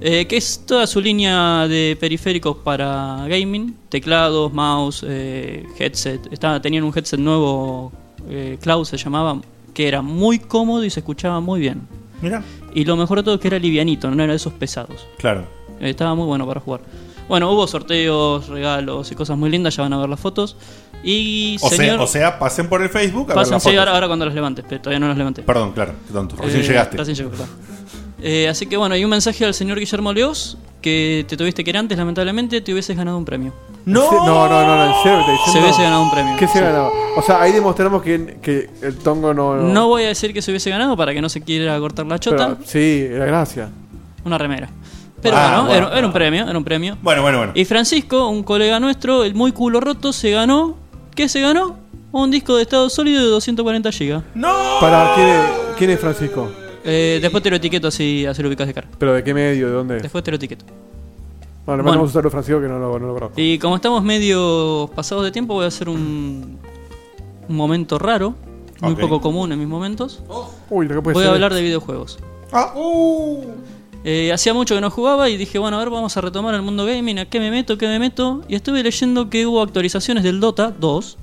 [SPEAKER 6] eh, que es toda su línea de periféricos para gaming, teclados, mouse, eh, headset. Estaba, tenían un headset nuevo, eh, Cloud se llamaba, que era muy cómodo y se escuchaba muy bien.
[SPEAKER 2] Mira.
[SPEAKER 6] Y lo mejor de todo es que era livianito, no era de esos pesados.
[SPEAKER 2] Claro.
[SPEAKER 6] Eh, Estaba muy bueno para jugar. Bueno, hubo sorteos, regalos y cosas muy lindas, ya van a ver las fotos. Y
[SPEAKER 2] O,
[SPEAKER 6] señor,
[SPEAKER 2] sea, o sea, pasen por el Facebook a ver
[SPEAKER 6] pasen
[SPEAKER 2] las
[SPEAKER 6] sí,
[SPEAKER 2] fotos.
[SPEAKER 6] ahora, ahora cuando las levantes, pero todavía no las levanté.
[SPEAKER 2] Perdón, claro, qué tonto. Recién
[SPEAKER 6] Eh,
[SPEAKER 2] llegaste.
[SPEAKER 6] recién llegó, perdón. Eh, así que bueno, hay un mensaje al señor Guillermo Leos que te tuviste que ir antes, lamentablemente, te hubieses ganado un premio.
[SPEAKER 3] No, (laughs) no, no, no, en serio, te diciendo-
[SPEAKER 6] Se hubiese ganado un premio.
[SPEAKER 3] ¿Qué se
[SPEAKER 6] Sí.
[SPEAKER 3] ganaba? O sea, ahí demostramos que, que el tongo no.
[SPEAKER 6] No voy a decir que se hubiese ganado para que no se quiera cortar la
[SPEAKER 3] pero-
[SPEAKER 6] chota.
[SPEAKER 3] Sí, era gracia.
[SPEAKER 6] Una remera. Pero
[SPEAKER 3] Ah,
[SPEAKER 6] bueno,
[SPEAKER 3] bueno.
[SPEAKER 6] Era, era un premio, era un premio.
[SPEAKER 2] Bueno, bueno, bueno.
[SPEAKER 6] Y Francisco, un colega nuestro, el muy culo roto, se ganó. ¿Qué se ganó? Un disco de estado sólido de 240 GB.
[SPEAKER 3] Para, ¿quién es, quién es Francisco?
[SPEAKER 6] Eh, después te lo etiqueto así, así lo ubicas de cara.
[SPEAKER 3] ¿Pero de qué medio? ¿De dónde?
[SPEAKER 6] Después te lo etiqueto.
[SPEAKER 3] Bueno, le
[SPEAKER 6] Bueno.
[SPEAKER 3] mandamos un saludo a Francisco que no lo, no lo conozco.
[SPEAKER 6] Y como estamos medio pasados de tiempo, voy a hacer un, un momento raro, muy
[SPEAKER 3] Ok.
[SPEAKER 6] poco común en mis momentos.
[SPEAKER 3] Uy, lo que puede
[SPEAKER 6] voy a
[SPEAKER 3] ser.
[SPEAKER 6] hablar de videojuegos. Uh. Eh, hacía mucho que no jugaba y dije, bueno, a ver, vamos a retomar el mundo gaming, ¿a qué me meto, qué me meto? Y estuve leyendo que hubo actualizaciones del Dota 2.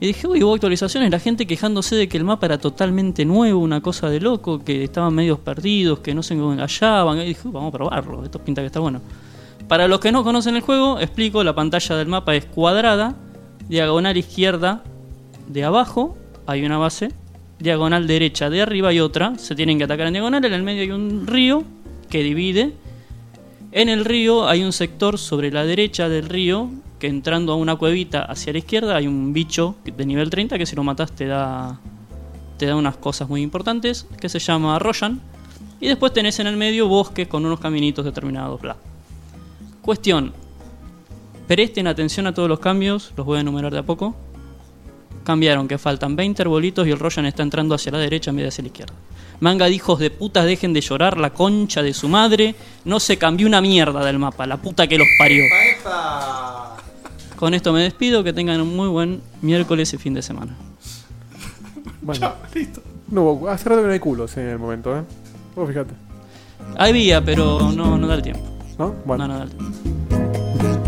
[SPEAKER 6] Y dije, uy, hubo actualizaciones, la gente quejándose de que el mapa era totalmente nuevo, una cosa de loco, que estaban medios perdidos, que no se engallaban. Y dije, vamos a probarlo, esto pinta que está bueno. Para los que no conocen el juego, explico, la pantalla del mapa es cuadrada, diagonal izquierda de abajo hay una base, diagonal derecha de arriba hay otra, se tienen que atacar en diagonal, en el medio hay un río que divide, en el río hay un sector sobre la derecha del río que entrando a una cuevita hacia la izquierda hay un bicho que- de nivel 30 que si lo matas te da te da unas cosas muy importantes que se llama Roshan y después tenés en el medio bosques con unos caminitos determinados, bla. Cuestión. Presten atención a todos los cambios, los voy a enumerar de a poco. cambiaron, que faltan 20 arbolitos y el Ryan está entrando hacia la derecha en vez de hacia la izquierda. Manga de hijos de putas, dejen de llorar la concha de su madre. No se cambió una mierda del mapa, la puta que los parió. Con esto me despido, que tengan un muy buen miércoles y fin de semana.
[SPEAKER 3] Bueno. No, hubo- hace rato que no hay culos en el momento, ¿eh? Vos fijate.
[SPEAKER 6] Había, pero no, no da el tiempo.
[SPEAKER 3] ¿No? Bueno.
[SPEAKER 6] No, no da el tiempo.